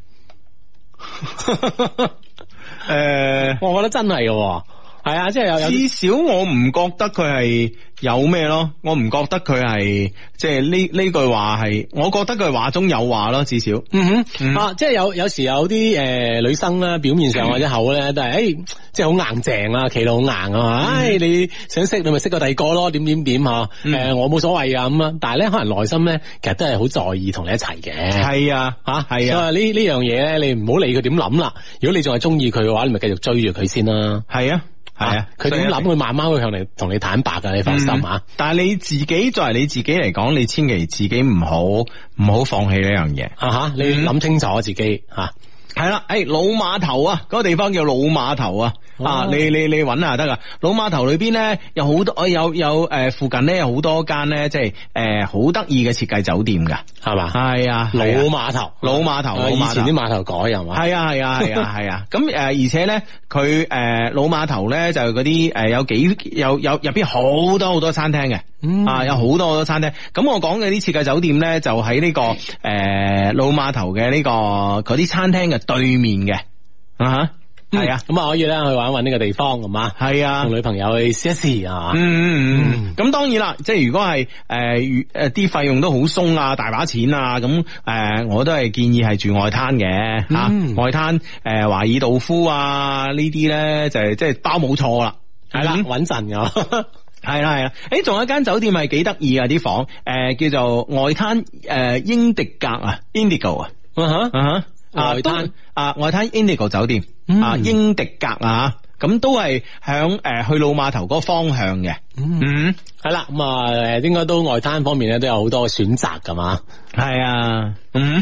[SPEAKER 1] 诶，
[SPEAKER 3] 我覺得真係嘅喎，係啊，即係有有啲
[SPEAKER 1] 至少我唔覺得佢係有咩咯，我唔覺得佢係即係呢呢句話係，我覺得佢係話中有話咯，至少。
[SPEAKER 3] 嗯哼，啊，即係有有時有啲诶、呃女生啦，表面上或者口咧都係诶、即係好硬淨啊，企到好硬
[SPEAKER 1] 嗯
[SPEAKER 3] 啊嘛，唉、你想識你咪識個第二個咯，點點點吓，诶、
[SPEAKER 1] 嗯
[SPEAKER 3] 我冇所謂啊咁啊，但係咧可能內心咧其實都係好在意同你一齊嘅。
[SPEAKER 1] 係啊，
[SPEAKER 3] 吓
[SPEAKER 1] 係啊，
[SPEAKER 3] 所以呢呢樣嘢咧，你唔好理佢點諗啦。如果你仲係中意佢嘅話，你咪繼續追住佢先啦。
[SPEAKER 1] 係啊，係啊，
[SPEAKER 3] 佢點
[SPEAKER 1] 所以
[SPEAKER 3] 諗，
[SPEAKER 1] 一定
[SPEAKER 3] 佢慢慢會向你同你坦白噶，你放心啊。
[SPEAKER 1] 嗯但係你自己作為你自己嚟講，你千祈自己唔好唔好放棄呢樣嘢。
[SPEAKER 3] 啊哈，你
[SPEAKER 1] 嗯
[SPEAKER 3] 諗清楚自己吓。
[SPEAKER 1] 係啦，诶，老碼頭啊，嗰、個地方叫老碼頭啊，
[SPEAKER 3] 哦
[SPEAKER 1] 啊，你你你揾下得噶。老碼頭裏邊咧有好多，有有诶、呃附近咧有好多間咧，即係诶好得意嘅設計酒店噶。
[SPEAKER 3] 係嘛？
[SPEAKER 1] 係啊，
[SPEAKER 3] 老
[SPEAKER 1] 係啊
[SPEAKER 3] 碼頭，
[SPEAKER 1] 老碼頭老碼頭
[SPEAKER 3] 啊以前啲碼頭改係嘛？
[SPEAKER 1] 系啊系啊系 啊系啊，咁诶、呃而且咧，佢诶、呃老碼頭咧就嗰啲诶有幾有有入邊好多好多餐廳嘅，
[SPEAKER 3] 嗯
[SPEAKER 1] 啊有好多好多餐廳。咁我講嘅啲設計酒店咧，就喺呢、個个呃老碼頭嘅呢、個嗰啲餐廳嘅對面嘅，啊
[SPEAKER 3] 嗯
[SPEAKER 1] 係啊
[SPEAKER 3] 咁啊可以咧去玩一玩呢個地方咁啊，
[SPEAKER 1] 係啊
[SPEAKER 3] 同。女朋友去試一試啊。
[SPEAKER 1] 嗯嗯嗯，咁當然啦，即係如果係誒誒啲費用都好鬆啊，大把錢啊，咁誒、呃我都係建議係住外灘嘅嚇、
[SPEAKER 3] 嗯
[SPEAKER 1] 外灘誒、呃、華爾道夫啊呢啲咧就係即係包冇錯啦，
[SPEAKER 3] 係啦，啊
[SPEAKER 1] 嗯
[SPEAKER 3] 穩陣㗎。
[SPEAKER 1] 係啦係啦，誒仲有一間酒店係幾得意啊啲房誒、呃叫做外灘誒、呃英迪格啊 Indigo 啊。
[SPEAKER 3] 啊哈
[SPEAKER 1] 啊
[SPEAKER 3] 外灘
[SPEAKER 1] 啊外灘 Indigo 酒店
[SPEAKER 3] 嗯
[SPEAKER 1] 啊英迪格啊，咁都係響誒去老碼頭嗰個方向嘅。嗯，
[SPEAKER 3] 係啦，咁啊誒應該都外灘方面咧都有好多選擇㗎嘛。
[SPEAKER 1] 係啊，嗯，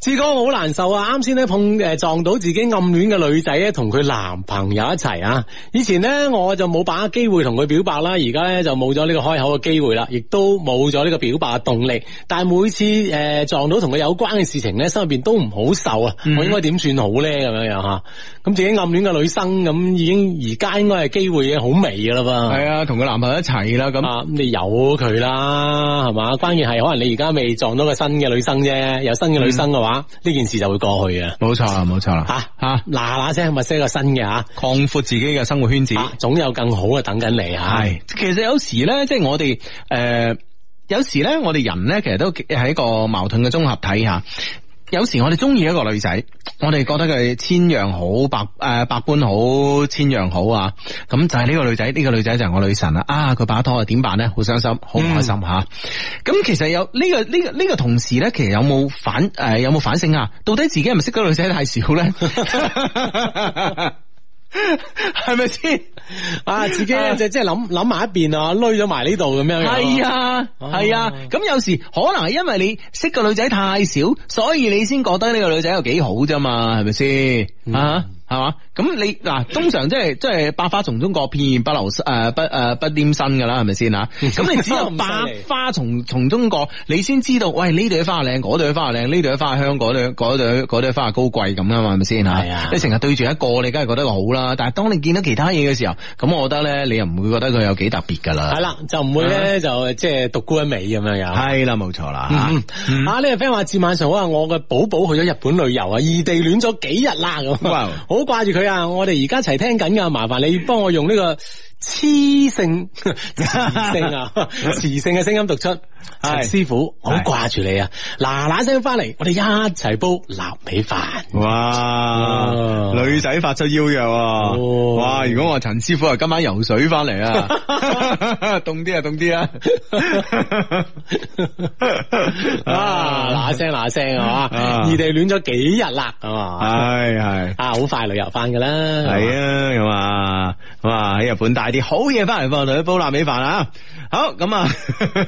[SPEAKER 3] 志哥我好難受啊！啱先咧碰诶撞到自己暗戀嘅女仔咧，同佢男朋友一齊啊！以前咧我就冇把握機會同佢表白啦，而家咧就冇咗呢個開口嘅機會啦，亦都冇咗呢個表白嘅動力。但係每次诶、呃撞到同佢有關嘅事情咧，心入边都唔好受啊！
[SPEAKER 1] 嗯
[SPEAKER 3] 我應該點算好咧？咁樣樣吓，咁自己暗戀嘅女生咁已經而家應該係機會好微噶啦噃。
[SPEAKER 1] 係啊，同佢男朋友一齊啦，咁
[SPEAKER 3] 啊，咁你由佢啦，係嘛？關鍵係可能你而家未撞到個新嘅女生啫，有新嘅女生嘅話，呢、
[SPEAKER 1] 嗯
[SPEAKER 3] 件事就會過去嘅。
[SPEAKER 1] 冇錯啦，冇錯啦，
[SPEAKER 3] 吓
[SPEAKER 1] 嚇
[SPEAKER 3] 嗱嗱聲物識個新嘅吓，
[SPEAKER 1] 擴闊自己嘅生活圈子。
[SPEAKER 3] 啊總有更好嘅等緊你吓。
[SPEAKER 1] 系，啊其實有時咧，即係我哋诶、呃有時咧，我哋人咧，其實都係一個矛盾嘅綜合體吓。有時我哋中意一個女仔，我哋覺得佢千樣好，百诶、百般好，千樣好啊。咁就係呢個女仔，呢、個女仔就係我女神啦。啊，佢把拖啊，點辦咧？好傷心，好唔開心吓。咁、其實有呢、個呢、個呢、個同事咧，其實有冇反诶、有冇反省啊？到底自己係咪識得女仔太少咧？ 係咪先？
[SPEAKER 3] 啊，自己咧就即係諗諗埋一邊啊，累咗埋呢度咁樣樣。
[SPEAKER 1] 系啊，
[SPEAKER 3] 哦
[SPEAKER 1] 系啊，咁有時可能係因為你識個女仔太少，所以你先覺得呢個女仔有幾好啫嘛，係咪
[SPEAKER 3] 嗯
[SPEAKER 1] 先啊？係嘛？咁你嗱，通常即係即系百花叢中各片不留诶不诶不沾身噶啦，係咪先啊？咁你只有百
[SPEAKER 3] 嗯 咁犀利
[SPEAKER 1] 花叢叢中各，你先知道，喂呢朵花靚，嗰朵花靚，呢朵花香，嗰朵嗰朵嗰朵花高貴咁啊嘛，係咪先
[SPEAKER 3] 係啊
[SPEAKER 1] 啊？你成日對住一個，你梗係覺得佢好啦，但係當你見到其他嘢嘅時候，咁我覺得咧，你又唔會覺得佢有幾特別噶啦。
[SPEAKER 3] 係啦，就唔會
[SPEAKER 1] 啊
[SPEAKER 3] 咧就即係獨沽一味咁樣樣。
[SPEAKER 1] 系啦，冇错啦
[SPEAKER 3] 嗯啊！呢個 friend 話：至晚上好啊，我嘅寶寶去咗日本旅遊啊，異地戀咗幾日啦，咁
[SPEAKER 1] 哇
[SPEAKER 3] 好掛住佢啊！我哋而家一齊聽緊噶，麻煩你幫我用呢個雌 性雌性啊，雌性嘅聲音讀出。陳
[SPEAKER 1] 係
[SPEAKER 3] 師傅，我好掛住你啊！嗱嗱聲翻嚟，我哋一齊煲臘味飯。
[SPEAKER 1] 哇！女仔發出邀約啊！
[SPEAKER 3] 哦
[SPEAKER 1] 哇！如果我陳師傅啊，今晚游水翻嚟啊，凍啲啊，凍啲啊！
[SPEAKER 3] 啊！嗱嗱聲嗱聲啊
[SPEAKER 1] 啊
[SPEAKER 3] 嘛，異地戀咗幾日啦，係嘛？
[SPEAKER 1] 係係
[SPEAKER 3] 啊，好快旅遊翻噶啦，
[SPEAKER 1] 係啊，咁啊，咁啊喺日本帶啲好嘢翻嚟放同佢煲臘味飯啊！好咁啊。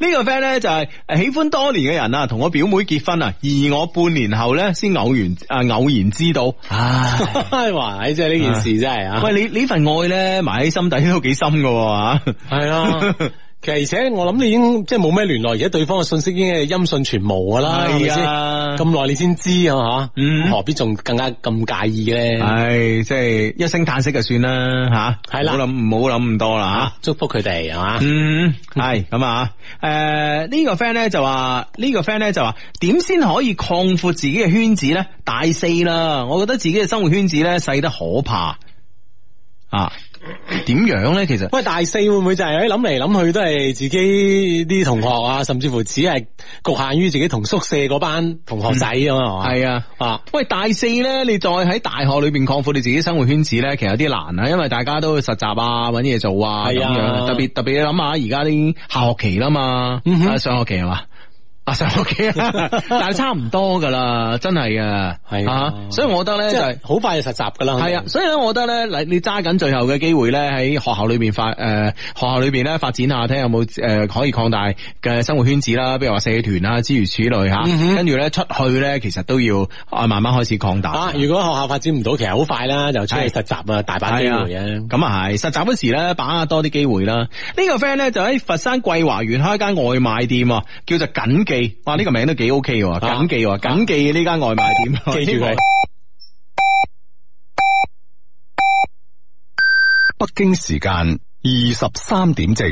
[SPEAKER 1] 呢個 friend 咧就係喜歡多年嘅人啊，同我表妹結婚啊，而我半年後咧先偶然啊偶然知道，唉。
[SPEAKER 3] 哇！即係呢件事真係啊，
[SPEAKER 1] 喂，你呢份愛咧埋喺心底都幾深噶吓，
[SPEAKER 3] 系啊，其實而且我諗你已經即係冇咩聯絡，而且對方嘅信息已經係音訊全無噶啦，係咪
[SPEAKER 1] 係
[SPEAKER 3] 先？
[SPEAKER 1] 啊
[SPEAKER 3] 咁耐你先知係嘛？
[SPEAKER 1] 嗯啊
[SPEAKER 3] 何必仲更加咁介意咧？
[SPEAKER 1] 唉，即係一聲嘆息就算啦吓，
[SPEAKER 3] 係嗯啦啊
[SPEAKER 1] 唔好諗唔好諗咁多啦吓。
[SPEAKER 3] 祝福佢哋係嘛？
[SPEAKER 1] 嗯，系咁啊，诶、呢、個个 friend 咧就話，呢、個个 friend 咧就話，點先可以擴闊自己嘅圈子咧？大四啦，我覺得自己嘅生活圈子咧細得可怕啊！點樣咧？其實
[SPEAKER 3] 喂，大四會唔會就係誒諗嚟諗去都係自己啲同學啊，甚至乎只係局限於自己同宿舍嗰班同學仔咁啊？係嘛
[SPEAKER 1] 係啊。
[SPEAKER 3] 啊，
[SPEAKER 1] 喂，大四咧，你再喺大學裏邊擴闊你自己生活圈子咧，其實有啲難啊，因為大家都去實習啊，揾嘢做啊，咁
[SPEAKER 3] 係啊
[SPEAKER 1] 樣。特別特別，你諗下，而家啲下學期啦嘛，
[SPEAKER 3] 嗯哼
[SPEAKER 1] 啊上學期係嘛？啊上學 期，但係差唔多噶啦，真係嘅，
[SPEAKER 3] 係啊
[SPEAKER 1] 所以我覺得咧
[SPEAKER 3] 即
[SPEAKER 1] 就係
[SPEAKER 3] 係好快就實習噶啦。
[SPEAKER 1] 係啊，所以咧，我覺得咧，你你揸緊最後嘅機會咧，喺學校裏邊發誒、呃、學校裏邊咧發展下，睇有冇誒、呃可以擴大嘅生活圈子啦，比如話社團啦，諸如此類
[SPEAKER 3] 嗯
[SPEAKER 1] 嚇。
[SPEAKER 3] 哼
[SPEAKER 1] 跟住咧出去咧，其實都要啊慢慢開始擴大。
[SPEAKER 3] 啊！如果學校發展唔到，其實好快啦，就出去
[SPEAKER 1] 係
[SPEAKER 3] 實習啊，大把機會嘅。
[SPEAKER 1] 咁啊係，實習嗰時咧，把握多啲機會啦。呢、個 friend 咧就喺佛山桂華園開間外賣店喎，叫做緊記。哇，呢、個名都幾 OK 喎，緊記喎，緊記呢間外賣店，
[SPEAKER 3] 啊 記住佢。
[SPEAKER 5] 北京时间二十三点正。